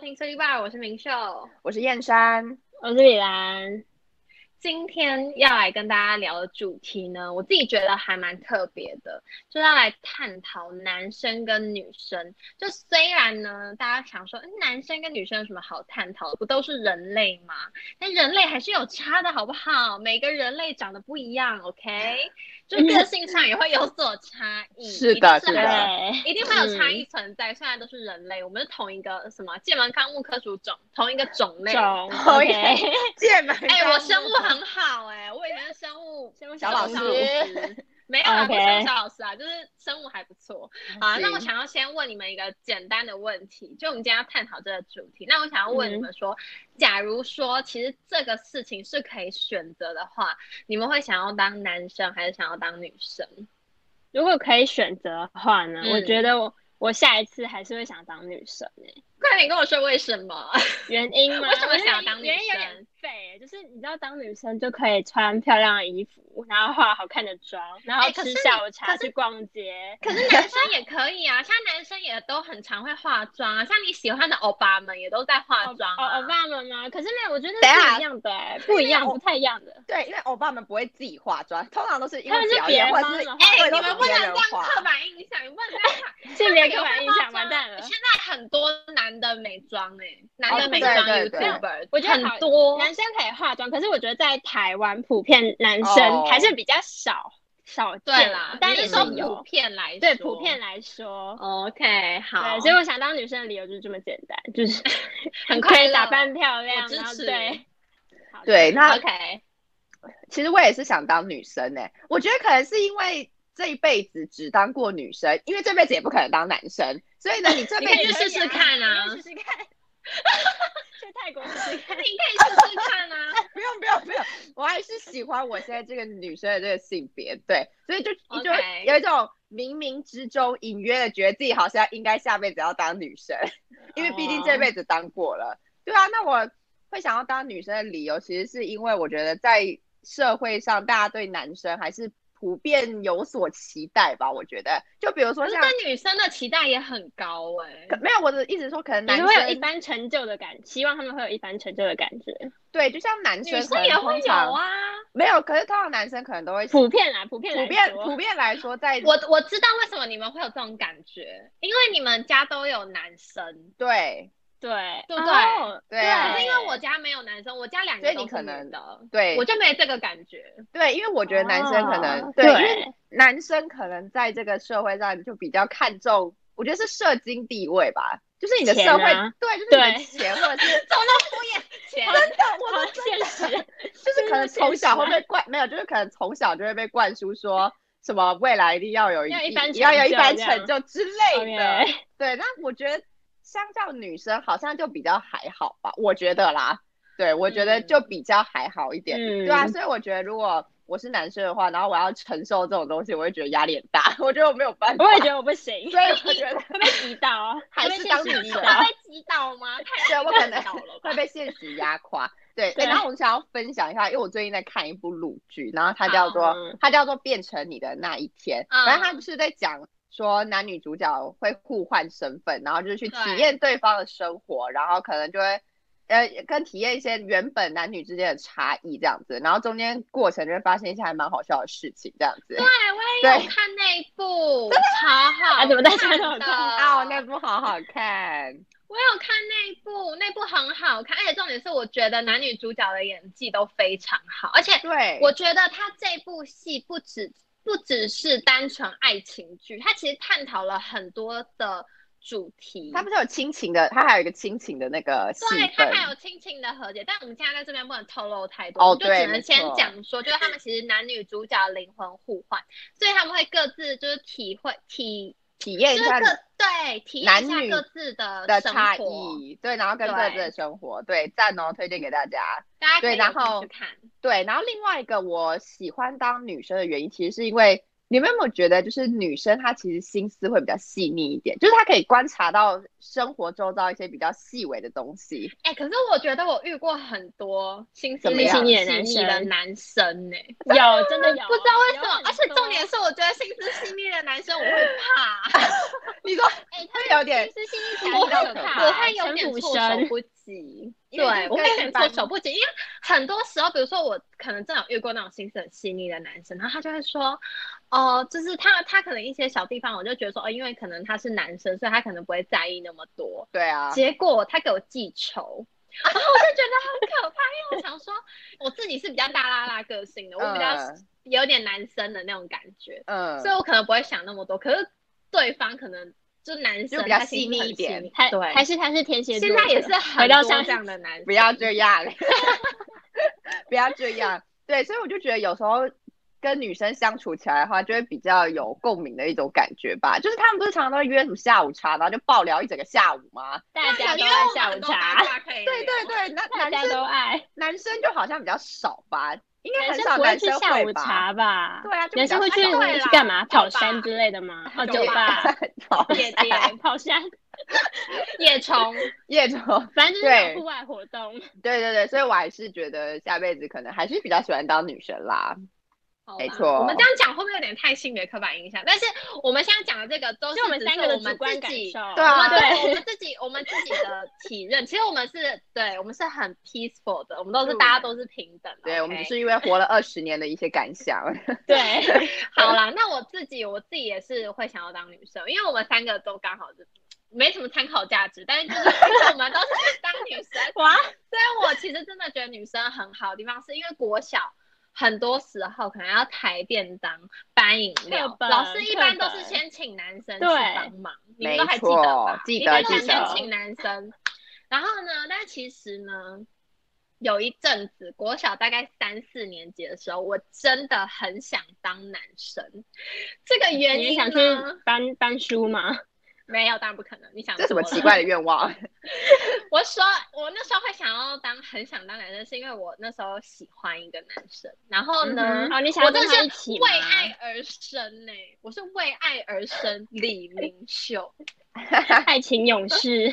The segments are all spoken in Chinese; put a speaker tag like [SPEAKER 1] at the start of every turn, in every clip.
[SPEAKER 1] 明翠绿吧，我是明秀，
[SPEAKER 2] 我是燕山。
[SPEAKER 3] 我是李兰，
[SPEAKER 1] 今天要来跟大家聊的主题呢，我自己觉得还蛮特别的，就是要来探讨男生跟女生。就虽然呢，大家想说，嗯，男生跟女生有什么好探讨的？不都是人类吗？但人类还是有差的，好不好？每个人类长得不一样，OK？就个性上也会有所差异，
[SPEAKER 2] 是
[SPEAKER 1] 一
[SPEAKER 2] 的
[SPEAKER 1] 定
[SPEAKER 2] 是
[SPEAKER 1] 还
[SPEAKER 2] 的
[SPEAKER 1] 有
[SPEAKER 3] 对，
[SPEAKER 1] 一定会有差异存在。虽然都是人类，我们是同一个什么界门纲目科属种，同一个种类，
[SPEAKER 3] 种
[SPEAKER 2] OK 剑门
[SPEAKER 1] 哎、
[SPEAKER 2] 纲
[SPEAKER 1] 我
[SPEAKER 2] 目
[SPEAKER 1] 生物很好哎、我以前是生物 生物
[SPEAKER 2] 小老师
[SPEAKER 1] 师没有啦，不是
[SPEAKER 3] OK
[SPEAKER 1] 生物小老师啊，就是生物还不错啊。那我
[SPEAKER 2] 行
[SPEAKER 1] 想要先问你们一个简单的问题，就我们今天要探讨这个主题。那我想要问你们说，假如说其实这个事情是可以选择的话，你们会想要当男生还是想要当女生？
[SPEAKER 3] 如果可以选择的话呢，
[SPEAKER 1] 嗯
[SPEAKER 3] 我觉得我我下一次还是会想当女生诶、
[SPEAKER 1] 快点跟我说为什么？
[SPEAKER 3] 原因吗？
[SPEAKER 1] 为什么想要当女生
[SPEAKER 3] 原因有点废欸、就是你知道当女生就可以穿漂亮的衣服，然后化好看的妆，然后
[SPEAKER 1] 哎可是
[SPEAKER 3] 吃下午
[SPEAKER 1] 可
[SPEAKER 3] 茶
[SPEAKER 1] 是啊
[SPEAKER 3] 去逛街。
[SPEAKER 1] 可是男生也可以啊，像男生也都很常会化妆啊，像你喜欢的欧巴们也都在化妆
[SPEAKER 3] 哦，
[SPEAKER 1] 啊。
[SPEAKER 3] 奥巴马吗？可是没有，我觉得
[SPEAKER 2] 等一下
[SPEAKER 3] 不一样的、欸，不一样，
[SPEAKER 2] 没有
[SPEAKER 3] 不太一样的。
[SPEAKER 2] 对，因为欧巴们不会自己化妆，通常都是因
[SPEAKER 3] 他们
[SPEAKER 2] 为
[SPEAKER 3] 是
[SPEAKER 2] 表
[SPEAKER 3] 别
[SPEAKER 2] 演
[SPEAKER 3] 人
[SPEAKER 2] 或者
[SPEAKER 3] 帮
[SPEAKER 2] 是
[SPEAKER 3] 着化
[SPEAKER 1] 哎、
[SPEAKER 2] 对
[SPEAKER 1] 你
[SPEAKER 2] 都
[SPEAKER 1] 们
[SPEAKER 2] 是
[SPEAKER 1] 不能
[SPEAKER 2] 别
[SPEAKER 1] 这
[SPEAKER 2] 人
[SPEAKER 1] 样
[SPEAKER 2] 化。
[SPEAKER 1] 刻板印象，你不能这样讲。
[SPEAKER 3] 性别刻板印象，完蛋了
[SPEAKER 1] 现。在很多男的美妆哎、男的
[SPEAKER 2] 哦
[SPEAKER 1] 美
[SPEAKER 2] 对
[SPEAKER 1] 妆
[SPEAKER 2] 对对
[SPEAKER 1] YouTuber，
[SPEAKER 3] 我觉得好
[SPEAKER 1] 很多
[SPEAKER 3] 男生可以化妆，可是我觉得在台湾普遍男生
[SPEAKER 2] 哦
[SPEAKER 3] 还是比较少、少见啊
[SPEAKER 1] 对啦，
[SPEAKER 3] 但
[SPEAKER 1] 你
[SPEAKER 3] 也
[SPEAKER 1] 是
[SPEAKER 3] 是
[SPEAKER 1] 说普
[SPEAKER 3] 有。
[SPEAKER 1] 遍来说，
[SPEAKER 3] 对，普遍。来说，
[SPEAKER 2] 哦
[SPEAKER 1] OK，好，
[SPEAKER 3] 对，所以我想当女生的理由就是这么简 单，就是
[SPEAKER 1] 很
[SPEAKER 3] 可
[SPEAKER 1] 快
[SPEAKER 3] 以
[SPEAKER 1] 乐
[SPEAKER 3] 打扮漂亮，
[SPEAKER 1] 支
[SPEAKER 3] 然后
[SPEAKER 1] 持
[SPEAKER 3] 对，好
[SPEAKER 2] 欸对，那
[SPEAKER 1] OK，
[SPEAKER 2] 其实我也是想当女生呢、我觉得可能是因为这一辈子只当过女生，因为这辈子也不可能当男生，所以呢，你这
[SPEAKER 1] 你
[SPEAKER 2] 辈
[SPEAKER 1] 可以
[SPEAKER 2] 子
[SPEAKER 1] 去试试看啊
[SPEAKER 3] 你可以试试看， 去泰国试试
[SPEAKER 1] 你
[SPEAKER 3] 看
[SPEAKER 1] 可。以试试看 啊。
[SPEAKER 2] 不用不用 不用，我还是喜欢我现在这个女生的这个性别，对，所以就就
[SPEAKER 1] OK
[SPEAKER 2] 有一种冥冥之中隐约的觉得自己好像应该下辈子要当女生， 因为毕竟
[SPEAKER 1] 哦
[SPEAKER 2] 这辈子当过了。对啊，那我会想要当女生的理由，其实是因为我觉得在社会上大家对男生还是普遍有所期待吧。我觉得，就比如
[SPEAKER 1] 可
[SPEAKER 2] 说
[SPEAKER 1] 是
[SPEAKER 2] 像
[SPEAKER 1] 对女生的期待也很高哎、
[SPEAKER 2] 可没有我的意思是说，可能
[SPEAKER 3] 你
[SPEAKER 2] 男
[SPEAKER 3] 会有一
[SPEAKER 2] 生
[SPEAKER 3] 番成就的感，希望他们会有一番成就的感觉。
[SPEAKER 2] 对，就像男
[SPEAKER 1] 女
[SPEAKER 2] 生可
[SPEAKER 1] 生
[SPEAKER 2] 能
[SPEAKER 1] 也会
[SPEAKER 2] 通
[SPEAKER 1] 有
[SPEAKER 2] 常，
[SPEAKER 1] 啊。
[SPEAKER 2] 没有，可是通常男生可能都会
[SPEAKER 3] 普遍啦，普遍来
[SPEAKER 2] 普遍
[SPEAKER 3] 说
[SPEAKER 2] 普遍来说，在
[SPEAKER 1] 我我知道为什么你们会有这种感觉，因为你们家都有男生，
[SPEAKER 2] 对
[SPEAKER 3] 对
[SPEAKER 1] 对不对
[SPEAKER 3] 哦
[SPEAKER 2] 对
[SPEAKER 1] 可是
[SPEAKER 2] 啊
[SPEAKER 1] 因为我家没有男生，我家两个
[SPEAKER 2] 所以
[SPEAKER 1] 都
[SPEAKER 2] 你
[SPEAKER 1] 是
[SPEAKER 2] 可
[SPEAKER 1] 女
[SPEAKER 2] 能
[SPEAKER 1] 的，
[SPEAKER 2] 对
[SPEAKER 1] 我就没这个感觉。
[SPEAKER 2] 对，因为我觉得男生可能、
[SPEAKER 3] 哦
[SPEAKER 2] 对，因为
[SPEAKER 3] 对
[SPEAKER 2] 男生可能在这个社会上就比较看重，我觉得是社经地位吧，就是你的
[SPEAKER 3] 钱
[SPEAKER 2] 社会、
[SPEAKER 3] 啊
[SPEAKER 2] 对，就是你
[SPEAKER 3] 对
[SPEAKER 2] 的钱或者 是
[SPEAKER 1] 怎么那么敷衍？钱
[SPEAKER 2] 真的，我
[SPEAKER 3] 好
[SPEAKER 2] 们
[SPEAKER 3] 现实，
[SPEAKER 2] 就是可能从小会被灌，没有，就是可能从小就会被灌输说什么未来一定要有一
[SPEAKER 3] 要一番
[SPEAKER 2] 要有一
[SPEAKER 3] 成
[SPEAKER 2] 番
[SPEAKER 3] 就
[SPEAKER 2] 成就之类的。
[SPEAKER 3] OK，
[SPEAKER 2] 对，那我觉得相较女生好像就比较还好吧，我觉得啦。对，我觉得
[SPEAKER 1] 嗯
[SPEAKER 2] 就比较还好一点。
[SPEAKER 3] 嗯，
[SPEAKER 2] 对啊，所以我觉得如果我是男生的话，然后我要承受这种东西，我会觉得压力很大。 我觉得我没有办法，
[SPEAKER 3] 我也觉得我不行，
[SPEAKER 2] 所以我觉得
[SPEAKER 3] 会被击倒啊，
[SPEAKER 2] 还
[SPEAKER 3] 会被
[SPEAKER 2] 是
[SPEAKER 3] 现
[SPEAKER 2] 当
[SPEAKER 3] 实
[SPEAKER 2] 女
[SPEAKER 3] 击
[SPEAKER 2] 生
[SPEAKER 3] 倒
[SPEAKER 1] 会击倒吗？太
[SPEAKER 2] 对我 可能
[SPEAKER 1] 倒了吧
[SPEAKER 2] 会？被现实压垮。对，
[SPEAKER 3] 对
[SPEAKER 2] 诶然后我想要分享一下，因为我最近在看一部陆剧，然后它叫做、
[SPEAKER 3] 嗯
[SPEAKER 2] 它叫做《变成你的那一天》，
[SPEAKER 1] 嗯
[SPEAKER 2] 反正它就是在讲说男女主角会互换身份，然后就是去
[SPEAKER 1] 对
[SPEAKER 2] 体验对方的生活，然后可能就会。呃，跟体验一些原本男女之间的差异这样子，然后中间过程就会发生一些还蛮好笑的事情这样 子。
[SPEAKER 1] 对，我也有看那一部，超好看
[SPEAKER 3] 啊
[SPEAKER 1] 的。
[SPEAKER 3] 怎么大家都有看
[SPEAKER 2] 哦，那部好好看，
[SPEAKER 1] 我有看那一部，那部很好看，而且重点是我觉得男女主角的演技都非常好，而且
[SPEAKER 2] 对，
[SPEAKER 1] 我觉得他这部戏不只不只是单纯爱情剧，他其实探讨了很多的主题。
[SPEAKER 2] 它不是有亲情的，它还有一个亲情的那个戏
[SPEAKER 1] 对，他
[SPEAKER 2] 份，
[SPEAKER 1] 还有亲情的和解，但我们现在在这边不能透露太多，
[SPEAKER 2] 哦
[SPEAKER 1] 我们就
[SPEAKER 2] 对
[SPEAKER 1] 只能
[SPEAKER 2] 没
[SPEAKER 1] 先
[SPEAKER 2] 错
[SPEAKER 1] 讲说，就是他们其实男女主角灵魂互换，所以他们会各自就是体会体，
[SPEAKER 2] 体验
[SPEAKER 1] 就
[SPEAKER 2] 一
[SPEAKER 1] 是
[SPEAKER 2] 下
[SPEAKER 1] 各对体验
[SPEAKER 2] 男
[SPEAKER 1] 一下
[SPEAKER 2] 女
[SPEAKER 1] 各自的
[SPEAKER 2] 的
[SPEAKER 1] 生
[SPEAKER 2] 差
[SPEAKER 1] 活，
[SPEAKER 2] 异，对，然后跟各自的生活，对，赞哦，推荐给大家。
[SPEAKER 1] 大家可以
[SPEAKER 2] 对然
[SPEAKER 1] 有空
[SPEAKER 2] 后
[SPEAKER 1] 去看。
[SPEAKER 2] 对，然后另外一个我喜欢当女生的原因，其实是因为你们有没有觉得，就是女生她其实心思会比较细腻一点，就是她可以观察到生活周遭一些比较细微的东西。
[SPEAKER 1] 哎、可是我觉得我遇过很多心思
[SPEAKER 2] 怎么
[SPEAKER 1] 力
[SPEAKER 2] 样
[SPEAKER 1] 细腻的男
[SPEAKER 3] 细腻
[SPEAKER 1] 的
[SPEAKER 3] 的
[SPEAKER 1] 男生呢、欸
[SPEAKER 3] 有真的有，
[SPEAKER 1] 不知道为什么
[SPEAKER 3] 啊有很，
[SPEAKER 1] 而且
[SPEAKER 3] 多
[SPEAKER 1] 重点是，我觉得心思细腻的男生我会怕，
[SPEAKER 2] 你说
[SPEAKER 3] 哎，他
[SPEAKER 2] 会有点，
[SPEAKER 3] 是心
[SPEAKER 2] 我
[SPEAKER 3] 理
[SPEAKER 2] 会
[SPEAKER 3] 很可怕，
[SPEAKER 1] 我会有点
[SPEAKER 3] 城
[SPEAKER 1] 措
[SPEAKER 3] 府
[SPEAKER 1] 手
[SPEAKER 3] 深，
[SPEAKER 1] 不及。
[SPEAKER 2] 因为
[SPEAKER 1] 对，
[SPEAKER 2] 就
[SPEAKER 1] 我
[SPEAKER 2] 是
[SPEAKER 1] 会
[SPEAKER 2] 跟
[SPEAKER 1] 有
[SPEAKER 2] 一
[SPEAKER 1] 点
[SPEAKER 2] 般
[SPEAKER 1] 措手不及，因为很多时候，比如说我可能真的有遇过那种心思很细腻的男生，然后他就会说，哦、就是他他可能一些小地方，我就觉得说，哦，因为可能他是男生，所以他可能不会在意那么多。
[SPEAKER 2] 对啊，
[SPEAKER 1] 结果他给我记仇，然后我就觉得很可怕，因为我想说我自己是比较大拉拉个性的，我比较
[SPEAKER 2] 嗯
[SPEAKER 1] 有点男生的那种感觉，
[SPEAKER 2] 嗯
[SPEAKER 1] 所以我可能不会想那么多。可是对方可能就男生
[SPEAKER 2] 就比较
[SPEAKER 1] 他心
[SPEAKER 2] 细腻
[SPEAKER 1] 很
[SPEAKER 2] 一点
[SPEAKER 1] 腻
[SPEAKER 3] 还
[SPEAKER 1] 对，
[SPEAKER 3] 还是他是天蝎座
[SPEAKER 1] 现
[SPEAKER 3] 的，
[SPEAKER 1] 在也是很
[SPEAKER 3] 回到
[SPEAKER 1] 多
[SPEAKER 3] 上一
[SPEAKER 1] 这样的男生，
[SPEAKER 2] 不要这样， 不要这样。对，所以我就觉得有时候跟女生相处起来的话，就会比较有共鸣的一种感觉吧。就是他们不是常常都会约什么下午茶，然后就爆聊一整个下午吗？
[SPEAKER 3] 大家都爱下午茶，
[SPEAKER 1] 茶，对
[SPEAKER 2] 对对对，那
[SPEAKER 3] 大
[SPEAKER 2] 男
[SPEAKER 3] 家
[SPEAKER 2] 生
[SPEAKER 3] 都爱，
[SPEAKER 2] 男生就好像比较少吧，应
[SPEAKER 3] 男
[SPEAKER 2] 该很
[SPEAKER 3] 生
[SPEAKER 2] 少
[SPEAKER 3] 不会
[SPEAKER 2] 男
[SPEAKER 3] 去
[SPEAKER 2] 生
[SPEAKER 3] 下午
[SPEAKER 2] 会吧？
[SPEAKER 3] 茶吧？
[SPEAKER 2] 对啊，就比
[SPEAKER 3] 男
[SPEAKER 2] 较
[SPEAKER 3] 生会去
[SPEAKER 2] 少
[SPEAKER 1] 对啦
[SPEAKER 3] 干嘛？
[SPEAKER 1] 酒吧
[SPEAKER 3] 跑山之类的吗？哦，
[SPEAKER 1] 酒
[SPEAKER 3] 酒
[SPEAKER 1] 吧
[SPEAKER 3] 吧、
[SPEAKER 2] 好
[SPEAKER 1] 夜
[SPEAKER 3] 哎
[SPEAKER 1] 店、
[SPEAKER 3] 跑山，
[SPEAKER 1] 夜虫，
[SPEAKER 2] 夜总，
[SPEAKER 3] 反正就是
[SPEAKER 2] 对
[SPEAKER 3] 那种户外活动。
[SPEAKER 2] 对对对，所以我还是觉得下辈子可能还是比较喜欢当女生啦。
[SPEAKER 1] 好啦
[SPEAKER 2] 没错
[SPEAKER 1] 我们这样讲会不会有点太性别刻板印象？但是我们现在讲的这个都是
[SPEAKER 3] 就我们
[SPEAKER 1] 只
[SPEAKER 3] 三
[SPEAKER 1] 是
[SPEAKER 3] 个的
[SPEAKER 1] 我们
[SPEAKER 3] 主观
[SPEAKER 1] 自
[SPEAKER 3] 感
[SPEAKER 1] 己
[SPEAKER 3] 受，
[SPEAKER 2] 对啊
[SPEAKER 1] 我们对，我
[SPEAKER 3] 对，
[SPEAKER 1] 们自己我们自己的体认，其实我们是对，我们是很 peaceful 的，我们都是
[SPEAKER 2] 嗯
[SPEAKER 1] 大家都是平等的。
[SPEAKER 2] 对
[SPEAKER 1] OK
[SPEAKER 2] 我们只是因为活了二十年的一些感想。
[SPEAKER 3] 对，
[SPEAKER 1] 好啦。那我自己我自己也是会想要当女生，因为我们三个都刚好是没什么参考价值，但是就是因为我们都是当女生，
[SPEAKER 3] 哇，
[SPEAKER 1] 所以我其实真的觉得女生很好的地方，是因为国小很多时候可能要抬便当、搬饮料
[SPEAKER 3] 课，本
[SPEAKER 1] 老师一般都是
[SPEAKER 3] 课本
[SPEAKER 1] 先请男生去
[SPEAKER 3] 对
[SPEAKER 1] 帮忙，你们
[SPEAKER 2] 没
[SPEAKER 1] 都还记得
[SPEAKER 2] 错
[SPEAKER 1] 吧？
[SPEAKER 2] 记
[SPEAKER 1] 一
[SPEAKER 2] 得
[SPEAKER 1] 般都
[SPEAKER 3] 记
[SPEAKER 1] 是先
[SPEAKER 3] 得
[SPEAKER 1] 请男生。然后呢，但其实呢，有一阵子国小大概三四年级的时候，我真的很想当男生。这个原
[SPEAKER 3] 你
[SPEAKER 1] 因
[SPEAKER 3] 想去
[SPEAKER 1] 呢，
[SPEAKER 3] 搬搬书吗？
[SPEAKER 1] 没有，当然不可能。你想
[SPEAKER 2] 这什么
[SPEAKER 1] 多
[SPEAKER 2] 奇
[SPEAKER 1] 了
[SPEAKER 2] 怪的愿望？
[SPEAKER 1] 我说，我那时候会想要当，很想当男生，是因为我那时候喜欢一个男生，然后呢
[SPEAKER 2] 嗯，
[SPEAKER 3] 哦，你想
[SPEAKER 1] 我
[SPEAKER 3] 要
[SPEAKER 1] 真
[SPEAKER 3] 跟
[SPEAKER 1] 的
[SPEAKER 3] 他
[SPEAKER 1] 是
[SPEAKER 3] 一起吗
[SPEAKER 1] 为？爱而生呢、我是为爱而生，李明秀。
[SPEAKER 3] 爱情勇 士，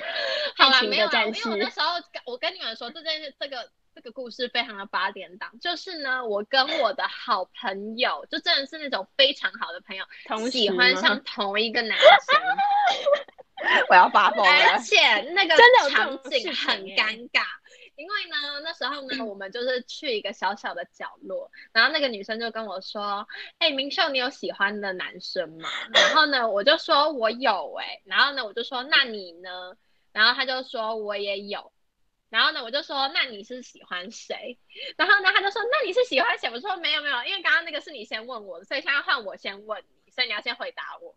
[SPEAKER 1] 好
[SPEAKER 3] 爱
[SPEAKER 1] 啦，
[SPEAKER 3] 情
[SPEAKER 1] 没有
[SPEAKER 3] 的
[SPEAKER 1] 啦，因
[SPEAKER 3] 战
[SPEAKER 1] 为我那
[SPEAKER 3] 士，
[SPEAKER 1] 时候跟我跟你们说，这件事，这个这个故事非常的八点档，就是呢，我跟我的好朋友，就真的是那种非常好的朋友，
[SPEAKER 3] 同
[SPEAKER 1] 喜
[SPEAKER 3] 时
[SPEAKER 1] 欢
[SPEAKER 3] 吗
[SPEAKER 1] 上同一个男生。
[SPEAKER 2] 我要发疯
[SPEAKER 1] 而
[SPEAKER 2] 了。
[SPEAKER 1] 且那个
[SPEAKER 3] 真的有这
[SPEAKER 1] 场景
[SPEAKER 3] 种事情
[SPEAKER 1] 很
[SPEAKER 3] 耶嗯
[SPEAKER 1] 尴尬，因为呢那时候呢我们就是去一个小小的角落，然后那个女生就跟我说：“哎、明秀，你有喜欢的男生吗？”然后呢我就说我有哎、然后呢我就说那你呢？然后她就说我也有。然后呢，我就说，那你是喜欢谁？然后呢，她就说，那你是喜欢谁？我说没有没有，因为刚刚那个是你先问我的，所以现在换我先问你，所以你要先回答我。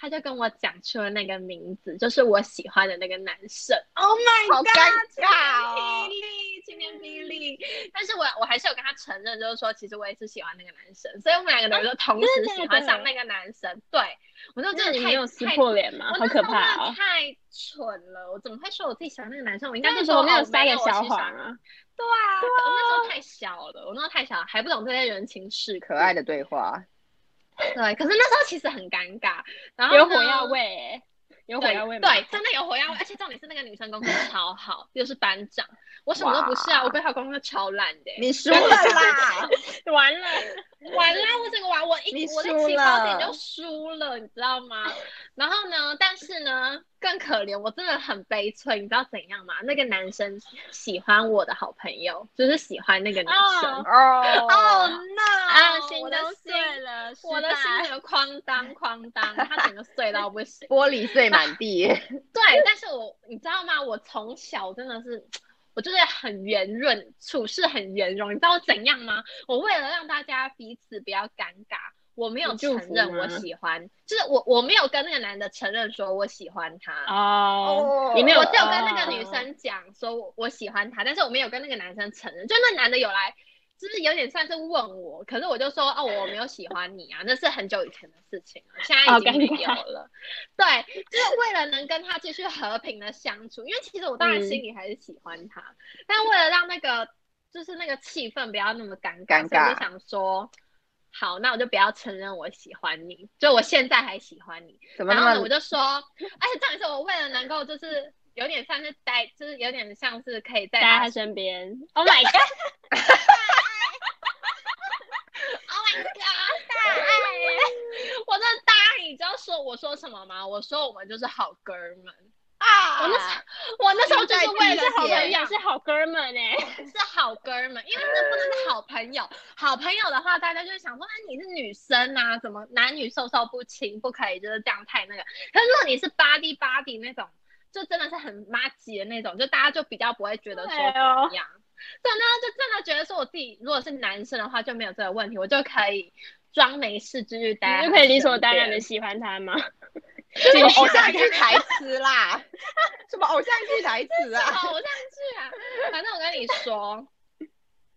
[SPEAKER 1] 他就跟我讲出了那个名字，就是我喜欢的那个男生。
[SPEAKER 2] Oh my
[SPEAKER 1] 好尴
[SPEAKER 2] 尬
[SPEAKER 1] 霹
[SPEAKER 2] 哦！
[SPEAKER 1] 雳，晴天霹雳！但是我我还是有跟他承认，就是说其实我也是喜欢那个男生，所以我们两个人就同时
[SPEAKER 3] 真的假的
[SPEAKER 1] 喜欢上那个男生。对，我就真 的
[SPEAKER 3] 那你
[SPEAKER 1] 太
[SPEAKER 3] 没有撕
[SPEAKER 1] 太
[SPEAKER 3] 破脸吗？
[SPEAKER 1] 我
[SPEAKER 3] 好
[SPEAKER 1] 那
[SPEAKER 3] 可
[SPEAKER 1] 时候
[SPEAKER 3] 怕
[SPEAKER 1] 真的
[SPEAKER 3] 哦！
[SPEAKER 1] 太蠢了，我怎么会说我自己喜欢那个男生？我应该
[SPEAKER 3] 那
[SPEAKER 1] 是哦
[SPEAKER 3] 时候
[SPEAKER 1] 没
[SPEAKER 3] 没有
[SPEAKER 1] 撒
[SPEAKER 3] 撒
[SPEAKER 1] 个
[SPEAKER 3] 个小谎。啊，
[SPEAKER 1] 对啊，可我那时候太小了，我那时候太小，还不懂这些人情世故
[SPEAKER 2] 可爱。的对话，
[SPEAKER 1] 对，可是那时候其实很尴尬，然后
[SPEAKER 3] 有
[SPEAKER 1] 呢
[SPEAKER 3] 火药味欸，有火
[SPEAKER 1] 对
[SPEAKER 3] 药味吗？
[SPEAKER 1] 对，真的有火药味，而且重点是那个女生功课超好，又是班长，我什么都不是啊，
[SPEAKER 2] 哇
[SPEAKER 1] 我国小功课超烂的、
[SPEAKER 2] 你输了啦！
[SPEAKER 3] 对，完 了，
[SPEAKER 1] 完啦，我整个完，我一
[SPEAKER 2] 你
[SPEAKER 1] 我在
[SPEAKER 2] 输
[SPEAKER 1] 起跑
[SPEAKER 2] 了
[SPEAKER 1] 点就输了，你知道吗？然后呢，但是呢，更可怜，我真的很悲催，你知道怎样吗？那个男生喜欢我的好朋友，就是喜欢那个女生。
[SPEAKER 3] 哦
[SPEAKER 1] 哦
[SPEAKER 2] 哦，
[SPEAKER 1] no！
[SPEAKER 3] 啊，
[SPEAKER 1] 我
[SPEAKER 3] 心
[SPEAKER 1] 的
[SPEAKER 3] 都
[SPEAKER 1] 心，
[SPEAKER 3] 碎了，
[SPEAKER 1] 我
[SPEAKER 3] 失
[SPEAKER 1] 的心
[SPEAKER 3] 败
[SPEAKER 1] 整个哐当哐当，他整个碎到不行。
[SPEAKER 2] 玻璃碎满地。
[SPEAKER 1] 对，但是我你知道吗？我从小真的是，我就是很圆润，处事很圆融。你知道我怎样吗？我为了让大家彼此不要尴尬，我没有
[SPEAKER 3] 你
[SPEAKER 1] 承
[SPEAKER 3] 祝福
[SPEAKER 1] 认我
[SPEAKER 3] 吗
[SPEAKER 1] 喜欢，就是我我没有跟那个男的承认说我喜欢他。
[SPEAKER 3] 哦，
[SPEAKER 2] 你
[SPEAKER 3] 你没有
[SPEAKER 1] 我只有啊跟那个
[SPEAKER 3] 哦
[SPEAKER 1] 女生讲说我我喜欢他，但是我没有跟那个男生承认。就那男的有来，就是有点算是问我，可是我就说哦，我没有喜欢你啊，那是很久以前的事情了，现在
[SPEAKER 3] 好
[SPEAKER 1] 已经
[SPEAKER 3] 尴
[SPEAKER 1] 没哦有
[SPEAKER 3] 尬
[SPEAKER 1] 了。对，就是为了能跟他继续和平的相处，因为其实我当然
[SPEAKER 3] 嗯
[SPEAKER 1] 心里还是喜欢他，但为了让那个就是那个气氛不要那么尴尬，
[SPEAKER 2] 尴
[SPEAKER 1] 所以我就
[SPEAKER 2] 尬
[SPEAKER 1] 想说。好，那我就不要承认我喜欢你，就我现在还喜欢你。
[SPEAKER 2] 怎么
[SPEAKER 1] 然
[SPEAKER 2] 那
[SPEAKER 1] 后呢，
[SPEAKER 2] 么
[SPEAKER 1] 我就说，而且重点是我为了能够就是有点像是待，就是有点像是可以在
[SPEAKER 3] 待在他身边。Oh my god！
[SPEAKER 1] Oh my god！大爱，我真的大爱，你知道说我说什么吗？我说我们就是好哥们，
[SPEAKER 2] 啊？
[SPEAKER 1] 我那时 我那时候就是为了
[SPEAKER 2] 是
[SPEAKER 1] 是好朋友
[SPEAKER 3] 也，是好哥们哎、
[SPEAKER 1] 是好哥们，因为那不能是好朋友。好朋友的话，大家就会想说，啊，你是女生啊，怎么男女授受不亲，不可以就是这样太那个。可是如果你是 body body 那种，就真的是很妈鸡的那种，就大家就比较不会觉得说
[SPEAKER 3] 对
[SPEAKER 1] 怎
[SPEAKER 3] 哦
[SPEAKER 1] 么样。所以我那时候就真的觉得说，我自己如果是男生的话就没有这个问题，我就可以装没事继续待，
[SPEAKER 3] 你就可以理所当然的。喜欢他吗？
[SPEAKER 2] 什么偶像剧台词啦？ 什么偶像剧台词
[SPEAKER 1] 哦，
[SPEAKER 2] 啊？
[SPEAKER 1] 偶像剧啊，反正我跟你说，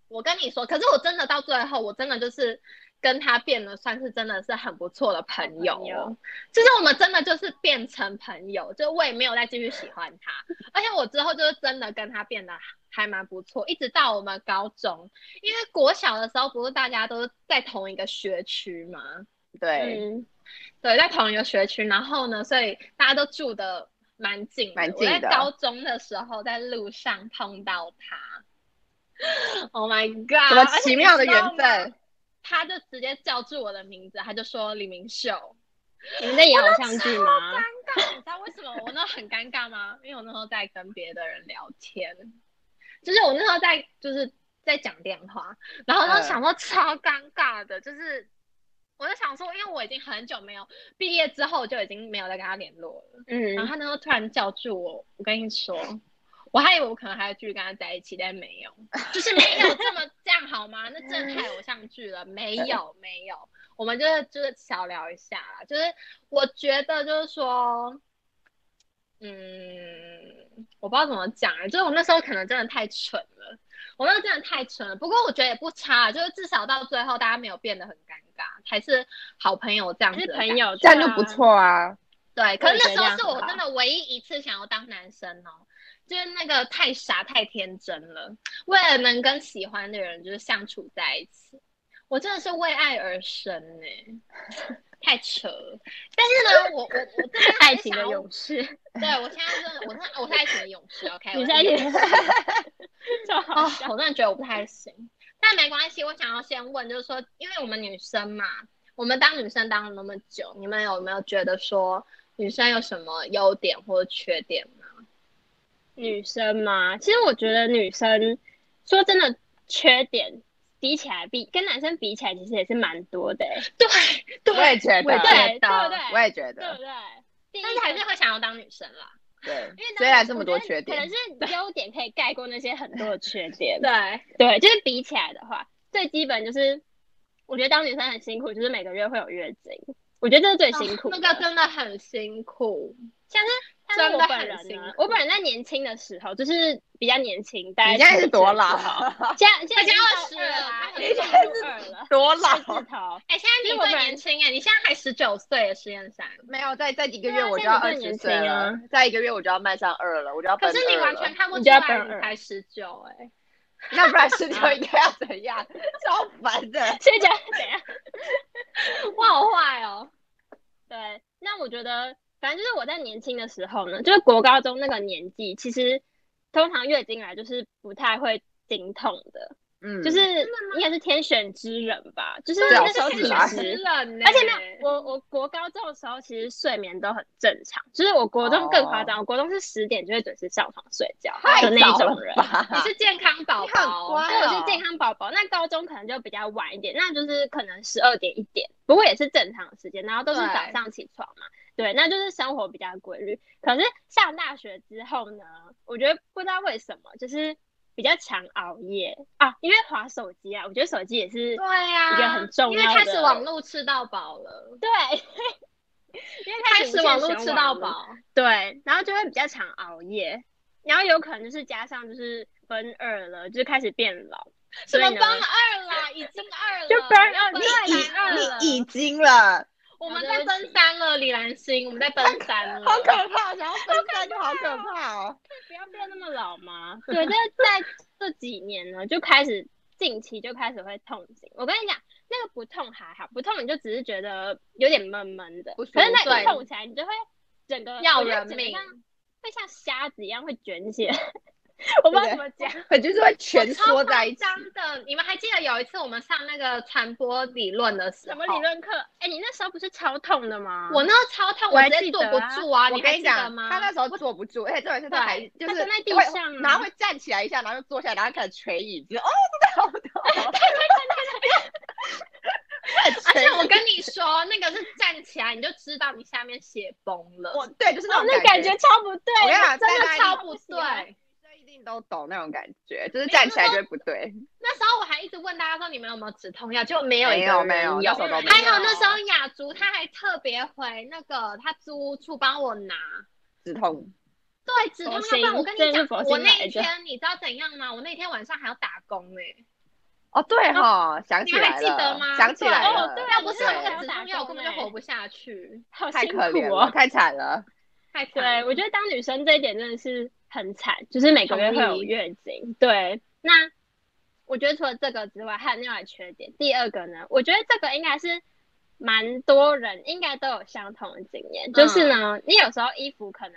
[SPEAKER 1] 我跟你说，可是我真的到最后，我真的就是跟他变得算是真的是很不错的朋友哦，
[SPEAKER 3] 好朋友
[SPEAKER 1] 就是我们真的就是变成朋友，就我也没有再继续喜欢他，而且我之后就是真的跟他变得还蛮不错，一直到我们高中，因为国小的时候不是大家都在同一个学区吗？
[SPEAKER 2] 对，
[SPEAKER 3] 嗯，
[SPEAKER 1] 对，在同一个学区，然后呢，所以大家都住的蛮近的。
[SPEAKER 2] 蛮
[SPEAKER 1] 我在
[SPEAKER 2] 近的
[SPEAKER 1] 高中的时候，在路上碰到他，Oh my god！
[SPEAKER 2] 什么奇妙的缘？
[SPEAKER 1] 而且你知道吗
[SPEAKER 2] 分？
[SPEAKER 1] 他就直接叫住我的名字，他就说李明秀。
[SPEAKER 3] 你们在演偶像剧吗？
[SPEAKER 1] 尴尬，你知道为什么我那很尴尬吗？因为我那时候在跟别的人聊天，就是我那时候在就是在讲电话，然后就想说超尴尬的，就是我就想说，因为我已经很久没有毕业之后就已经没有再跟他联络了，然后
[SPEAKER 3] 嗯，
[SPEAKER 1] 他那时候突然叫住我，我跟你说。我还以为我可能还要继续跟他在一起，但没有，就是没有这么这样好吗？那真的太偶像剧了，没有没有，我们就是就是小聊一下啦，就是我觉得就是说，嗯，我不知道怎么讲欸，就是我那时候可能真的太蠢了，我那时候真的太蠢了。不过我觉得也不差啊，就是至少到最后大家没有变得很尴尬，还是好朋友这样
[SPEAKER 3] 还
[SPEAKER 1] 子
[SPEAKER 3] 是
[SPEAKER 1] 的
[SPEAKER 3] 朋
[SPEAKER 1] 感觉。
[SPEAKER 3] 友，
[SPEAKER 2] 这样就不。错啊。
[SPEAKER 1] 对，可
[SPEAKER 3] 我
[SPEAKER 1] 是那
[SPEAKER 3] 也觉得
[SPEAKER 1] 时
[SPEAKER 3] 这
[SPEAKER 1] 候
[SPEAKER 3] 样
[SPEAKER 1] 是我
[SPEAKER 3] 很好
[SPEAKER 1] 真的唯一一次想要当男生哦，就是那个太傻太天真了，为了能跟喜欢的人就是相处在一起，我真的是为爱而生呢、太扯了。但是呢，我我我这边还
[SPEAKER 3] 爱
[SPEAKER 1] 是
[SPEAKER 3] 情
[SPEAKER 1] 想
[SPEAKER 3] 的
[SPEAKER 1] 要
[SPEAKER 3] 勇士，
[SPEAKER 1] 对我现在真的，我是我是爱情的勇士，OK？
[SPEAKER 3] 你
[SPEAKER 1] 我
[SPEAKER 3] 现在也超
[SPEAKER 1] 啊、
[SPEAKER 3] 好笑。
[SPEAKER 1] 我真的觉得我不太行，但没关系。我想要先问，就是说，因为我们女生嘛，我们当女生当了那么久，你们有没有觉得说女生有什么优点或者缺点吗？
[SPEAKER 3] 女生嘛，其实我觉得女生说真的，缺点比起来比跟男生比起来，其实也是蛮多的欸、
[SPEAKER 1] 对对
[SPEAKER 2] 我也觉
[SPEAKER 1] 我也觉
[SPEAKER 2] 得，
[SPEAKER 1] 得
[SPEAKER 3] 对对不对
[SPEAKER 2] 我也
[SPEAKER 3] 对
[SPEAKER 2] 觉
[SPEAKER 3] 不
[SPEAKER 2] 得，
[SPEAKER 3] 对？
[SPEAKER 1] 但是还是会想要当女生啦。
[SPEAKER 2] 对
[SPEAKER 3] 因为。
[SPEAKER 2] 虽然这么多缺
[SPEAKER 3] 可能
[SPEAKER 2] 点，
[SPEAKER 3] 是优点可以盖过那些很多的缺点。
[SPEAKER 1] 对，
[SPEAKER 3] 对，就是比起来的话，最基本就是，我觉得当女生很辛苦，就是每个月会有月经，我觉得这是最辛苦的、
[SPEAKER 1] 啊那个真的很辛苦。
[SPEAKER 3] 但是我
[SPEAKER 1] 真的
[SPEAKER 3] 本
[SPEAKER 1] 很
[SPEAKER 3] 人
[SPEAKER 1] 辛
[SPEAKER 3] 呢
[SPEAKER 1] 苦，
[SPEAKER 3] 我本人在年轻的时候，就是比较年轻，大概
[SPEAKER 2] 你现在是多老？
[SPEAKER 3] 现在现在
[SPEAKER 1] 已经
[SPEAKER 3] 已经
[SPEAKER 1] 20了
[SPEAKER 3] 到
[SPEAKER 1] 你
[SPEAKER 3] 已经
[SPEAKER 1] 现
[SPEAKER 2] 在
[SPEAKER 3] 到二了，
[SPEAKER 2] 多
[SPEAKER 3] 二
[SPEAKER 2] 老
[SPEAKER 3] 字？头。
[SPEAKER 1] 哎、现在你
[SPEAKER 3] 因为我
[SPEAKER 1] 最
[SPEAKER 3] 本人
[SPEAKER 1] 年轻哎，你现在还十九岁，实验三。
[SPEAKER 2] 没有，再再一个
[SPEAKER 3] 对
[SPEAKER 2] 月
[SPEAKER 3] 啊
[SPEAKER 2] 我就
[SPEAKER 3] 现
[SPEAKER 2] 要
[SPEAKER 3] 在
[SPEAKER 2] 二
[SPEAKER 3] 你
[SPEAKER 2] 十
[SPEAKER 3] 更
[SPEAKER 2] 岁
[SPEAKER 3] 年
[SPEAKER 2] 了
[SPEAKER 3] 轻，
[SPEAKER 2] 再一个月我就要迈向二了，我就要奔
[SPEAKER 1] 可是你
[SPEAKER 2] 二
[SPEAKER 1] 完
[SPEAKER 2] 了
[SPEAKER 1] 全看不
[SPEAKER 3] 你
[SPEAKER 1] 出
[SPEAKER 3] 就要
[SPEAKER 1] 来，
[SPEAKER 3] 奔
[SPEAKER 1] 你
[SPEAKER 3] 二
[SPEAKER 1] 才十九 哎。
[SPEAKER 2] 要不然十九应该要怎样？ 超烦的。
[SPEAKER 3] 所以讲怎样？
[SPEAKER 1] 我好坏哦。
[SPEAKER 3] 对，那我觉得，反正就是我在年轻的时候呢，就是国高中那个年纪，其实通常月经来就是不太会经痛的，
[SPEAKER 2] 嗯，
[SPEAKER 3] 就是应该是天选之人吧，就是
[SPEAKER 2] 对啊
[SPEAKER 3] 那时候
[SPEAKER 2] 是
[SPEAKER 3] 体
[SPEAKER 2] 啊
[SPEAKER 3] 质
[SPEAKER 1] 冷呢，
[SPEAKER 3] 而且没有，我我国高中的时候其实睡眠都很正常，就是我国中更夸张，
[SPEAKER 1] 哦
[SPEAKER 3] 我国中是十点就会准时上床睡觉
[SPEAKER 2] 太
[SPEAKER 3] 的那一
[SPEAKER 2] 早
[SPEAKER 3] 种
[SPEAKER 2] 了
[SPEAKER 3] 人，
[SPEAKER 1] 你
[SPEAKER 2] 吧？
[SPEAKER 1] 是健康宝
[SPEAKER 2] 你很
[SPEAKER 1] 宝，
[SPEAKER 2] 乖
[SPEAKER 3] 所以我
[SPEAKER 2] 哦
[SPEAKER 3] 是健康宝宝。那高中可能就比较晚一点，那就是可能十二点一点，不过也是正常的时间，然后都是
[SPEAKER 1] 对
[SPEAKER 3] 早上起床嘛，对，那就是生活比较规律。可是上大学之后呢，我觉得不知道为什么，就是比较常熬夜啊，因为划手机啊，我觉得手机也是
[SPEAKER 1] 对呀、
[SPEAKER 3] 一个很重要的
[SPEAKER 1] 因为开始网络吃到饱了，
[SPEAKER 3] 对。 因为
[SPEAKER 1] 开
[SPEAKER 3] 始
[SPEAKER 1] 始
[SPEAKER 3] 无
[SPEAKER 1] 网
[SPEAKER 3] 限
[SPEAKER 1] 络
[SPEAKER 3] 使
[SPEAKER 1] 吃
[SPEAKER 3] 用
[SPEAKER 1] 到
[SPEAKER 3] 网络
[SPEAKER 1] 饱，
[SPEAKER 3] 对，然后就会比较常熬夜，然后有可能就是加上就是奔二了，就是开始变老，
[SPEAKER 1] 什
[SPEAKER 3] 所以
[SPEAKER 1] 么
[SPEAKER 3] 呢
[SPEAKER 1] 奔二啦，已经二了，
[SPEAKER 3] 就奔二
[SPEAKER 1] 啊要奔
[SPEAKER 3] 你已
[SPEAKER 1] 三二了，
[SPEAKER 2] 你已经了，
[SPEAKER 1] 我们在奔三了，李兰心，我们在奔三了，
[SPEAKER 2] 好可怕！想要分散就好可怕哦。
[SPEAKER 3] 不要变那么老嘛。对，就是在这几年呢，就开始近期就开始会痛经。我跟你讲，那个不痛还好，不痛你就只是觉得有点闷闷的，
[SPEAKER 2] 不
[SPEAKER 3] 可是
[SPEAKER 2] 舒服
[SPEAKER 3] 那
[SPEAKER 1] 对
[SPEAKER 3] 一痛起来，你就会整个
[SPEAKER 1] 要
[SPEAKER 3] 我觉得
[SPEAKER 1] 人
[SPEAKER 3] 整个
[SPEAKER 1] 命
[SPEAKER 3] 像会像瞎子一样会卷起来，我不知道
[SPEAKER 2] 对
[SPEAKER 3] 怎么讲，
[SPEAKER 2] 很就是会蜷缩在一起。
[SPEAKER 1] 张的，你们还记得有一次我们上那个传播理论的时
[SPEAKER 3] 什
[SPEAKER 1] 候，
[SPEAKER 3] 么理？论课？哎、你那时候不是超痛的吗？
[SPEAKER 1] 我那个超痛，
[SPEAKER 3] 我
[SPEAKER 1] 我
[SPEAKER 3] 还
[SPEAKER 1] 直接
[SPEAKER 3] 记
[SPEAKER 1] 坐
[SPEAKER 3] 得
[SPEAKER 1] 不
[SPEAKER 3] 啊
[SPEAKER 1] 住啊！
[SPEAKER 2] 我
[SPEAKER 1] 你还
[SPEAKER 2] 跟
[SPEAKER 1] 记
[SPEAKER 2] 你
[SPEAKER 1] 得
[SPEAKER 2] 讲，
[SPEAKER 1] 吗？
[SPEAKER 2] 他那时候坐不住，而哎且重点是他还就
[SPEAKER 3] 他
[SPEAKER 2] 是
[SPEAKER 3] 蹲在地
[SPEAKER 2] 会
[SPEAKER 3] 上啊
[SPEAKER 2] 然后会站起来一下，然后就坐下来，然后开始捶椅子，哦， 真的好痛！
[SPEAKER 1] 而且我跟你说，那个是站起来你就知道你下面血崩了，
[SPEAKER 2] 我对，就是
[SPEAKER 3] 哦
[SPEAKER 2] 那，种
[SPEAKER 3] 那
[SPEAKER 2] 感
[SPEAKER 3] 感觉超不对，啊
[SPEAKER 2] 我跟你讲
[SPEAKER 3] 真
[SPEAKER 2] 在
[SPEAKER 3] 的
[SPEAKER 1] 超
[SPEAKER 3] 超
[SPEAKER 1] 不
[SPEAKER 3] 行啊
[SPEAKER 1] 对。
[SPEAKER 2] 这一定都懂那种感觉，就是站起来就会不对。
[SPEAKER 1] 那时候我还一直问大家说你们有没有止痛药，就没有一
[SPEAKER 2] 没
[SPEAKER 1] 个
[SPEAKER 2] 有
[SPEAKER 1] 人
[SPEAKER 2] 没有那时候都没有
[SPEAKER 1] 还好那时候雅竹她还特别回那个她租屋处帮我拿，
[SPEAKER 2] 止痛，
[SPEAKER 1] 对止痛药。
[SPEAKER 3] 佛心
[SPEAKER 1] 不然我跟你
[SPEAKER 3] 哦真
[SPEAKER 1] 讲
[SPEAKER 3] 是，佛心
[SPEAKER 1] 我那
[SPEAKER 3] 来
[SPEAKER 1] 一
[SPEAKER 3] 着
[SPEAKER 1] 天你知道怎样吗？我那天晚上还要打工哎、
[SPEAKER 2] 哦，对哈，想
[SPEAKER 1] 你
[SPEAKER 2] 起
[SPEAKER 1] 们
[SPEAKER 2] 来
[SPEAKER 1] 还记得
[SPEAKER 2] 了
[SPEAKER 1] 吗？，
[SPEAKER 2] 想起来
[SPEAKER 1] 对啊
[SPEAKER 2] 了，
[SPEAKER 3] 对
[SPEAKER 1] 要不是有那
[SPEAKER 3] 对
[SPEAKER 1] 个止痛药，我根本就
[SPEAKER 3] 欸
[SPEAKER 1] 活不下去，
[SPEAKER 3] 好
[SPEAKER 2] 太
[SPEAKER 3] 辛
[SPEAKER 2] 可怜
[SPEAKER 3] 苦
[SPEAKER 2] 了，
[SPEAKER 3] 哦。
[SPEAKER 2] 太惨了。
[SPEAKER 1] 太惨
[SPEAKER 3] 对，
[SPEAKER 1] 了。
[SPEAKER 3] 我觉得当女生这一点真的是很惨，就是每个月会有
[SPEAKER 1] 同意
[SPEAKER 3] 月经。对，那我觉得除了这个之外，还有另外的缺点。第二个呢，我觉得这个应该是蛮多人应该都有相同的经验，就是
[SPEAKER 2] 嗯
[SPEAKER 3] 呢，你有时候衣服可能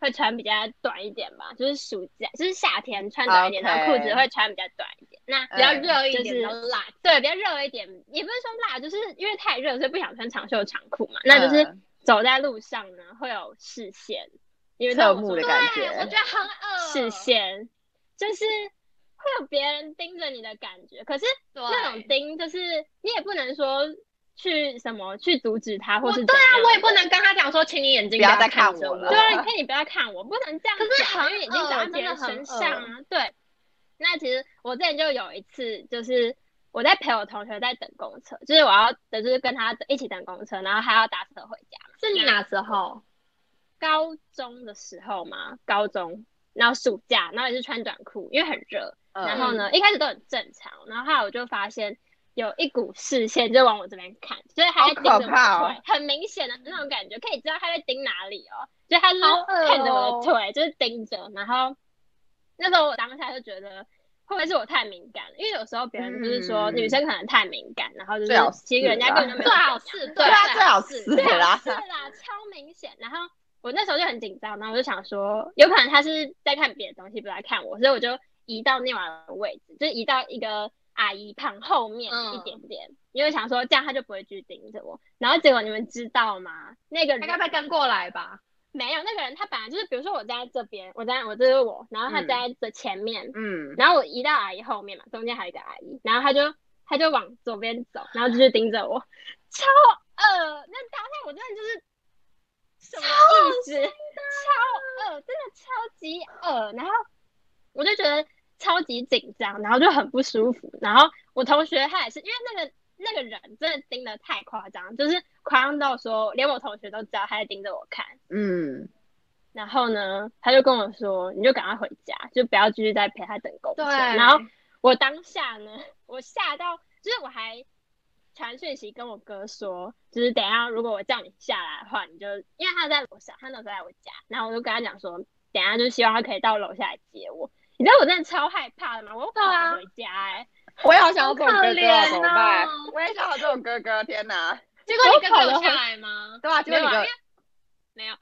[SPEAKER 3] 会穿比较短一点吧，就是暑假，就是夏天穿短一点
[SPEAKER 2] OK
[SPEAKER 3] 然后裤子会穿比较短一点。那
[SPEAKER 1] 比较
[SPEAKER 2] 嗯
[SPEAKER 1] 热一
[SPEAKER 3] 就
[SPEAKER 1] 点，
[SPEAKER 3] 是
[SPEAKER 1] 比较辣。
[SPEAKER 3] 对，比较热一点，也不是说辣，就是因为太热，所以不想穿长袖长裤嘛。那就是
[SPEAKER 2] 嗯
[SPEAKER 3] 走在路上呢，会有视线，因为
[SPEAKER 2] 侧目的
[SPEAKER 3] 哎
[SPEAKER 2] 感
[SPEAKER 1] 对，我
[SPEAKER 2] 觉
[SPEAKER 1] 觉，得很恶
[SPEAKER 3] 视线，就是会有别人盯着你的感觉。可是
[SPEAKER 1] 对
[SPEAKER 3] 那种盯，就是你也不能说去什么去阻止他，或
[SPEAKER 1] 我
[SPEAKER 3] 是
[SPEAKER 1] 对啊
[SPEAKER 3] 怎样，
[SPEAKER 1] 我也不能跟他讲说，请你眼睛
[SPEAKER 2] 不要
[SPEAKER 1] 要
[SPEAKER 2] 再
[SPEAKER 1] 看
[SPEAKER 2] 看
[SPEAKER 1] 着
[SPEAKER 2] 我了
[SPEAKER 3] 对啊，你可以不要看我，不能这样
[SPEAKER 1] 可
[SPEAKER 3] 讲。
[SPEAKER 1] 是很
[SPEAKER 3] 因为眼睛长在别人身上
[SPEAKER 1] 恶真
[SPEAKER 3] 啊。对，那其实我之前就有一次，就是我在陪我同学在等公车，就是我要等，就是跟他一起等公车，然后他要搭车回家嘛。
[SPEAKER 1] 是你哪时候？
[SPEAKER 3] 高中的时候嘛，高中，然后暑假，然后也是穿短裤，因为很热。
[SPEAKER 2] 嗯
[SPEAKER 3] 然后呢，一开始都很正常，然后后来我就发现有一股视线就往我这边看，就是他在盯着我
[SPEAKER 2] 好可
[SPEAKER 3] 的
[SPEAKER 2] 怕哦
[SPEAKER 3] 腿，很明显的那种感觉，可以知道他在盯哪里哦，就他是
[SPEAKER 1] 好恶哦
[SPEAKER 3] 看着我的腿，就是盯着。然后那时候我当下就觉得。会不会是我太敏感了？因为有时候别人就是说
[SPEAKER 2] 嗯
[SPEAKER 3] 女生可能太敏感，然后就
[SPEAKER 2] 最好
[SPEAKER 3] 是
[SPEAKER 2] 是
[SPEAKER 3] 其实人家根本就没有
[SPEAKER 1] 最好
[SPEAKER 3] 怎样
[SPEAKER 1] 是，
[SPEAKER 2] 对啊，最好是
[SPEAKER 3] 对
[SPEAKER 2] 啦
[SPEAKER 3] 是。啦，超明显。然后我那时候就很紧张，然后我就想说，有可能他是在看别的东西，不在看我，所以我就移到那晚的位置，就是移到一个阿姨旁后面
[SPEAKER 1] 嗯
[SPEAKER 3] 一点点，因为想说这样他就不会去盯着我。然后结果你们知道吗？那个
[SPEAKER 1] 他
[SPEAKER 3] 人
[SPEAKER 1] 该不会跟过来吧？
[SPEAKER 3] 没有，那个人他本来就是，比如说我站在这边，我站在我这是我，然后他
[SPEAKER 2] 嗯
[SPEAKER 3] 站在这前面，
[SPEAKER 2] 嗯，
[SPEAKER 3] 然后我移到阿姨后面嘛，中间还有一个阿姨，然后她就她就往左边走，然后就是盯着我，超恶！那当下我真的就是什么意思？超恶，真的超级恶。然后我就觉得超级紧张，然后就很不舒服。然后我同学他也是，因为那个那个人真的盯得太夸张，就是夸张到说连我同学都知道他在盯着我看。
[SPEAKER 2] 嗯，
[SPEAKER 3] 然后呢，他就跟我说，你就赶快回家，就不要继续再陪他等公车。
[SPEAKER 1] 对，
[SPEAKER 3] 然后我当下呢，我吓到，就是我还传讯息跟我哥说，就是等一下如果我叫你下来的话，你就因为他在楼上，他那时候在我家，然后我就跟他讲说，等一下就希望他可以到楼下来接我。你知道我真的超害怕的吗？我又跑
[SPEAKER 1] 对啊
[SPEAKER 3] 不回家哎、
[SPEAKER 2] 我也好想要这种
[SPEAKER 1] 好可
[SPEAKER 2] 哥哥啊，
[SPEAKER 1] 怜
[SPEAKER 2] 怎么办
[SPEAKER 1] 哦？
[SPEAKER 2] 我也想要这种哥哥，天哪！
[SPEAKER 1] 结果你
[SPEAKER 3] 我
[SPEAKER 1] 跟
[SPEAKER 3] 跑
[SPEAKER 1] 我
[SPEAKER 3] 了
[SPEAKER 1] 下
[SPEAKER 3] 回
[SPEAKER 1] 来吗？
[SPEAKER 2] 对啊，结果你
[SPEAKER 3] 没有啊
[SPEAKER 2] 哥
[SPEAKER 3] 没有，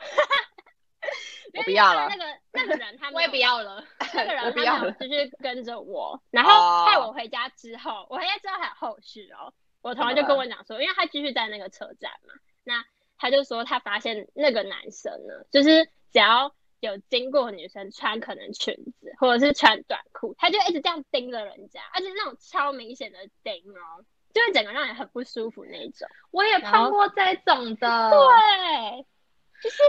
[SPEAKER 2] 我不要
[SPEAKER 3] 那
[SPEAKER 2] 了，
[SPEAKER 3] 个那个 人他没
[SPEAKER 1] 我
[SPEAKER 3] 有
[SPEAKER 1] 也不要了。
[SPEAKER 3] 那个
[SPEAKER 2] 我
[SPEAKER 3] 人
[SPEAKER 2] 不要
[SPEAKER 3] 他没有
[SPEAKER 2] 了
[SPEAKER 3] 就是跟着我，然后
[SPEAKER 2] 哦
[SPEAKER 3] 害我回家之后，我回家之后还有后续哦。我同学就跟我讲说，因为他继续在那个车站嘛，那他就说他发现那个男生呢，就是只要有经过女生穿可能裙子或者是穿短裤，他就一直这样盯着人家，而且那种超明显的盯哦，就是整个让人很不舒服那一种。
[SPEAKER 1] 我也
[SPEAKER 3] 然
[SPEAKER 1] 碰
[SPEAKER 3] 后
[SPEAKER 1] 过这种
[SPEAKER 2] 哦
[SPEAKER 1] 的，
[SPEAKER 3] 对，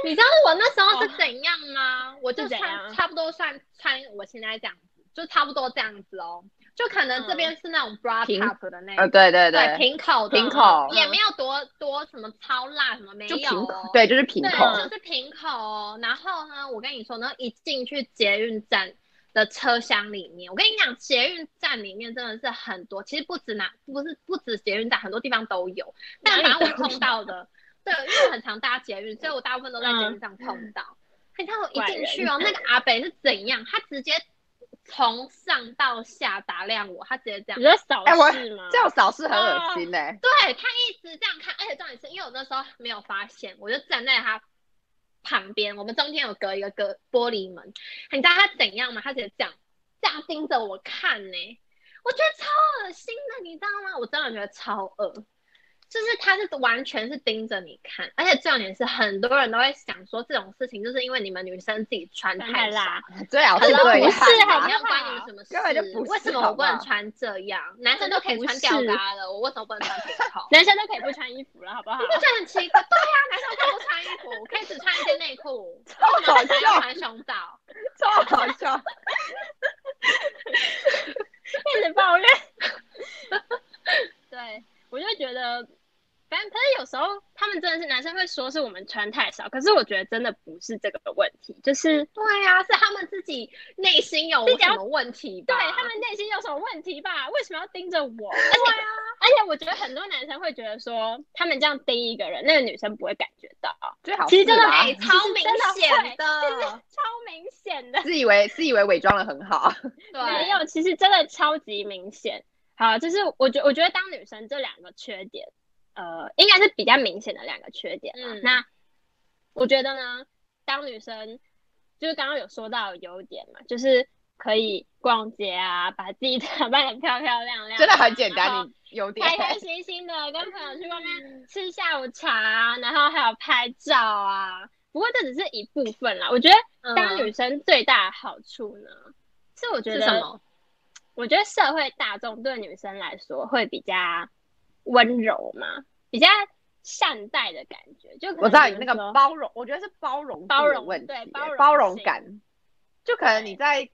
[SPEAKER 1] 你知道我那时候是怎样吗？
[SPEAKER 2] 哦
[SPEAKER 1] 我就是
[SPEAKER 3] 怎
[SPEAKER 1] 穿
[SPEAKER 3] 样
[SPEAKER 1] 差不多算穿我现在这样子，就差不多这样子哦。就可能这边是那种 bra
[SPEAKER 2] 嗯平
[SPEAKER 1] top 的那
[SPEAKER 2] 呃，
[SPEAKER 1] 种，
[SPEAKER 2] 对对
[SPEAKER 1] 对，，平口的
[SPEAKER 2] 平口嗯
[SPEAKER 1] 也没有多多什么超辣什么没
[SPEAKER 2] 就
[SPEAKER 1] 有
[SPEAKER 2] 平
[SPEAKER 1] 哦，
[SPEAKER 2] 对，就是平
[SPEAKER 1] 对，
[SPEAKER 2] 口，
[SPEAKER 1] 就是平口哦。然后呢，我跟你说呢，一进去捷运站的车厢里面，我跟你讲，捷运站里面真的是很多，其实不止哪，不是不止捷运站，很多地方都有。但凡
[SPEAKER 3] 哪里
[SPEAKER 1] 我碰到的，对，因为我很常搭捷运，所以我大部哎分都在捷运上碰到。你看我一进去哦，那个阿北是怎样？他直接从上到下打量我，他直接这样
[SPEAKER 3] 你。在扫
[SPEAKER 2] 哎我
[SPEAKER 3] 视吗？
[SPEAKER 2] 这样扫视很恶心哎、
[SPEAKER 3] 啊
[SPEAKER 1] 对他一直这样看，而且重点是因为我那时候没有发现，我就站在他旁边，我们中间有隔一个隔玻璃门，你知道他怎样吗？他直接这样这样盯着我看呢、我觉得超恶心的，你知道吗？我真的觉得超恶，就是他是完全是盯着你看，而且重点是很多人都会想说这种事情就是因为你们女生自己穿
[SPEAKER 3] 穿
[SPEAKER 1] 太
[SPEAKER 3] 太
[SPEAKER 1] 少
[SPEAKER 3] 辣，
[SPEAKER 2] 最好是
[SPEAKER 1] 可是
[SPEAKER 2] 哦对
[SPEAKER 1] 不
[SPEAKER 2] 呀
[SPEAKER 1] 是，好
[SPEAKER 3] 好
[SPEAKER 1] 没有
[SPEAKER 3] 不
[SPEAKER 1] 关
[SPEAKER 3] 好？
[SPEAKER 1] 你什么事？
[SPEAKER 2] 根本就不是
[SPEAKER 1] 为什么我不
[SPEAKER 2] 好
[SPEAKER 1] 能
[SPEAKER 2] 不好
[SPEAKER 1] 穿这样？男生都可以穿吊嘎了，我为什么不能穿平头
[SPEAKER 3] 男生都可以不穿衣服了，好不好
[SPEAKER 1] 你？不觉得很奇怪？对呀、男生可以不穿衣服，可以只穿一件内 裤，为什么男生要穿胸罩？
[SPEAKER 2] 超好笑。
[SPEAKER 3] 开始抱怨。 对，我就觉得，反正可是有时候他们真的是男生会说是我们穿太少，可是我觉得真的不是这个问题，就是
[SPEAKER 1] 对呀、是他们自己内心有
[SPEAKER 3] 自己要
[SPEAKER 1] 什么问题吧？
[SPEAKER 3] 对他们内心有什么问题吧？为什么要盯着我？而且、而且我觉得很多男生会觉得说，他们这样盯一个人，那个女生不会感觉到，
[SPEAKER 2] 最好
[SPEAKER 3] 其实真的
[SPEAKER 2] 啊
[SPEAKER 1] 哎、 超明显
[SPEAKER 3] 就是
[SPEAKER 1] 的，
[SPEAKER 3] 超明显的。
[SPEAKER 2] 自以为自以为伪装的很好，
[SPEAKER 1] 对，
[SPEAKER 3] 没有，其实真的超级明显。好，就是我觉我觉得当女生这两个缺点，呃，应该是比较明显的两个缺点啦。
[SPEAKER 1] 嗯
[SPEAKER 3] 那我觉得呢，当女生就是刚刚有说到的优点嘛，就是可以逛街啊，把自己打扮得漂漂亮亮啊，
[SPEAKER 2] 真的很简
[SPEAKER 3] 然后
[SPEAKER 2] 单。你有点
[SPEAKER 3] 开开心心的跟朋友去外面吃下午茶、啊，然后还有拍照啊。不过这只是一部分啦，我觉得当
[SPEAKER 1] 嗯
[SPEAKER 3] 女生最大的好处呢，是我觉
[SPEAKER 1] 是
[SPEAKER 3] 得
[SPEAKER 1] 什么？
[SPEAKER 3] 我觉得社会大众对女生来说会比较温柔嘛，比较善待的感觉。就可能
[SPEAKER 2] 我知道你
[SPEAKER 3] 比
[SPEAKER 2] 那
[SPEAKER 3] 如
[SPEAKER 2] 个
[SPEAKER 3] 说
[SPEAKER 2] 包容，我觉得是包容度
[SPEAKER 3] 包
[SPEAKER 2] 的
[SPEAKER 3] 容
[SPEAKER 2] 问题
[SPEAKER 3] 对
[SPEAKER 2] 欸，
[SPEAKER 3] 包容
[SPEAKER 2] 包容
[SPEAKER 3] 性
[SPEAKER 2] 感。就可能
[SPEAKER 3] 对
[SPEAKER 2] 你在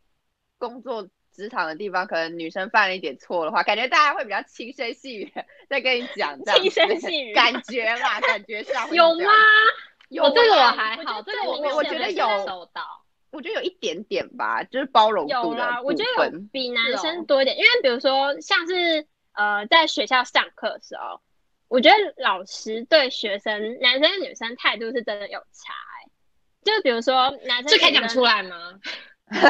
[SPEAKER 2] 工作职场的地方，可能女生犯了一点错的话，感觉大家会比较轻声细语地在跟你讲，这样
[SPEAKER 3] 轻声
[SPEAKER 2] 子
[SPEAKER 3] 细语
[SPEAKER 2] 感觉啦，感觉上会
[SPEAKER 1] 有
[SPEAKER 2] 这
[SPEAKER 1] 吗
[SPEAKER 2] 样？？有
[SPEAKER 1] 我这个我
[SPEAKER 2] 啦
[SPEAKER 1] 还好，
[SPEAKER 3] 我觉
[SPEAKER 1] 这
[SPEAKER 3] 得
[SPEAKER 1] 个
[SPEAKER 2] 我我觉得有
[SPEAKER 1] 收到，
[SPEAKER 2] 我觉得有一点点吧，就是包容
[SPEAKER 3] 有
[SPEAKER 2] 度的
[SPEAKER 3] 啦，我觉
[SPEAKER 2] 部
[SPEAKER 3] 得有
[SPEAKER 2] 分
[SPEAKER 3] 比男
[SPEAKER 1] 是
[SPEAKER 3] 生
[SPEAKER 1] 哦
[SPEAKER 3] 多一点，因为比如说像是呃，在学校上课的时候，我觉得老师对学生，男生跟女生态度是真的有差、欸。就比如说男生
[SPEAKER 1] 这可以
[SPEAKER 3] 女
[SPEAKER 1] 讲
[SPEAKER 3] 生
[SPEAKER 1] 出来吗？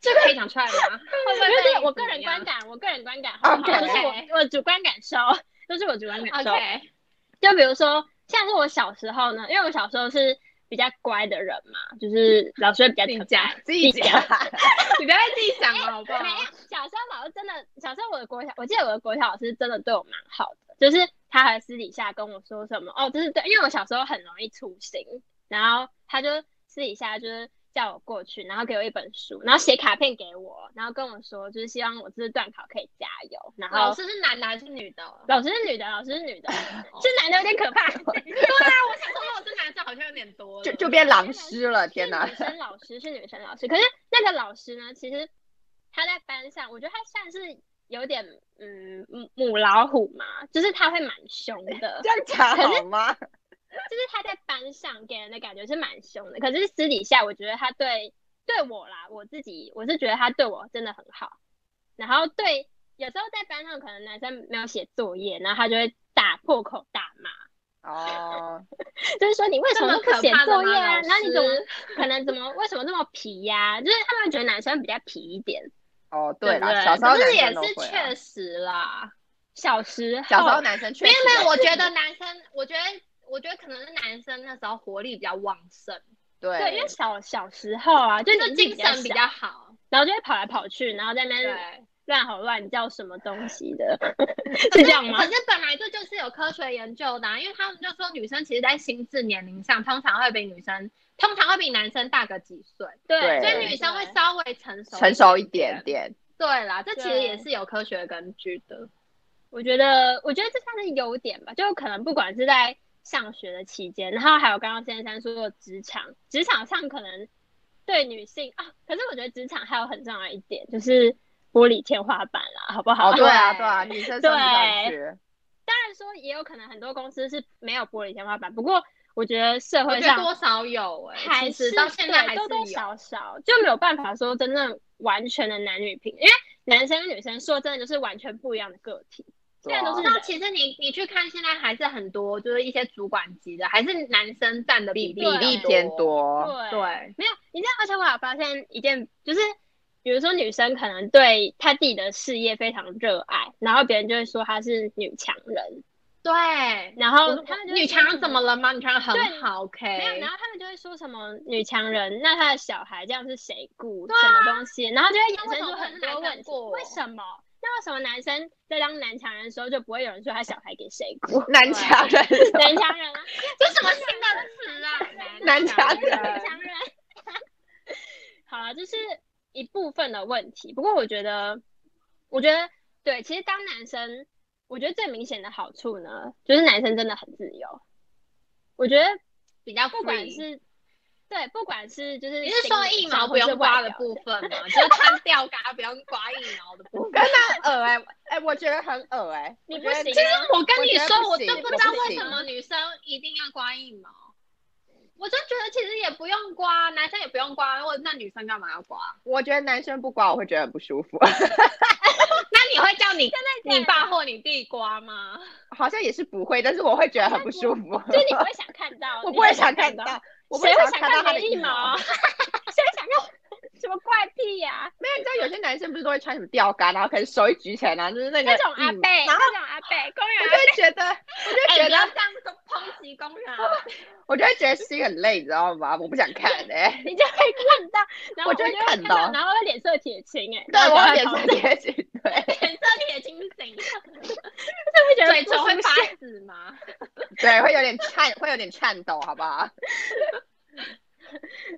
[SPEAKER 1] 这可以讲出来吗？会不会
[SPEAKER 3] 就
[SPEAKER 1] 被
[SPEAKER 3] 是我个
[SPEAKER 1] 怎么
[SPEAKER 3] 人
[SPEAKER 1] 样
[SPEAKER 3] 观感，我个人观感好不好
[SPEAKER 2] OK
[SPEAKER 3] 就是我我主观感受，这、是我主观感受。
[SPEAKER 1] OK，
[SPEAKER 3] 就比如说，像是我小时候呢，因为我小时候是比较乖的人嘛，就是老师会比较
[SPEAKER 1] 自己
[SPEAKER 3] 疼
[SPEAKER 1] 讲
[SPEAKER 3] 爱
[SPEAKER 2] 自己讲，
[SPEAKER 1] 你不要再自己讲了，好不
[SPEAKER 3] 没
[SPEAKER 1] 好
[SPEAKER 3] 有？，小时候老师真的，小时候我的国小，我记得我的国小老师真的对我蛮好的，就是他还私底下跟我说什么哦，就是对，因为我小时候很容易粗心，然后他就私底下就是叫我过去，然后给我一本书，然后写卡片给我，然后跟我说就是希望我这次段考可以加油，然
[SPEAKER 1] 老
[SPEAKER 3] 后
[SPEAKER 1] 师是男的还是女的？
[SPEAKER 3] 老师是女的，老师是女 的，是男的有点可怕，
[SPEAKER 1] 对啊，我想说，如果是男生，好像有点多了
[SPEAKER 2] 就就变狼师了，啊天哪
[SPEAKER 3] 是！女生老师是女生老师，可是那个老师呢，其实他在班上，我觉得他算是有点嗯母母老虎嘛，就是他会蛮凶的
[SPEAKER 2] 这，样讲
[SPEAKER 3] 可是
[SPEAKER 2] 好吗？
[SPEAKER 3] 就是他在班上给人的感觉是蛮凶的，可是私底下我觉得他对对我啦，我自己我是觉得他对我真的很好，然后对有时候在班上可能男生没有写作业，然后他就会打破口大骂。
[SPEAKER 2] 哦，
[SPEAKER 3] 就是说你为什
[SPEAKER 1] 这
[SPEAKER 3] 么
[SPEAKER 1] 么
[SPEAKER 3] 不
[SPEAKER 1] 可
[SPEAKER 3] 写
[SPEAKER 1] 怕的
[SPEAKER 3] 作
[SPEAKER 1] 吗
[SPEAKER 3] 业啊？
[SPEAKER 1] 老
[SPEAKER 3] 然后你怎么
[SPEAKER 1] 师
[SPEAKER 3] 可能怎么为什么那么皮呀、就是他们觉得男生比较皮一点，
[SPEAKER 2] 哦，
[SPEAKER 3] 对
[SPEAKER 2] 对
[SPEAKER 3] 不
[SPEAKER 2] 啦，
[SPEAKER 3] 对
[SPEAKER 2] 小时候
[SPEAKER 1] 可是
[SPEAKER 2] 男
[SPEAKER 1] 也
[SPEAKER 2] 生都
[SPEAKER 1] 是
[SPEAKER 2] 会啊
[SPEAKER 1] 确实啦。
[SPEAKER 3] 小时候
[SPEAKER 2] 小时候男生确
[SPEAKER 1] 没
[SPEAKER 2] 实
[SPEAKER 1] 有没有，我觉得男生，我觉得我觉得可能是男生那时候活力比较旺盛，
[SPEAKER 3] 对，因为小小时候啊，就
[SPEAKER 1] 就是是精神比
[SPEAKER 3] 较小，
[SPEAKER 1] 较好。
[SPEAKER 3] 然后就会跑来跑去，然后在那
[SPEAKER 1] 对，
[SPEAKER 3] 边
[SPEAKER 1] 可
[SPEAKER 3] 乱吼乱叫什么东西的，
[SPEAKER 1] 是
[SPEAKER 3] 这样吗
[SPEAKER 1] 可？是本来这就是有科学研究的、啊，因为他们就说女生其实在心智年龄上通常会比女生通常会比男生大个几岁，
[SPEAKER 3] 对，
[SPEAKER 1] 所
[SPEAKER 2] 对
[SPEAKER 1] 以女生会稍微成熟
[SPEAKER 2] 成熟一点。点，
[SPEAKER 1] 对啦，这其实
[SPEAKER 3] 对
[SPEAKER 1] 也是有科学根据的。
[SPEAKER 3] 我觉得，我觉得这算是优点吧，就可能不管是在上学的期间，然后还有刚刚先生说的职场，职场上可能对女性啊，可是我觉得职场还有很重要一点就是玻璃天花板啦，好不好？
[SPEAKER 2] 哦，对啊，
[SPEAKER 1] 对
[SPEAKER 2] 对啊，女生升不上去，
[SPEAKER 3] 当然说也有可能很多公司是没有玻璃天花板，不过我觉得社
[SPEAKER 1] 我觉
[SPEAKER 3] 会
[SPEAKER 1] 得
[SPEAKER 3] 上
[SPEAKER 1] 多少有哎、
[SPEAKER 3] 还
[SPEAKER 1] 其
[SPEAKER 3] 是
[SPEAKER 1] 实到现在
[SPEAKER 3] 对
[SPEAKER 1] 还是
[SPEAKER 3] 多多
[SPEAKER 1] 有。
[SPEAKER 3] 少少就没有办法说真正完全的男女平，因为男生跟女生说真的就是完全不一样的个体。
[SPEAKER 2] 对啊
[SPEAKER 3] 现在都是
[SPEAKER 1] 那其实你你去看，现在还是很多，就是一些主管级的，还是男生占的比
[SPEAKER 2] 比
[SPEAKER 1] 例
[SPEAKER 3] 对
[SPEAKER 2] 例偏多，
[SPEAKER 3] 对
[SPEAKER 1] 哦对
[SPEAKER 3] 没有，你知道，而且我有发现一件，就是比如说女生可能对她自己的事业非常热爱，然后别人就会说她是女强人，
[SPEAKER 1] 对，
[SPEAKER 3] 然后
[SPEAKER 1] 我
[SPEAKER 3] 他们就会
[SPEAKER 1] 女
[SPEAKER 3] 说
[SPEAKER 1] 强
[SPEAKER 3] 什
[SPEAKER 1] 人怎么了吗？女强人
[SPEAKER 3] 对
[SPEAKER 1] 很好，OK。
[SPEAKER 3] 没有，然后他们就会说什么女强人，那她的小孩这样是谁雇，什么东西，然后就会衍
[SPEAKER 1] 啊那为什
[SPEAKER 3] 生出
[SPEAKER 1] 么
[SPEAKER 3] 很
[SPEAKER 1] 男
[SPEAKER 3] 多
[SPEAKER 1] 生
[SPEAKER 3] 问题
[SPEAKER 1] 雇。
[SPEAKER 3] 为什么？那为什么男生在当男强人的时候就不会有人说他小孩给谁 雇？
[SPEAKER 2] 男强人，
[SPEAKER 3] 男强人啊，
[SPEAKER 1] 这什么新的词啊？
[SPEAKER 2] 男强人
[SPEAKER 3] 男强人。好了，这是一部分的问题。不过我觉得，我觉得对，其实当男生，我觉得最明显的好处呢，就是男生真的很自由。我觉得
[SPEAKER 1] 比较
[SPEAKER 3] 不管
[SPEAKER 1] free
[SPEAKER 3] 是对，不管是就是
[SPEAKER 1] 你是
[SPEAKER 3] 心
[SPEAKER 1] 说
[SPEAKER 3] 理
[SPEAKER 1] 一
[SPEAKER 3] 上
[SPEAKER 1] 毛不
[SPEAKER 3] 或是
[SPEAKER 1] 用
[SPEAKER 3] 外
[SPEAKER 1] 刮的
[SPEAKER 3] 表
[SPEAKER 1] 部分吗？就是摊吊嘎不用刮一毛的部分。
[SPEAKER 2] 跟他很恶哎、 哎、我觉得很恶哎、
[SPEAKER 3] 你
[SPEAKER 2] 我
[SPEAKER 3] 不
[SPEAKER 2] 觉得
[SPEAKER 3] 行
[SPEAKER 1] 其实
[SPEAKER 3] 啊
[SPEAKER 1] 我跟你说，
[SPEAKER 2] 我
[SPEAKER 1] 我
[SPEAKER 2] 觉得
[SPEAKER 1] 都
[SPEAKER 2] 不行
[SPEAKER 1] 不知道
[SPEAKER 2] 我不
[SPEAKER 1] 为
[SPEAKER 2] 行
[SPEAKER 1] 什么女生一定要刮一毛。我就觉得其实也不用刮，男生也不用刮，我那女生干嘛要啊刮？
[SPEAKER 2] 我觉得男生不刮我会觉得很不舒服，
[SPEAKER 1] 那你会叫你
[SPEAKER 3] 的
[SPEAKER 1] 你爸或你弟刮吗？
[SPEAKER 2] 好像也是不会，但是我会觉得很不舒服。
[SPEAKER 3] 就是你不会想看到，
[SPEAKER 2] 我
[SPEAKER 3] 你
[SPEAKER 2] 不会
[SPEAKER 3] 想
[SPEAKER 2] 想看
[SPEAKER 3] 到
[SPEAKER 2] 到，，我不会
[SPEAKER 3] 谁会
[SPEAKER 2] 想
[SPEAKER 3] 看
[SPEAKER 2] 看到他
[SPEAKER 3] 你
[SPEAKER 2] 的
[SPEAKER 3] 一毛 啊？谁会想看什么怪癖呀、
[SPEAKER 2] 没有，你知道有些男生不是都会穿什么吊嘎，然后可能手一举起来，然后就是那个
[SPEAKER 3] 那种啊阿
[SPEAKER 2] 嗯
[SPEAKER 3] 贝，
[SPEAKER 2] 然后
[SPEAKER 3] 那种阿贝，公
[SPEAKER 2] 我
[SPEAKER 3] 园
[SPEAKER 2] 就
[SPEAKER 3] 阿贝
[SPEAKER 2] 会觉得，我就
[SPEAKER 1] 哎
[SPEAKER 2] 会觉
[SPEAKER 1] 不要
[SPEAKER 2] 得，
[SPEAKER 1] 这样子抨击工人啊。
[SPEAKER 2] 我就会觉得心很累，你知道吗？我不想看 哎、
[SPEAKER 3] 你就会看到，然后
[SPEAKER 2] 我
[SPEAKER 3] 我
[SPEAKER 2] 就
[SPEAKER 3] 就
[SPEAKER 2] 会
[SPEAKER 3] 会
[SPEAKER 2] 看
[SPEAKER 3] 看到，
[SPEAKER 2] 到
[SPEAKER 3] 然后会脸色铁青哎，
[SPEAKER 2] 对，
[SPEAKER 3] 然后
[SPEAKER 2] 我
[SPEAKER 3] 就
[SPEAKER 2] 脸
[SPEAKER 3] 会
[SPEAKER 2] 色
[SPEAKER 3] 讨厌
[SPEAKER 2] 贴紧，对
[SPEAKER 1] 脸色铁青是怎 样？
[SPEAKER 3] 会觉得
[SPEAKER 1] 嘴
[SPEAKER 3] 不
[SPEAKER 1] 唇会
[SPEAKER 3] 舒
[SPEAKER 1] 发
[SPEAKER 3] 适
[SPEAKER 1] 紫吗？
[SPEAKER 2] 对，会有点颤，会有点颤抖，好不好？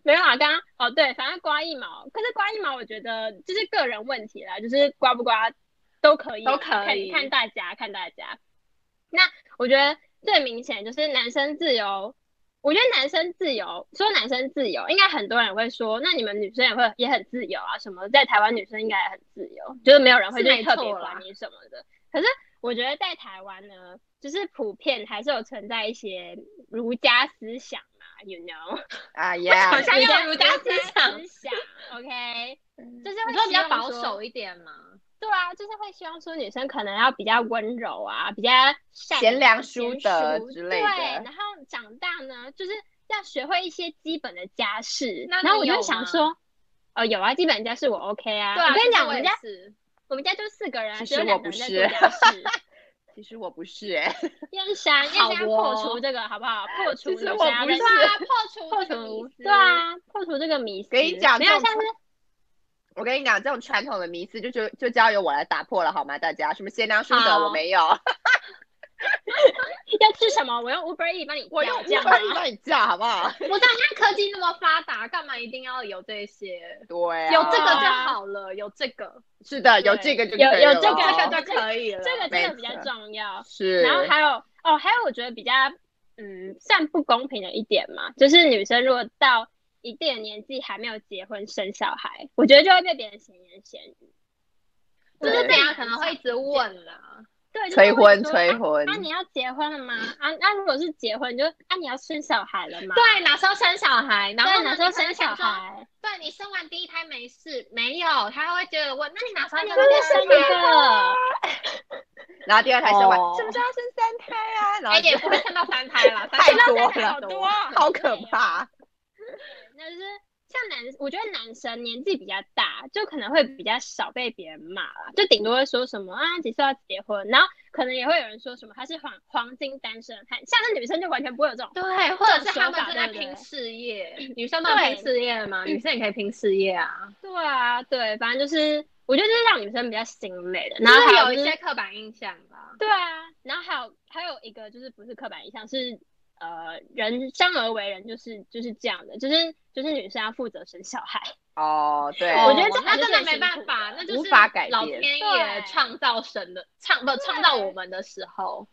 [SPEAKER 3] 没有啊，刚刚哦对，反正刮一毛，可是刮一毛我觉得就是个人问题啦，就是刮不刮都可以啦，
[SPEAKER 1] 都可以
[SPEAKER 3] 看看大家看大家。那我觉得最明显就是男生自由，我觉得男生自由，说男生自由，应该很多人会说，那你们女生也会也很自由啊，什么在台湾女生应该也很自由，就是没有人会
[SPEAKER 1] 是
[SPEAKER 3] 去
[SPEAKER 1] 没
[SPEAKER 3] 特别
[SPEAKER 1] 错啦
[SPEAKER 3] 管你什么的。可是我觉得在台湾呢，就是普遍还是有存在一些儒家思想嘛，you know。
[SPEAKER 2] 啊
[SPEAKER 1] 好
[SPEAKER 2] 呀，
[SPEAKER 1] 像要有儒家思
[SPEAKER 3] 儒家
[SPEAKER 1] 想嗯
[SPEAKER 3] 思想，OK，就是会
[SPEAKER 1] 你说比较
[SPEAKER 3] 希望
[SPEAKER 1] 保守一点吗？
[SPEAKER 3] 对啊，就是会希望说女生可能要比较温柔啊，比较善
[SPEAKER 2] 贤良淑
[SPEAKER 3] 淑
[SPEAKER 2] 德之类的
[SPEAKER 3] 对，然后长大呢，就是要学会一些基本的家事。
[SPEAKER 1] 那你
[SPEAKER 3] 然后我就
[SPEAKER 1] 有
[SPEAKER 3] 想
[SPEAKER 1] 吗
[SPEAKER 3] 说，哦，有啊，基本家事我 OK 啊。
[SPEAKER 1] 对啊，
[SPEAKER 3] 我跟你
[SPEAKER 1] 其实
[SPEAKER 3] 讲，我
[SPEAKER 1] 我
[SPEAKER 3] 们
[SPEAKER 1] 也
[SPEAKER 3] 家
[SPEAKER 1] 是
[SPEAKER 3] 我们家就四个人啊，
[SPEAKER 2] 其
[SPEAKER 3] 只有
[SPEAKER 2] 实
[SPEAKER 3] 两
[SPEAKER 2] 我
[SPEAKER 3] 个
[SPEAKER 2] 不
[SPEAKER 3] 人在
[SPEAKER 2] 是
[SPEAKER 3] 做家 事。
[SPEAKER 2] 其实我不是 哎、
[SPEAKER 3] 燕山，燕
[SPEAKER 1] 好
[SPEAKER 3] 山破
[SPEAKER 1] 哦
[SPEAKER 3] 除这个好不好？破除
[SPEAKER 2] 其
[SPEAKER 3] 女
[SPEAKER 2] 实
[SPEAKER 3] 生
[SPEAKER 2] 我
[SPEAKER 3] 要
[SPEAKER 2] 不
[SPEAKER 3] 在
[SPEAKER 2] 是
[SPEAKER 1] 对啊，破除
[SPEAKER 3] 破
[SPEAKER 1] 这个迷
[SPEAKER 3] 除，
[SPEAKER 1] 思
[SPEAKER 3] 对，啊，破除这个迷思。
[SPEAKER 2] 跟你讲
[SPEAKER 3] 没有
[SPEAKER 2] 这种
[SPEAKER 3] 像是
[SPEAKER 2] 我跟你讲，这种传统的迷思就就就交由我来打破了，好吗？大家，什么贤良淑德
[SPEAKER 1] 好
[SPEAKER 2] 我没有，
[SPEAKER 3] 要吃什么，我用 Uber E 帮你
[SPEAKER 2] 我
[SPEAKER 3] 叫
[SPEAKER 2] 用
[SPEAKER 3] 这样
[SPEAKER 2] Uber
[SPEAKER 3] 吗？
[SPEAKER 2] 帮你叫，好不好？
[SPEAKER 1] 我知道现在科技那么发达，干嘛一定要有这些？
[SPEAKER 2] 对、啊，
[SPEAKER 1] 有这个
[SPEAKER 3] 对
[SPEAKER 1] 就
[SPEAKER 3] 啊
[SPEAKER 1] 好了，有这个
[SPEAKER 2] 是的，有
[SPEAKER 1] 对
[SPEAKER 2] 这个就可以
[SPEAKER 3] 有有
[SPEAKER 2] 了
[SPEAKER 3] 这个
[SPEAKER 2] 哦
[SPEAKER 1] 这个就可以了。
[SPEAKER 3] 这个
[SPEAKER 2] 没
[SPEAKER 3] 这个比较
[SPEAKER 2] 错
[SPEAKER 3] 重要。
[SPEAKER 2] 是，
[SPEAKER 3] 然后还有哦，还有我觉得比较嗯，算不公平的一点嘛，就是女生如果到一定的年纪还没有结婚生小孩，我觉得就会被别人闲言闲语，
[SPEAKER 1] 就
[SPEAKER 2] 对
[SPEAKER 1] 是大家可能会一直问啦，
[SPEAKER 3] 对，就是
[SPEAKER 2] 催
[SPEAKER 3] 会
[SPEAKER 2] 婚
[SPEAKER 3] 说
[SPEAKER 2] 催
[SPEAKER 3] 啊
[SPEAKER 2] 婚，
[SPEAKER 3] 啊，你要结婚了吗？啊，那、如果是结婚，你就啊，你要生小孩了吗？
[SPEAKER 1] 对，哪时候生小孩，
[SPEAKER 2] 啊
[SPEAKER 1] 然后
[SPEAKER 3] 对，
[SPEAKER 1] 呢
[SPEAKER 3] 哪时候
[SPEAKER 1] 你可能
[SPEAKER 3] 生小
[SPEAKER 1] 想说
[SPEAKER 3] 孩？
[SPEAKER 1] 对你生完第一胎没事，没有，他会接着问，那你哪时候
[SPEAKER 3] 哦你
[SPEAKER 1] 生
[SPEAKER 3] 是不是生
[SPEAKER 1] 生
[SPEAKER 3] 一个？
[SPEAKER 2] 然后第二胎生完
[SPEAKER 1] 哦，
[SPEAKER 2] 是不是要生三胎啊？然后
[SPEAKER 1] 哎，
[SPEAKER 2] 就
[SPEAKER 1] 也不会生到三胎了，
[SPEAKER 2] 太
[SPEAKER 1] 生到
[SPEAKER 2] 多
[SPEAKER 1] 三胎好
[SPEAKER 2] 了
[SPEAKER 1] 多。
[SPEAKER 2] 好可怕，
[SPEAKER 3] 那就是像男，我觉得男生年纪比较大，就可能会比较少被别人骂啦，就顶多会说什么啊几岁要结婚，然后可能也会有人说什么他是黄黄金单身汉，像是女生就完全不会有这种。
[SPEAKER 1] 对，或者是
[SPEAKER 3] 这种
[SPEAKER 1] 他
[SPEAKER 3] 手
[SPEAKER 1] 们
[SPEAKER 3] 法
[SPEAKER 1] 正在
[SPEAKER 3] 对不对
[SPEAKER 1] 拼事业，女生不能拼
[SPEAKER 3] 对
[SPEAKER 1] 事业吗？女生也可以拼事业啊。
[SPEAKER 3] 对啊，对，反正就是我觉得这是让女生比较心累的，
[SPEAKER 1] 然
[SPEAKER 3] 嗯然
[SPEAKER 1] 后
[SPEAKER 3] 后还
[SPEAKER 1] 有一
[SPEAKER 3] 就是
[SPEAKER 1] 些刻板印象吧。
[SPEAKER 3] 对啊，然后还有还有一个就是不是刻板印象是。呃，人生而为人就是就是这样的，就是就是女生要负责生小孩，
[SPEAKER 2] 哦，对，
[SPEAKER 3] 我觉得这
[SPEAKER 1] 那
[SPEAKER 3] 还是
[SPEAKER 1] 真的
[SPEAKER 3] 最
[SPEAKER 1] 没
[SPEAKER 3] 辛
[SPEAKER 1] 办
[SPEAKER 3] 苦
[SPEAKER 1] 法，
[SPEAKER 3] 的
[SPEAKER 1] 那就是
[SPEAKER 2] 无法改变
[SPEAKER 1] 老天
[SPEAKER 3] 对
[SPEAKER 1] 爷创造神的创不创造我们的时候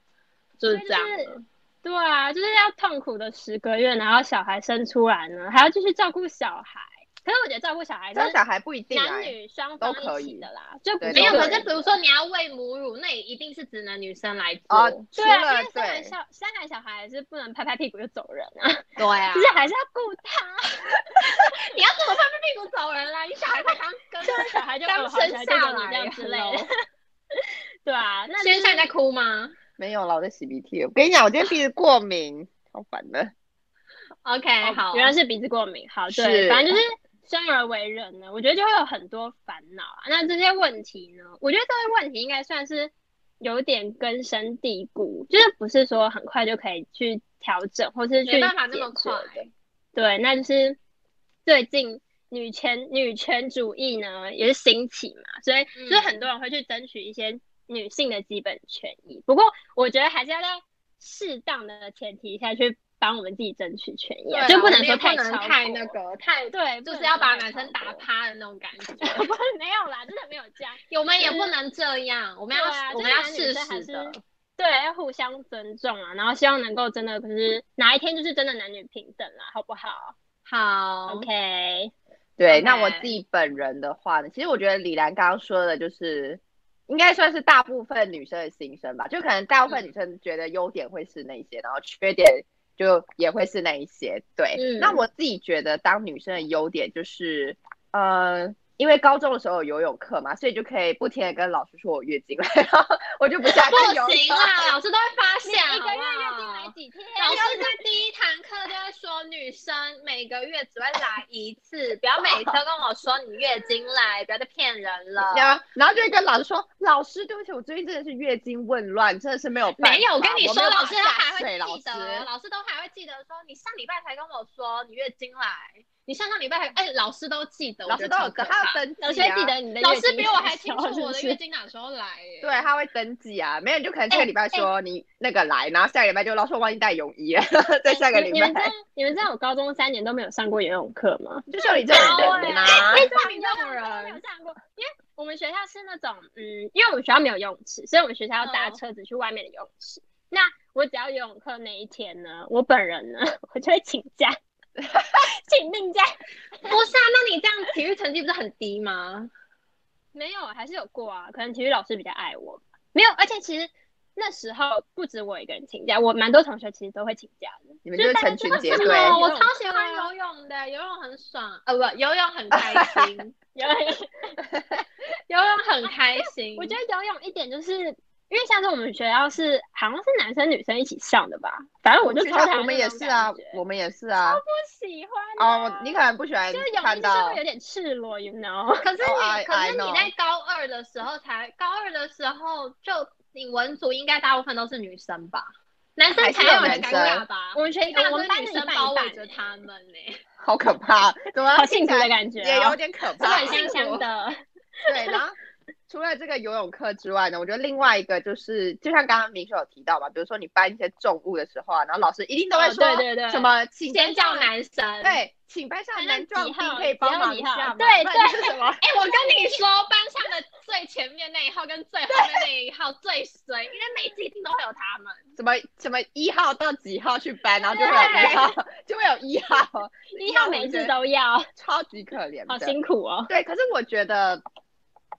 [SPEAKER 1] 就是这样
[SPEAKER 3] 所以就
[SPEAKER 1] 的。
[SPEAKER 3] 对啊，就是要痛苦的十个月，然后小孩生出来呢，还要继续照顾小孩。可是我觉得照顾小孩
[SPEAKER 2] 生
[SPEAKER 3] 是
[SPEAKER 2] 小孩不一定啊
[SPEAKER 3] 男，女双方
[SPEAKER 2] 都可
[SPEAKER 3] 一
[SPEAKER 2] 以
[SPEAKER 3] 起的啦，就不
[SPEAKER 2] 对
[SPEAKER 3] 是
[SPEAKER 1] 没有，
[SPEAKER 2] 都
[SPEAKER 3] 个
[SPEAKER 1] 可
[SPEAKER 3] 人
[SPEAKER 1] 是比如
[SPEAKER 3] 的
[SPEAKER 1] 说你要喂母乳，那也一定是只能女生来做。
[SPEAKER 2] 哦，除
[SPEAKER 3] 对啊，
[SPEAKER 2] 了
[SPEAKER 3] 因为生完
[SPEAKER 2] 对，
[SPEAKER 3] 小生完小孩是不能拍拍屁股就走人啊，
[SPEAKER 1] 对啊
[SPEAKER 3] 就，是还是要顾他。
[SPEAKER 1] 你要怎么拍拍屁股走人啦？你小孩才刚跟
[SPEAKER 3] 生完小孩就
[SPEAKER 1] 刚
[SPEAKER 3] 哦好小
[SPEAKER 1] 生
[SPEAKER 3] 孩就
[SPEAKER 1] 下
[SPEAKER 3] 有你这
[SPEAKER 1] 来
[SPEAKER 3] 样之类的
[SPEAKER 1] ，hello，
[SPEAKER 3] 对啊， 那
[SPEAKER 1] 先生你在哭吗
[SPEAKER 2] 没有了，我在洗鼻涕。我跟你讲，我今天鼻子过敏，超烦的。
[SPEAKER 1] ？OK，
[SPEAKER 3] 哦
[SPEAKER 1] 好，
[SPEAKER 3] 原来是鼻子过敏。好，对，
[SPEAKER 2] 是
[SPEAKER 3] 反正就是生而为人呢，我觉得就会有很多烦恼啊。那这些问题呢，我觉得这些问题应该算是有点根深蒂固，就是不是说很快就可以去调整，或是去
[SPEAKER 1] 没办法那么
[SPEAKER 3] 解决的
[SPEAKER 1] 快
[SPEAKER 3] 对，那就是最近女权女权主义呢也是兴起嘛，所以
[SPEAKER 1] 嗯
[SPEAKER 3] 就是很多人会去争取一些女性的基本权益。不过我觉得还是要在适当的前提下去帮我们自己争取权益
[SPEAKER 1] 对
[SPEAKER 3] 啊，
[SPEAKER 1] 啊
[SPEAKER 3] 就不
[SPEAKER 1] 我
[SPEAKER 3] 能
[SPEAKER 1] 们
[SPEAKER 3] 说
[SPEAKER 1] 也
[SPEAKER 3] 太
[SPEAKER 1] 不能
[SPEAKER 3] 超
[SPEAKER 1] 太
[SPEAKER 3] 过
[SPEAKER 1] 那个太，
[SPEAKER 3] 对，
[SPEAKER 1] 就
[SPEAKER 3] 不
[SPEAKER 1] 是
[SPEAKER 3] 能
[SPEAKER 1] 要
[SPEAKER 3] 说
[SPEAKER 1] 把
[SPEAKER 3] 太
[SPEAKER 1] 男生
[SPEAKER 3] 超
[SPEAKER 1] 打
[SPEAKER 3] 过。
[SPEAKER 1] 趴的那种感觉。
[SPEAKER 3] 不是没有啦，真的没有这样。
[SPEAKER 1] 我们 也
[SPEAKER 3] 就是
[SPEAKER 1] 不能这样，我们要、
[SPEAKER 3] 对啊
[SPEAKER 1] 我
[SPEAKER 3] 就
[SPEAKER 1] 们
[SPEAKER 3] 是
[SPEAKER 1] 要
[SPEAKER 3] 男女
[SPEAKER 1] 适
[SPEAKER 3] 生还
[SPEAKER 1] 时的
[SPEAKER 3] 是，对，要互相尊重啊，然后希望能够真的，可是哪一天就是真的男女平等啦，好不好
[SPEAKER 1] 好
[SPEAKER 3] ？OK，
[SPEAKER 2] 对
[SPEAKER 1] OK
[SPEAKER 2] 那我自己本人的话呢，其实我觉得李兰刚刚说的，就是应该算是大部分女生的心声吧，就可能大部分女生觉得优点会是那些，然后缺点就也会是那一些。对，
[SPEAKER 3] 嗯
[SPEAKER 2] 那我自己觉得当女生的优点就是，呃。因为高中的时候有游泳课嘛，所以就可以不停的跟老师说我月经来，然后我就不想
[SPEAKER 1] 不
[SPEAKER 2] 跟游泳。
[SPEAKER 1] 行啦，老师都会 发现，
[SPEAKER 3] 一
[SPEAKER 1] 好
[SPEAKER 3] 个
[SPEAKER 1] 不
[SPEAKER 3] 月月经
[SPEAKER 1] 好
[SPEAKER 3] 来几天？
[SPEAKER 1] 老师在第一堂课就会说，女生每个月只会来一次，不要每 次都跟我说你月经来，不要再骗人了。
[SPEAKER 2] 然后，然后就会跟老师说：“老师，对不起，我最近真的是月经紊乱，真的是没有办法。”
[SPEAKER 1] 没有，我跟你
[SPEAKER 2] 我
[SPEAKER 1] 说，
[SPEAKER 2] 没有
[SPEAKER 1] 老
[SPEAKER 2] 办
[SPEAKER 1] 师
[SPEAKER 2] 法
[SPEAKER 1] 他还
[SPEAKER 2] 下
[SPEAKER 1] 会
[SPEAKER 2] 水，老
[SPEAKER 1] 记
[SPEAKER 2] 师。
[SPEAKER 1] 得，哦老师都还会记得说，你上礼拜才跟我说你月经来，你上上礼拜还，哎，老师都记得，
[SPEAKER 2] 老师都有
[SPEAKER 1] 跟
[SPEAKER 2] 登，他要登记、啊，
[SPEAKER 3] 老师会记得你的
[SPEAKER 1] 老
[SPEAKER 3] 月
[SPEAKER 1] 师
[SPEAKER 3] 经
[SPEAKER 1] 比我
[SPEAKER 3] 什么
[SPEAKER 1] 还
[SPEAKER 3] 时
[SPEAKER 1] 清
[SPEAKER 3] 候
[SPEAKER 1] 楚我的
[SPEAKER 3] 是不
[SPEAKER 1] 月
[SPEAKER 3] 是
[SPEAKER 1] 经哪时候来耶。
[SPEAKER 2] 对，他会登记啊。没有，你就可能这
[SPEAKER 1] 哎
[SPEAKER 2] 个礼拜说你那个来，然后下个礼拜就老师我忘记带泳衣
[SPEAKER 1] 哎
[SPEAKER 2] 了，在下个
[SPEAKER 3] 你
[SPEAKER 2] 礼
[SPEAKER 3] 你们知道
[SPEAKER 2] 拜
[SPEAKER 3] 你们知道我高中三年都没有上过游泳课 吗？
[SPEAKER 2] 就像你这种
[SPEAKER 1] 很
[SPEAKER 2] 人
[SPEAKER 1] 高
[SPEAKER 2] 呐、
[SPEAKER 1] 欸
[SPEAKER 2] 啊。
[SPEAKER 1] 哎
[SPEAKER 3] 对，你知道我高中都没有上过，因为我们学校是那种嗯，因为我们学校没有游泳池，所以我们学校要搭
[SPEAKER 1] 嗯
[SPEAKER 3] 车子去外面的游泳池。那我只要游泳课那一天呢，我本人呢， 我就会请 假，请病假。
[SPEAKER 1] 不是啊，那你这样体育成绩不是很低吗？
[SPEAKER 3] 没有，还是有过啊，可能体育老师比较爱我吧。没有，而且其实那时候不止我一个人请假，我蛮多同学其实都会请假的。
[SPEAKER 2] 你们就是成群结
[SPEAKER 3] 就是大家。真
[SPEAKER 2] 队
[SPEAKER 3] 的
[SPEAKER 1] 哦我超喜欢游泳的，游泳很爽，呃，不，游泳很开 心，
[SPEAKER 3] 有
[SPEAKER 1] 游泳很开 心。
[SPEAKER 3] 我觉得游泳一点就是，因为像是我们学校是好像是男生女生一起上的吧，反正我就
[SPEAKER 2] 学
[SPEAKER 3] 超
[SPEAKER 2] 校
[SPEAKER 3] 讨厌
[SPEAKER 2] 我们
[SPEAKER 3] 那
[SPEAKER 2] 也
[SPEAKER 3] 种
[SPEAKER 2] 是啊
[SPEAKER 3] 感觉，
[SPEAKER 2] 我们也是啊。
[SPEAKER 3] 不喜欢啊
[SPEAKER 2] 哦，你可能不喜欢
[SPEAKER 3] 就是泳
[SPEAKER 2] 看
[SPEAKER 3] 衣就是
[SPEAKER 2] 到
[SPEAKER 3] 会有点赤裸，you know？
[SPEAKER 1] 可是你
[SPEAKER 2] Oh, I-
[SPEAKER 1] 可是
[SPEAKER 2] I
[SPEAKER 1] 你
[SPEAKER 2] know.
[SPEAKER 1] 在高二的时候才，高二的时候就你文组应该大部分都是女生吧，男生
[SPEAKER 2] 还
[SPEAKER 1] 才
[SPEAKER 2] 是有
[SPEAKER 1] 很
[SPEAKER 2] 男
[SPEAKER 1] 尴
[SPEAKER 2] 生嗯
[SPEAKER 1] 尬吧？
[SPEAKER 3] 啊我们全
[SPEAKER 1] 一大
[SPEAKER 3] 我
[SPEAKER 1] 堆
[SPEAKER 3] 们班
[SPEAKER 1] 哎女
[SPEAKER 3] 的一
[SPEAKER 1] 生
[SPEAKER 3] 半
[SPEAKER 1] 包
[SPEAKER 3] 一
[SPEAKER 1] 围
[SPEAKER 3] 半
[SPEAKER 1] 着
[SPEAKER 3] 欸，
[SPEAKER 1] 他们呢、
[SPEAKER 2] 好可怕，怎么
[SPEAKER 3] 好幸福的感觉、
[SPEAKER 1] 哦
[SPEAKER 2] 也有，点可
[SPEAKER 3] 是
[SPEAKER 2] 怕
[SPEAKER 3] 很。香香的。
[SPEAKER 2] 对，然后除了这个游泳课之外呢，我觉得另外一个就是，就像刚刚明秀有提到嘛，比如说你搬一些重物的时候啊，然后老师一定都会
[SPEAKER 3] 哦对
[SPEAKER 2] 说，
[SPEAKER 3] 对对
[SPEAKER 2] 什么请
[SPEAKER 1] 先
[SPEAKER 2] 班
[SPEAKER 1] 叫
[SPEAKER 2] 上的，
[SPEAKER 1] 男生。
[SPEAKER 2] 对，请班上的男壮
[SPEAKER 3] 几
[SPEAKER 2] 丁
[SPEAKER 3] 号
[SPEAKER 2] 可以帮忙
[SPEAKER 3] 几
[SPEAKER 2] 一
[SPEAKER 3] 号
[SPEAKER 2] 下嘛，
[SPEAKER 3] 几号对
[SPEAKER 2] 不然就是什么，
[SPEAKER 1] 哎、我跟你说，班上的最前面那一号跟最后面那一号最衰，因为每一季一定都会有他们。
[SPEAKER 2] 什么什么一号到几号去搬，然后就会有一号， 就会有一号，
[SPEAKER 3] 一号每一次都要，
[SPEAKER 2] 超级可怜
[SPEAKER 3] 好
[SPEAKER 2] 的。
[SPEAKER 3] 辛苦哦。
[SPEAKER 2] 对，可是我觉得，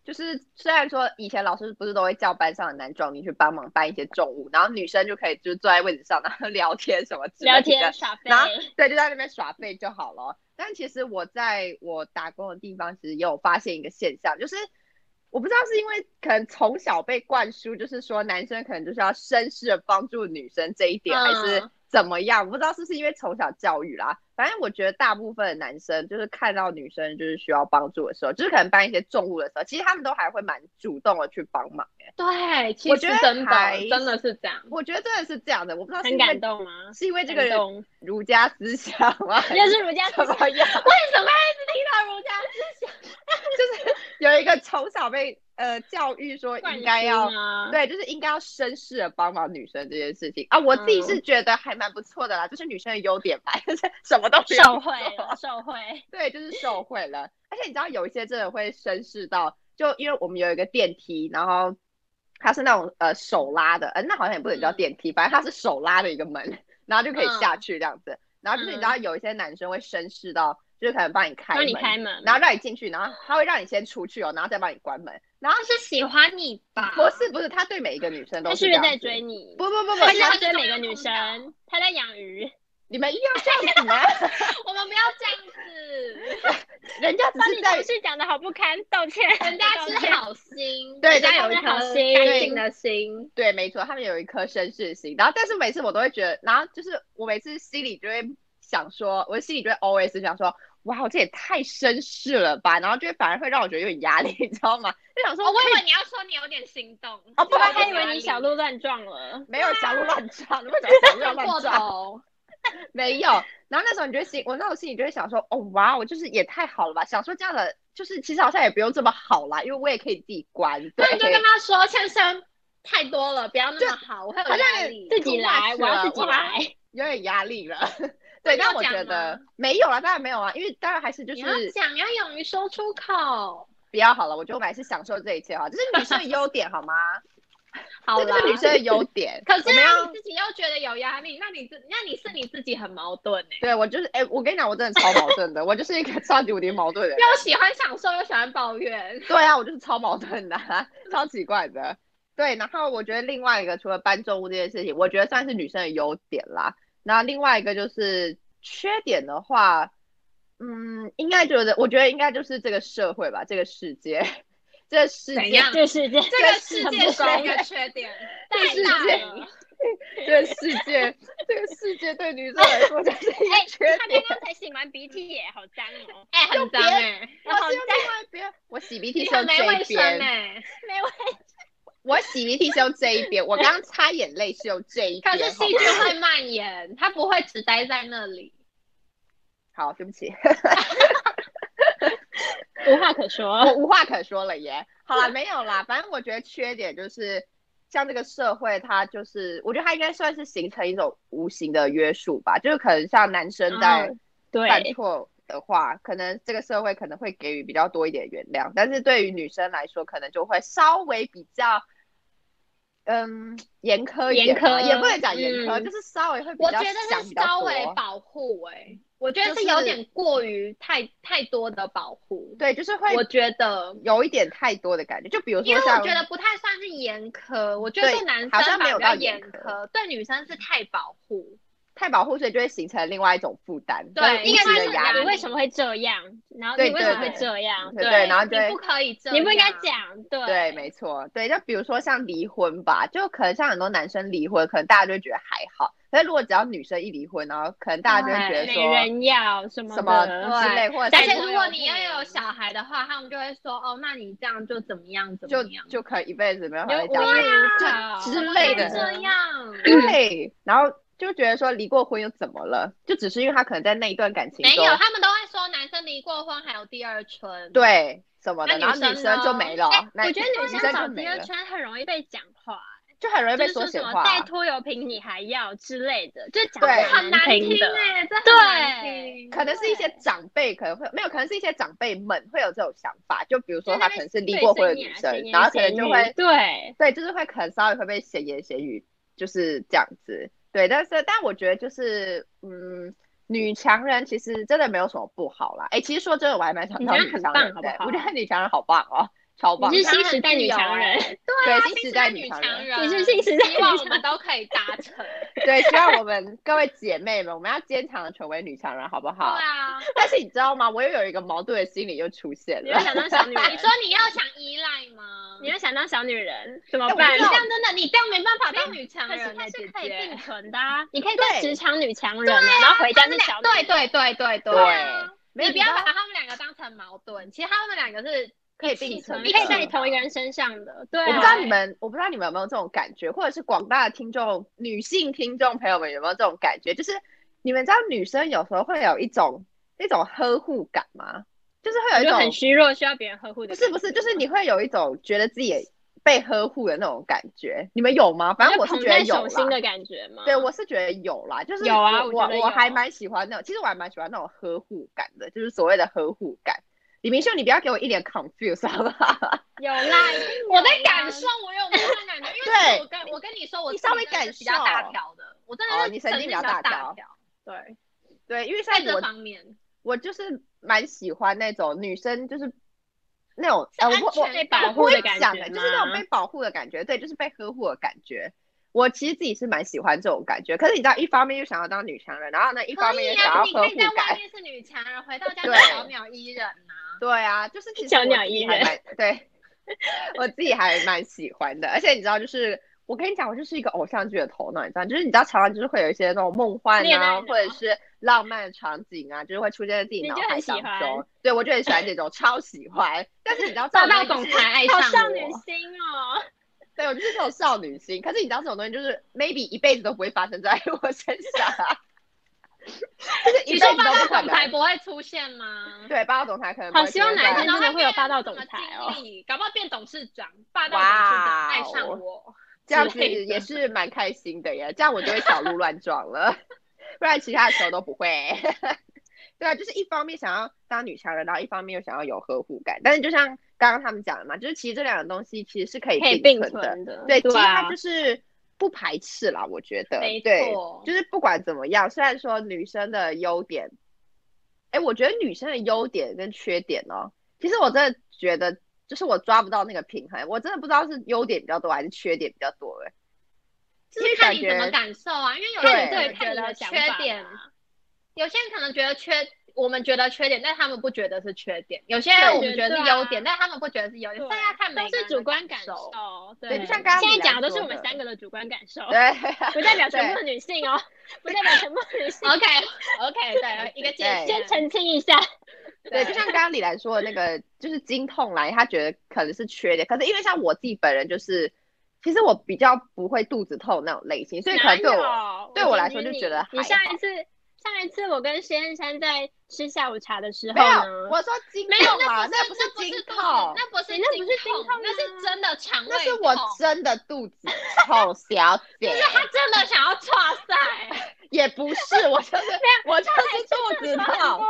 [SPEAKER 2] 就是虽然说以前老师不是都会叫班上的男壮丁去帮忙搬一些重物，然后女生就可以就是坐在位置上，然后聊天什么之类
[SPEAKER 3] 聊
[SPEAKER 2] 的，
[SPEAKER 3] 天耍飞，
[SPEAKER 2] 然后对，就在那边耍废就好了。但其实我在我打工的地方，其实也有发现一个现象，就是我不知道是因为可能从小被灌输，就是说男生可能就是要绅士的帮助女生这一点，还是
[SPEAKER 1] 嗯
[SPEAKER 2] 怎么样？我不知道是不是因为从小教育啦。反正我觉得大部分的男生就是看到女生就是需要帮助的时候，就是可能搬一些重物的时候，其实他们都还会蛮主动的去帮忙、欸。
[SPEAKER 1] 对，其
[SPEAKER 2] 我
[SPEAKER 1] 实
[SPEAKER 2] 觉得
[SPEAKER 1] 真
[SPEAKER 2] 还
[SPEAKER 1] 的真的是这样。
[SPEAKER 2] 我觉得真的是这样的，我不知道是
[SPEAKER 3] 很
[SPEAKER 2] 因
[SPEAKER 3] 感
[SPEAKER 2] 为
[SPEAKER 3] 动吗？
[SPEAKER 2] 是因为这
[SPEAKER 3] 感
[SPEAKER 2] 个
[SPEAKER 3] 动，
[SPEAKER 2] 儒家思想 吗？还
[SPEAKER 3] 又是儒 家
[SPEAKER 2] 怎
[SPEAKER 3] 思想，
[SPEAKER 2] 么样？
[SPEAKER 1] 为什么一直听到儒家
[SPEAKER 2] 就是有一个从小被呃教育说应该要
[SPEAKER 3] 冠军啊
[SPEAKER 2] 对，就是应该要绅士的帮忙女生这件事情啊，我
[SPEAKER 3] 嗯
[SPEAKER 2] 自己是觉得还蛮不错的啦，就是女生的优点吧， 就是什么都不
[SPEAKER 3] 受
[SPEAKER 2] 用
[SPEAKER 3] 贿
[SPEAKER 2] 做
[SPEAKER 3] 了，受贿。
[SPEAKER 2] 对，就是受贿了。而且你知道有一些真的会绅士到，就因为我们有一个电梯，然后它是那种呃手拉的，呃，那好像也不能叫
[SPEAKER 1] 嗯
[SPEAKER 2] 电梯，反正它是手拉的一个门，然后就可以下去这样子。然后就是你知道有一些男生会绅士到，就是可能帮你开
[SPEAKER 3] 帮
[SPEAKER 2] 门，
[SPEAKER 3] 你开门
[SPEAKER 2] 然后让你进去，然后他会让你先出去哦，然后再帮你关门。然后
[SPEAKER 1] 他是喜欢你吧？
[SPEAKER 2] 不是不是，他对每一个女生
[SPEAKER 3] 他
[SPEAKER 2] 都
[SPEAKER 3] 是不是
[SPEAKER 2] 这样
[SPEAKER 3] 在
[SPEAKER 2] 子。
[SPEAKER 3] 追你？
[SPEAKER 2] 不不不不，
[SPEAKER 3] 他是
[SPEAKER 2] 他
[SPEAKER 3] 在
[SPEAKER 1] 是
[SPEAKER 3] 追
[SPEAKER 1] 中
[SPEAKER 3] 每个
[SPEAKER 1] 央
[SPEAKER 3] 女
[SPEAKER 1] 空调
[SPEAKER 3] 生，他在养鱼。
[SPEAKER 2] 你们一定要这样子吗？
[SPEAKER 1] 我们不要这样子，
[SPEAKER 2] 人家只
[SPEAKER 3] 把
[SPEAKER 2] 是
[SPEAKER 3] 你
[SPEAKER 2] 在
[SPEAKER 3] 故事讲的好不堪，道歉。
[SPEAKER 1] 人家是好心，
[SPEAKER 2] 对
[SPEAKER 1] 人家
[SPEAKER 2] 人
[SPEAKER 1] 有
[SPEAKER 2] 家
[SPEAKER 1] 一
[SPEAKER 3] 是
[SPEAKER 1] 颗
[SPEAKER 3] 好心
[SPEAKER 1] 干净的心。
[SPEAKER 2] 对，没错，他们有一颗绅士心。然后，但是每次我都会觉得，然后就是我每次心里就会想说，我心里就会 always 想说，哇，这也太绅士了吧！然后就反而会让我觉得有点压力，你知道吗？ 就想说，
[SPEAKER 1] 哦，我以为你要说你有点心动，
[SPEAKER 2] 哦不
[SPEAKER 3] 我
[SPEAKER 2] 然
[SPEAKER 1] 就是
[SPEAKER 3] 还以
[SPEAKER 1] 有
[SPEAKER 3] 为
[SPEAKER 1] 点
[SPEAKER 3] 你小
[SPEAKER 1] 压力
[SPEAKER 3] 鹿乱撞了。
[SPEAKER 2] 没有小鹿 乱撞，你为什么小鹿要
[SPEAKER 1] 看过
[SPEAKER 2] 乱撞？
[SPEAKER 1] 头，
[SPEAKER 2] 没有。然后那时候你就会心，我那时候心里就会想说，哦哇，我就是也太好了吧！想说这样的，就是其实好像也不用这么好啦，因为我也可以自己关。
[SPEAKER 1] 那，
[SPEAKER 2] 对
[SPEAKER 1] 你就跟他说，先生太多了，不要那么好，我会有
[SPEAKER 2] 好像
[SPEAKER 1] 压力。
[SPEAKER 3] 自己
[SPEAKER 2] too
[SPEAKER 3] 来，
[SPEAKER 2] much
[SPEAKER 3] 我要
[SPEAKER 2] 了
[SPEAKER 3] 自己
[SPEAKER 2] 我把
[SPEAKER 3] 来。
[SPEAKER 2] 有点压力了。 对，
[SPEAKER 1] 你要
[SPEAKER 2] 但我
[SPEAKER 1] 讲
[SPEAKER 2] 觉得
[SPEAKER 1] 吗
[SPEAKER 2] 没有啦，当然没有啊，因为当然还是就
[SPEAKER 1] 你要
[SPEAKER 2] 是
[SPEAKER 1] 讲，要勇于说出口。
[SPEAKER 2] 比较好了。我觉得我们还是享受这一切哈，这是女生的优点好吗？
[SPEAKER 1] 好
[SPEAKER 2] 这
[SPEAKER 1] 啦，
[SPEAKER 2] 就是女生的优点。
[SPEAKER 1] 可是
[SPEAKER 2] 我们
[SPEAKER 1] 啊
[SPEAKER 2] 要
[SPEAKER 1] 你自己又觉得有压力，那你自那你是你自己很矛盾哎、
[SPEAKER 2] 对我就是哎、我跟你讲，我真的超矛盾的，我就是一个超级无敌矛盾的人。
[SPEAKER 1] 又喜欢享受，又喜欢抱怨。
[SPEAKER 2] 对啊，我就是超矛盾的啊、超奇怪的。对，然后我觉得另外一个除了搬重物这件事情，我觉得算是女生的优点啦。那另外一个就是缺点的话，嗯，应该觉得，我觉得应该就是这个社会吧，这个世界，这个世
[SPEAKER 1] 怎
[SPEAKER 2] 界
[SPEAKER 1] 样，
[SPEAKER 3] 这世界，
[SPEAKER 1] 这个世
[SPEAKER 3] 很
[SPEAKER 1] 界
[SPEAKER 3] 不
[SPEAKER 1] 是
[SPEAKER 3] 公
[SPEAKER 1] 一
[SPEAKER 3] 平
[SPEAKER 1] 个缺点，
[SPEAKER 3] 太
[SPEAKER 2] 世
[SPEAKER 3] 大
[SPEAKER 2] 界
[SPEAKER 3] 了。
[SPEAKER 2] 这个世界，这个世界对女生来说就是一个缺
[SPEAKER 3] 他
[SPEAKER 2] 点
[SPEAKER 3] 刚。刚才擤完鼻涕耶，好脏 哦，
[SPEAKER 1] 哎、很脏哎、
[SPEAKER 2] 我是用另外一边，我洗鼻涕
[SPEAKER 1] 你
[SPEAKER 2] 是用
[SPEAKER 1] 很没
[SPEAKER 2] 这
[SPEAKER 1] 卫
[SPEAKER 2] 一
[SPEAKER 1] 生
[SPEAKER 2] 边，
[SPEAKER 1] 哎、
[SPEAKER 3] 没有
[SPEAKER 2] 我洗鼻涕是用这一边，我刚刚擦眼泪是用这一边。
[SPEAKER 1] 可是
[SPEAKER 2] 好
[SPEAKER 1] 细菌会蔓延，它不会只待在那里。
[SPEAKER 2] 好，对不起。
[SPEAKER 3] 无话可说
[SPEAKER 2] 我。哦无话可说了耶。好了，没有啦，反正我觉得缺点就是，像这个社会，它就是，我觉得它应该算是形成一种无形的约束吧。就是可能像男生在
[SPEAKER 3] 嗯
[SPEAKER 2] 犯
[SPEAKER 3] 对，
[SPEAKER 2] 错的话，可能这个社会可能会给予比较多一点原谅，但是对于女生来说，可能就会稍微比较。嗯，严苛一点嘛
[SPEAKER 3] 严苛
[SPEAKER 2] 也不能讲严苛，
[SPEAKER 3] 嗯
[SPEAKER 2] 就是稍微会比
[SPEAKER 1] 我
[SPEAKER 2] 较
[SPEAKER 1] 觉得
[SPEAKER 2] 想
[SPEAKER 1] 是
[SPEAKER 2] 比较
[SPEAKER 1] 稍
[SPEAKER 2] 多
[SPEAKER 1] 微保护哎、我觉得
[SPEAKER 2] 就是是
[SPEAKER 1] 有点过于太太多的保护。
[SPEAKER 2] 对，就是会
[SPEAKER 1] 我觉得，
[SPEAKER 2] 有一点太多的感觉。就比如说
[SPEAKER 1] 因为我
[SPEAKER 2] 像
[SPEAKER 1] 觉得不太算是严苛，我觉得
[SPEAKER 2] 对
[SPEAKER 1] 对男生
[SPEAKER 2] 好像没有
[SPEAKER 1] 反而
[SPEAKER 2] 到
[SPEAKER 1] 比较严
[SPEAKER 2] 严嗯
[SPEAKER 1] 苛，对女生是太保护。
[SPEAKER 2] 太保护，所以就会形成另外一种负担，
[SPEAKER 1] 对
[SPEAKER 2] 跟无
[SPEAKER 1] 应该
[SPEAKER 2] 形
[SPEAKER 1] 是
[SPEAKER 2] 的
[SPEAKER 1] 压
[SPEAKER 2] 压
[SPEAKER 1] 力
[SPEAKER 3] 你
[SPEAKER 2] 力。
[SPEAKER 3] 为什么会这样？然后
[SPEAKER 2] 对
[SPEAKER 3] 你为什么会
[SPEAKER 1] 对
[SPEAKER 3] 这样？
[SPEAKER 2] 对对然后就会
[SPEAKER 1] 你不可以这样，
[SPEAKER 3] 你不应该讲，对
[SPEAKER 2] 对，没错，对，就比如说像离婚吧，就可能像很多男生离婚，可能大家就会觉得还好，可是如果只要女生一离婚，然后可能大家就会觉得
[SPEAKER 3] 没
[SPEAKER 2] 说
[SPEAKER 3] 人要什么
[SPEAKER 2] 什么
[SPEAKER 3] 的
[SPEAKER 2] 之类，或者
[SPEAKER 1] 而
[SPEAKER 2] 是
[SPEAKER 1] 且
[SPEAKER 3] 对
[SPEAKER 1] 如果你要
[SPEAKER 2] 嗯
[SPEAKER 1] 有小孩的话，他们就会说哦，那你这样就怎么样怎
[SPEAKER 2] 就
[SPEAKER 1] 么样，
[SPEAKER 2] 就可能一辈子没有好好
[SPEAKER 3] 就
[SPEAKER 2] 讲
[SPEAKER 3] 无
[SPEAKER 2] 话
[SPEAKER 3] 依无靠
[SPEAKER 2] 就之
[SPEAKER 1] 怎么
[SPEAKER 2] 类
[SPEAKER 1] 可以
[SPEAKER 2] 的
[SPEAKER 1] 这样。
[SPEAKER 2] 对，然后就觉得说离过婚又怎么了？就只是因为他可能在那一段感情
[SPEAKER 1] 没
[SPEAKER 2] 中
[SPEAKER 1] 有，他们都会说男生离过婚还有第二春。，
[SPEAKER 2] 对什么的，
[SPEAKER 1] 那
[SPEAKER 2] 然
[SPEAKER 1] 女
[SPEAKER 2] 后女
[SPEAKER 1] 生
[SPEAKER 2] 生就
[SPEAKER 1] 呢
[SPEAKER 2] 没了
[SPEAKER 3] 哎，
[SPEAKER 2] 那
[SPEAKER 3] 我觉得女
[SPEAKER 2] 女
[SPEAKER 3] 生
[SPEAKER 2] 就
[SPEAKER 3] 找
[SPEAKER 2] 没
[SPEAKER 3] 第二
[SPEAKER 2] 了，
[SPEAKER 3] 圈很容易被讲话，
[SPEAKER 2] 就很容易
[SPEAKER 3] 就
[SPEAKER 2] 被
[SPEAKER 3] 是说
[SPEAKER 2] 闲
[SPEAKER 3] 什
[SPEAKER 2] 话
[SPEAKER 3] 么
[SPEAKER 2] 啊。
[SPEAKER 3] 带拖油瓶你还要之类的，就讲
[SPEAKER 2] 对
[SPEAKER 3] 的
[SPEAKER 1] 很难
[SPEAKER 3] 听欸
[SPEAKER 1] 听
[SPEAKER 3] 的。
[SPEAKER 1] 哎、这很难听
[SPEAKER 3] 对
[SPEAKER 2] 可能是一些长辈可能会没有，可能是一些长辈们会有这种想法，就比如 说
[SPEAKER 3] 就那
[SPEAKER 2] 她可
[SPEAKER 3] 边
[SPEAKER 2] 能是离
[SPEAKER 3] 对
[SPEAKER 2] 过婚
[SPEAKER 3] 生
[SPEAKER 2] 的女
[SPEAKER 3] 涯
[SPEAKER 2] 生
[SPEAKER 3] 闲，言
[SPEAKER 2] 然后可能
[SPEAKER 3] 闲
[SPEAKER 2] 就
[SPEAKER 3] 语
[SPEAKER 2] 会
[SPEAKER 3] 对，
[SPEAKER 2] 对，就是会可能稍微会被闲言闲语，就是这样子。对，但是但我觉得就是嗯，女强人其实真的没有什么不好啦。哎，其实说真的，我还蛮想
[SPEAKER 3] 女
[SPEAKER 2] 当
[SPEAKER 3] 强
[SPEAKER 2] 女
[SPEAKER 3] 人很
[SPEAKER 2] 强
[SPEAKER 3] 棒
[SPEAKER 2] 人
[SPEAKER 3] 好
[SPEAKER 2] 的，
[SPEAKER 3] 不
[SPEAKER 2] 我觉
[SPEAKER 3] 好
[SPEAKER 2] 得女强人好棒哦，超棒的。
[SPEAKER 3] 你
[SPEAKER 1] 当
[SPEAKER 3] 是新
[SPEAKER 1] 然
[SPEAKER 3] 时代女
[SPEAKER 1] 有
[SPEAKER 3] 强人，
[SPEAKER 1] 对啊，
[SPEAKER 2] 对新时代女
[SPEAKER 1] 女
[SPEAKER 2] 强人
[SPEAKER 1] 人，
[SPEAKER 3] 你是新时代
[SPEAKER 1] 希望
[SPEAKER 3] 女
[SPEAKER 1] 我
[SPEAKER 3] 强
[SPEAKER 1] 们都可以达成。
[SPEAKER 2] 对，希望我们各位姐妹们，我们要坚强的成为女强人，好不
[SPEAKER 1] 对
[SPEAKER 2] 好？
[SPEAKER 1] 啊，
[SPEAKER 2] 但是你知道吗？我又有一个矛盾的心理又出现
[SPEAKER 3] 你要
[SPEAKER 2] 了。
[SPEAKER 3] 想当小女
[SPEAKER 1] 你
[SPEAKER 3] 人
[SPEAKER 1] 说，你要想依赖吗？
[SPEAKER 3] 你要想当小女 人怎么
[SPEAKER 2] 哎我
[SPEAKER 3] 办
[SPEAKER 1] 你
[SPEAKER 2] 知？
[SPEAKER 1] 这
[SPEAKER 2] 道
[SPEAKER 1] 样真的，你这样没办法当女强
[SPEAKER 3] 可是
[SPEAKER 1] 人呢、
[SPEAKER 3] 它是
[SPEAKER 1] 姐
[SPEAKER 3] 可以
[SPEAKER 1] 姐。
[SPEAKER 3] 并存的啊，你可以在
[SPEAKER 2] 对
[SPEAKER 3] 职场女强人啊，然后回家是小女
[SPEAKER 1] 对
[SPEAKER 3] 人
[SPEAKER 1] 对对对对啊
[SPEAKER 2] 对，没有
[SPEAKER 1] 你不
[SPEAKER 2] 知
[SPEAKER 1] 要
[SPEAKER 2] 道
[SPEAKER 1] 把他们两个当成矛盾，其实他们两个是
[SPEAKER 2] 可以
[SPEAKER 1] 一起
[SPEAKER 2] 并存
[SPEAKER 1] 的
[SPEAKER 3] 你可以在
[SPEAKER 2] 你
[SPEAKER 3] 你同一个人身上的，对，啊
[SPEAKER 2] 我不知道你们，我不知道你们有没有这种感觉，或者是广大的听众、女性听众朋友们有没有这种感觉？就是你们知道女生有时候会有一种那种呵护感吗？就是会有
[SPEAKER 3] 你
[SPEAKER 2] 一
[SPEAKER 3] 就很
[SPEAKER 2] 种
[SPEAKER 3] 虚弱，需要别人呵护的
[SPEAKER 2] 不
[SPEAKER 3] 感
[SPEAKER 2] 是
[SPEAKER 3] 觉，
[SPEAKER 2] 不是，就是你会有一种觉得自己也被呵护的那种感觉，你们有吗？反正我是
[SPEAKER 3] 捧
[SPEAKER 2] 觉得
[SPEAKER 3] 在
[SPEAKER 2] 有
[SPEAKER 3] 手心
[SPEAKER 2] 啦。
[SPEAKER 3] 的感觉吗？
[SPEAKER 2] 对，我是觉得有啦，就是
[SPEAKER 3] 有啊
[SPEAKER 2] 我
[SPEAKER 3] 我觉得
[SPEAKER 2] 我我还
[SPEAKER 3] 有
[SPEAKER 2] 蛮喜欢那种，其实我还蛮喜欢那种呵护感的，就是所谓的呵护感。李明秀，你不要给我一脸 confuse 好不好？
[SPEAKER 3] 有啦，一定有啦
[SPEAKER 1] 我在感受，，我有没有那感觉？因为其实
[SPEAKER 2] 对
[SPEAKER 1] 我跟我跟你说，我
[SPEAKER 2] 你
[SPEAKER 1] 自己
[SPEAKER 2] 稍微
[SPEAKER 1] 真的是比
[SPEAKER 2] 感
[SPEAKER 1] 较大
[SPEAKER 2] 受
[SPEAKER 1] 条的，我真
[SPEAKER 2] 哦
[SPEAKER 1] 的是
[SPEAKER 2] 你神经
[SPEAKER 1] 比
[SPEAKER 2] 比较
[SPEAKER 1] 大
[SPEAKER 2] 大条
[SPEAKER 1] 条，
[SPEAKER 3] 对，
[SPEAKER 2] 对，因为像
[SPEAKER 1] 在这
[SPEAKER 2] 我
[SPEAKER 1] 方面。
[SPEAKER 2] 我就是蛮喜欢那种女生，就是那种呃，我
[SPEAKER 1] 安
[SPEAKER 2] 我
[SPEAKER 1] 全
[SPEAKER 3] 被
[SPEAKER 1] 感
[SPEAKER 2] 我
[SPEAKER 3] 保
[SPEAKER 2] 不
[SPEAKER 3] 护
[SPEAKER 2] 会
[SPEAKER 3] 的感
[SPEAKER 2] 讲
[SPEAKER 3] 觉
[SPEAKER 2] 欸就是那种
[SPEAKER 3] 吗
[SPEAKER 2] 被保护的感觉，对，就是被呵护的感觉。我其实自己是蛮喜欢这种感觉，可是你知道，一方面又想要当女强人，然后呢，一方
[SPEAKER 1] 可
[SPEAKER 2] 面
[SPEAKER 1] 以
[SPEAKER 2] 又想
[SPEAKER 1] 啊，
[SPEAKER 2] 要
[SPEAKER 1] 你
[SPEAKER 2] 呵
[SPEAKER 1] 可以
[SPEAKER 2] 护
[SPEAKER 1] 在外
[SPEAKER 2] 感。
[SPEAKER 1] 面是女强人，回到家是
[SPEAKER 2] 对
[SPEAKER 1] 小鸟依人呐、
[SPEAKER 2] 对啊，就是其实
[SPEAKER 3] 小
[SPEAKER 2] 我
[SPEAKER 3] 鸟
[SPEAKER 2] 自己
[SPEAKER 3] 依
[SPEAKER 2] 还
[SPEAKER 3] 人
[SPEAKER 2] 蛮对，我自己还蛮喜欢的。而且你知道，就是我跟你讲，我就是一个偶像剧的头脑，你知道，就是你知道，常常就是会有一些那种梦幻
[SPEAKER 3] 恋爱
[SPEAKER 2] 啊，
[SPEAKER 3] 脑
[SPEAKER 2] 或者是浪漫的场景啊，就是会出现在自己
[SPEAKER 3] 你
[SPEAKER 2] 脑
[SPEAKER 3] 就很
[SPEAKER 2] 海
[SPEAKER 3] 喜
[SPEAKER 2] 当
[SPEAKER 3] 欢
[SPEAKER 2] 中。对，我就很喜欢这种，超喜欢。但是你知道，
[SPEAKER 1] 霸道
[SPEAKER 2] 这种
[SPEAKER 1] 总
[SPEAKER 2] 东西就是
[SPEAKER 1] 裁爱
[SPEAKER 3] 好
[SPEAKER 1] 上
[SPEAKER 3] 少女
[SPEAKER 1] 我，
[SPEAKER 3] 心哦，
[SPEAKER 2] 对我就是这种少女心。可是你知道，这种东西就是 maybe 一辈子都不会发生在我身上 啊，
[SPEAKER 1] 你说霸道总
[SPEAKER 2] 就是一辈子都不可
[SPEAKER 1] 裁
[SPEAKER 2] 能。
[SPEAKER 1] 不会出现吗？
[SPEAKER 2] 对，霸道总裁可能不
[SPEAKER 3] 好
[SPEAKER 2] 会
[SPEAKER 3] 希望
[SPEAKER 2] 出现
[SPEAKER 3] 男
[SPEAKER 2] 在
[SPEAKER 3] 生真的会有霸道总裁
[SPEAKER 1] 然后他变什么
[SPEAKER 3] 哦
[SPEAKER 1] 经理，搞不好变董事长，霸道
[SPEAKER 2] 哦
[SPEAKER 1] 董事长爱上
[SPEAKER 2] 哇
[SPEAKER 1] 我。
[SPEAKER 2] 这样
[SPEAKER 1] 之
[SPEAKER 2] 子
[SPEAKER 1] 类的
[SPEAKER 2] 也是蛮开心的耶，这样我就会小鹿乱撞了， 不然其他的时候都不会。 对啊，就是一方面想要当女强人，然后一方面又想要有呵护感，但是就像刚刚他们讲的嘛，就是其实这两个东西其实是可以
[SPEAKER 3] 可以
[SPEAKER 2] 并
[SPEAKER 3] 并
[SPEAKER 2] 存的。
[SPEAKER 3] 存的，
[SPEAKER 2] 对，其实它
[SPEAKER 3] 啊
[SPEAKER 2] 就，是不排斥啦，我觉得
[SPEAKER 1] 没，
[SPEAKER 2] 呃对，
[SPEAKER 1] 错，
[SPEAKER 2] 就是不管怎么样，虽然说女生的优点，哎，我觉得女生的优点跟缺点哦，其实我真的觉得就是我抓不到那个平衡，我真的不知道是优点比较多还是缺点比较多哎。
[SPEAKER 1] 就是看你怎么感受啊，因为有些人可
[SPEAKER 2] 对
[SPEAKER 1] 能觉得
[SPEAKER 3] 想
[SPEAKER 1] 缺
[SPEAKER 3] 法
[SPEAKER 1] 点，
[SPEAKER 3] 啊
[SPEAKER 1] 有些人可能觉得缺，我们觉得缺点，但他们不觉得是缺点；有些
[SPEAKER 2] 对
[SPEAKER 1] 人我们觉得是优
[SPEAKER 3] 对啊
[SPEAKER 1] 点，但他们不觉得是优点。
[SPEAKER 3] 对
[SPEAKER 1] 大家
[SPEAKER 3] 啊
[SPEAKER 1] 看每
[SPEAKER 3] 都
[SPEAKER 1] 个人
[SPEAKER 3] 是
[SPEAKER 1] 的
[SPEAKER 3] 主观感
[SPEAKER 1] 受。
[SPEAKER 3] 受，对，
[SPEAKER 2] 对就像刚刚
[SPEAKER 3] 现
[SPEAKER 2] 米
[SPEAKER 3] 在
[SPEAKER 2] 兰
[SPEAKER 3] 讲的都是
[SPEAKER 2] 说
[SPEAKER 3] 我们
[SPEAKER 2] 的
[SPEAKER 3] 三个的主观感受，
[SPEAKER 2] 对，
[SPEAKER 3] 不代表全部的女性哦，不代表全部的女性，
[SPEAKER 1] OK OK，对， 一个界限。
[SPEAKER 3] 先澄清一下，
[SPEAKER 2] 对，就像刚刚李兰说的那个，就是经痛来，她觉得可能是缺点，可是因为像我自己本人就是，其实我比较不会肚子痛那种类型，所以可能对我，
[SPEAKER 3] 哪有
[SPEAKER 2] 对我来说就觉得
[SPEAKER 3] 你你
[SPEAKER 2] 还
[SPEAKER 3] 上
[SPEAKER 2] 好
[SPEAKER 3] 一次上一次我跟先生在吃下午茶的时候
[SPEAKER 2] 没有，
[SPEAKER 3] 呢，
[SPEAKER 2] 我说经
[SPEAKER 1] 没有，
[SPEAKER 2] 痛啊，
[SPEAKER 1] 那
[SPEAKER 2] 不
[SPEAKER 1] 是那
[SPEAKER 2] 经
[SPEAKER 1] 是肚子
[SPEAKER 2] 痛，
[SPEAKER 1] 那不是
[SPEAKER 3] 对那不是经
[SPEAKER 1] 痛
[SPEAKER 3] 痛啊，
[SPEAKER 1] 那是真的肠胃
[SPEAKER 2] 那是我
[SPEAKER 1] 痛
[SPEAKER 2] 真的肚子痛，小姐
[SPEAKER 1] 就是他真的想要岔 赛，
[SPEAKER 2] 也不 是，我就是我就是肚子痛。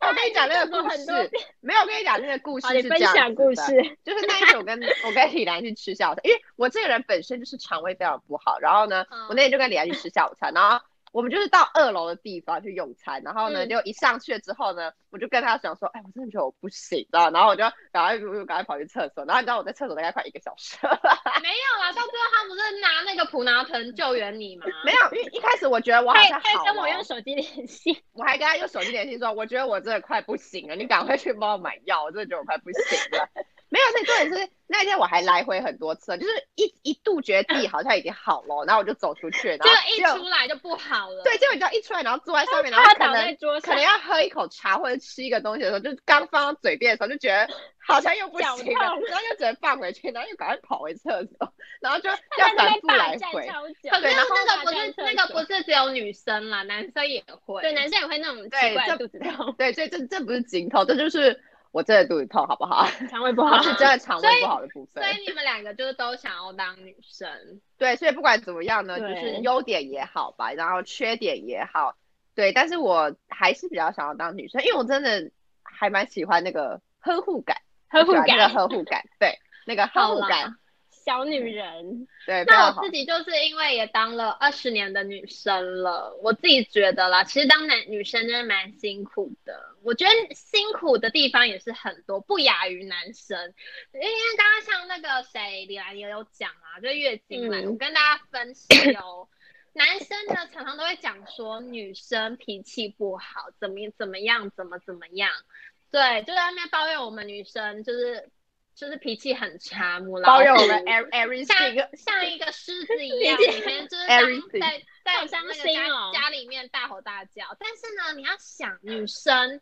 [SPEAKER 2] 我跟你讲那个故
[SPEAKER 3] 很多
[SPEAKER 2] 事，没有，我跟你讲那个故事
[SPEAKER 3] 好，你
[SPEAKER 2] 是
[SPEAKER 3] 分
[SPEAKER 2] 这样
[SPEAKER 3] 享
[SPEAKER 2] 子
[SPEAKER 3] 故
[SPEAKER 2] 的
[SPEAKER 3] 事，
[SPEAKER 2] 就是那一次 我跟我跟李兰去吃下午茶，因为我这个人本身就是肠胃非常不好，然后呢，
[SPEAKER 1] 嗯
[SPEAKER 2] 我那天就跟李兰去吃下午茶，然后我们就是到二楼的地方去用餐，然后呢，
[SPEAKER 3] 嗯
[SPEAKER 2] 就一上去了之后呢，我就跟他讲说，哎，我真的觉得我不行，啊然后然后我就赶快我就赶快跑去厕所，然后你知道我在厕所大概快一个小时了，
[SPEAKER 1] 没有
[SPEAKER 2] 啊
[SPEAKER 1] 啦。到最后他不是拿那个普拿藤救援你 吗？
[SPEAKER 2] 没有，因为一开始我觉得我好
[SPEAKER 3] 他也
[SPEAKER 2] 像
[SPEAKER 3] 他
[SPEAKER 2] 好
[SPEAKER 3] 也
[SPEAKER 2] 哦
[SPEAKER 3] 跟我
[SPEAKER 2] 了
[SPEAKER 3] 用手机联系，
[SPEAKER 2] 我还跟他用手机联系说，我觉得我真的快不行了，你赶快去帮我买药，我真的觉得我快不行了。没有，那重点是那一天我还来回很多次，就是一一度觉得自己好像已经好了，然后我就走出去，然后
[SPEAKER 1] 这个一
[SPEAKER 2] 就
[SPEAKER 1] 出来就不好了。
[SPEAKER 2] 对，结果你知道一出来，然后坐在上面，然后
[SPEAKER 3] 他
[SPEAKER 2] 可
[SPEAKER 3] 倒在
[SPEAKER 2] 能
[SPEAKER 3] 桌
[SPEAKER 2] 可
[SPEAKER 3] 上
[SPEAKER 2] 能，要喝一口茶或者吃一个东西的时候，就是刚放到嘴边的时候，就觉得好像又不
[SPEAKER 3] 脚
[SPEAKER 2] 行了
[SPEAKER 3] 痛，
[SPEAKER 2] 然后又只能放回去，然后又赶快跑回厕所，然后就
[SPEAKER 3] 他
[SPEAKER 2] 要
[SPEAKER 3] 在那
[SPEAKER 2] 反
[SPEAKER 3] 边
[SPEAKER 2] 复
[SPEAKER 3] 大
[SPEAKER 2] 来
[SPEAKER 3] 战
[SPEAKER 2] 回。
[SPEAKER 3] 超久，
[SPEAKER 1] 可是
[SPEAKER 2] 对然后
[SPEAKER 1] 那个不
[SPEAKER 3] 大
[SPEAKER 1] 是
[SPEAKER 3] 战
[SPEAKER 1] 那个不是只有女生啦，男生也会。
[SPEAKER 3] 对，男生也会那种
[SPEAKER 2] 对
[SPEAKER 3] 奇怪
[SPEAKER 2] 这
[SPEAKER 3] 的肚子 痛，
[SPEAKER 2] 对，所以这这不是经痛，这就是我真的肚子痛，好不好？
[SPEAKER 3] 肠胃不
[SPEAKER 2] 我
[SPEAKER 3] 好，
[SPEAKER 2] 是真的肠
[SPEAKER 1] 所
[SPEAKER 2] 胃
[SPEAKER 1] 以
[SPEAKER 2] 不好的部分
[SPEAKER 1] 所。以你们两个就是都想要当女生，
[SPEAKER 2] 对，所以不管怎么样呢，就是
[SPEAKER 3] 对
[SPEAKER 2] 优点也好吧，然后缺点也好，对，但是我还是比较想要当女生，因为我真的还蛮喜欢那个呵护感，
[SPEAKER 3] 呵护
[SPEAKER 2] 喜欢那
[SPEAKER 3] 感
[SPEAKER 2] 个，呵护感，对，那个呵
[SPEAKER 1] 好
[SPEAKER 2] 护
[SPEAKER 1] 啦
[SPEAKER 2] 感，
[SPEAKER 3] 小女人，
[SPEAKER 2] 对，非
[SPEAKER 1] 那
[SPEAKER 2] 常好
[SPEAKER 1] 我自。己就是因为也当了二十年的女生了，我自己觉得啦，其实当男女生真的蛮辛苦的。我觉得辛苦的地方也是很多，不亚于男生。因为刚刚像那个谁李兰也有讲啊，就是月经来，
[SPEAKER 3] 嗯
[SPEAKER 1] 我跟大家分析哦。男生呢，常常都会讲说女生脾气不好，怎么怎么样，怎么怎么样，对，就在那边抱怨我们女生就是就是脾气很差，母老
[SPEAKER 2] 抱怨我
[SPEAKER 1] 虎
[SPEAKER 2] 们 every
[SPEAKER 1] 像
[SPEAKER 2] everything，
[SPEAKER 1] 像一个狮子一样，
[SPEAKER 3] 理
[SPEAKER 1] 每
[SPEAKER 3] 解
[SPEAKER 1] 天就是当
[SPEAKER 2] Everything
[SPEAKER 1] 在在
[SPEAKER 3] 好
[SPEAKER 1] 在
[SPEAKER 3] 伤
[SPEAKER 1] 那个
[SPEAKER 3] 心哦
[SPEAKER 1] 家家里面大吼大叫。但是呢，你要想女生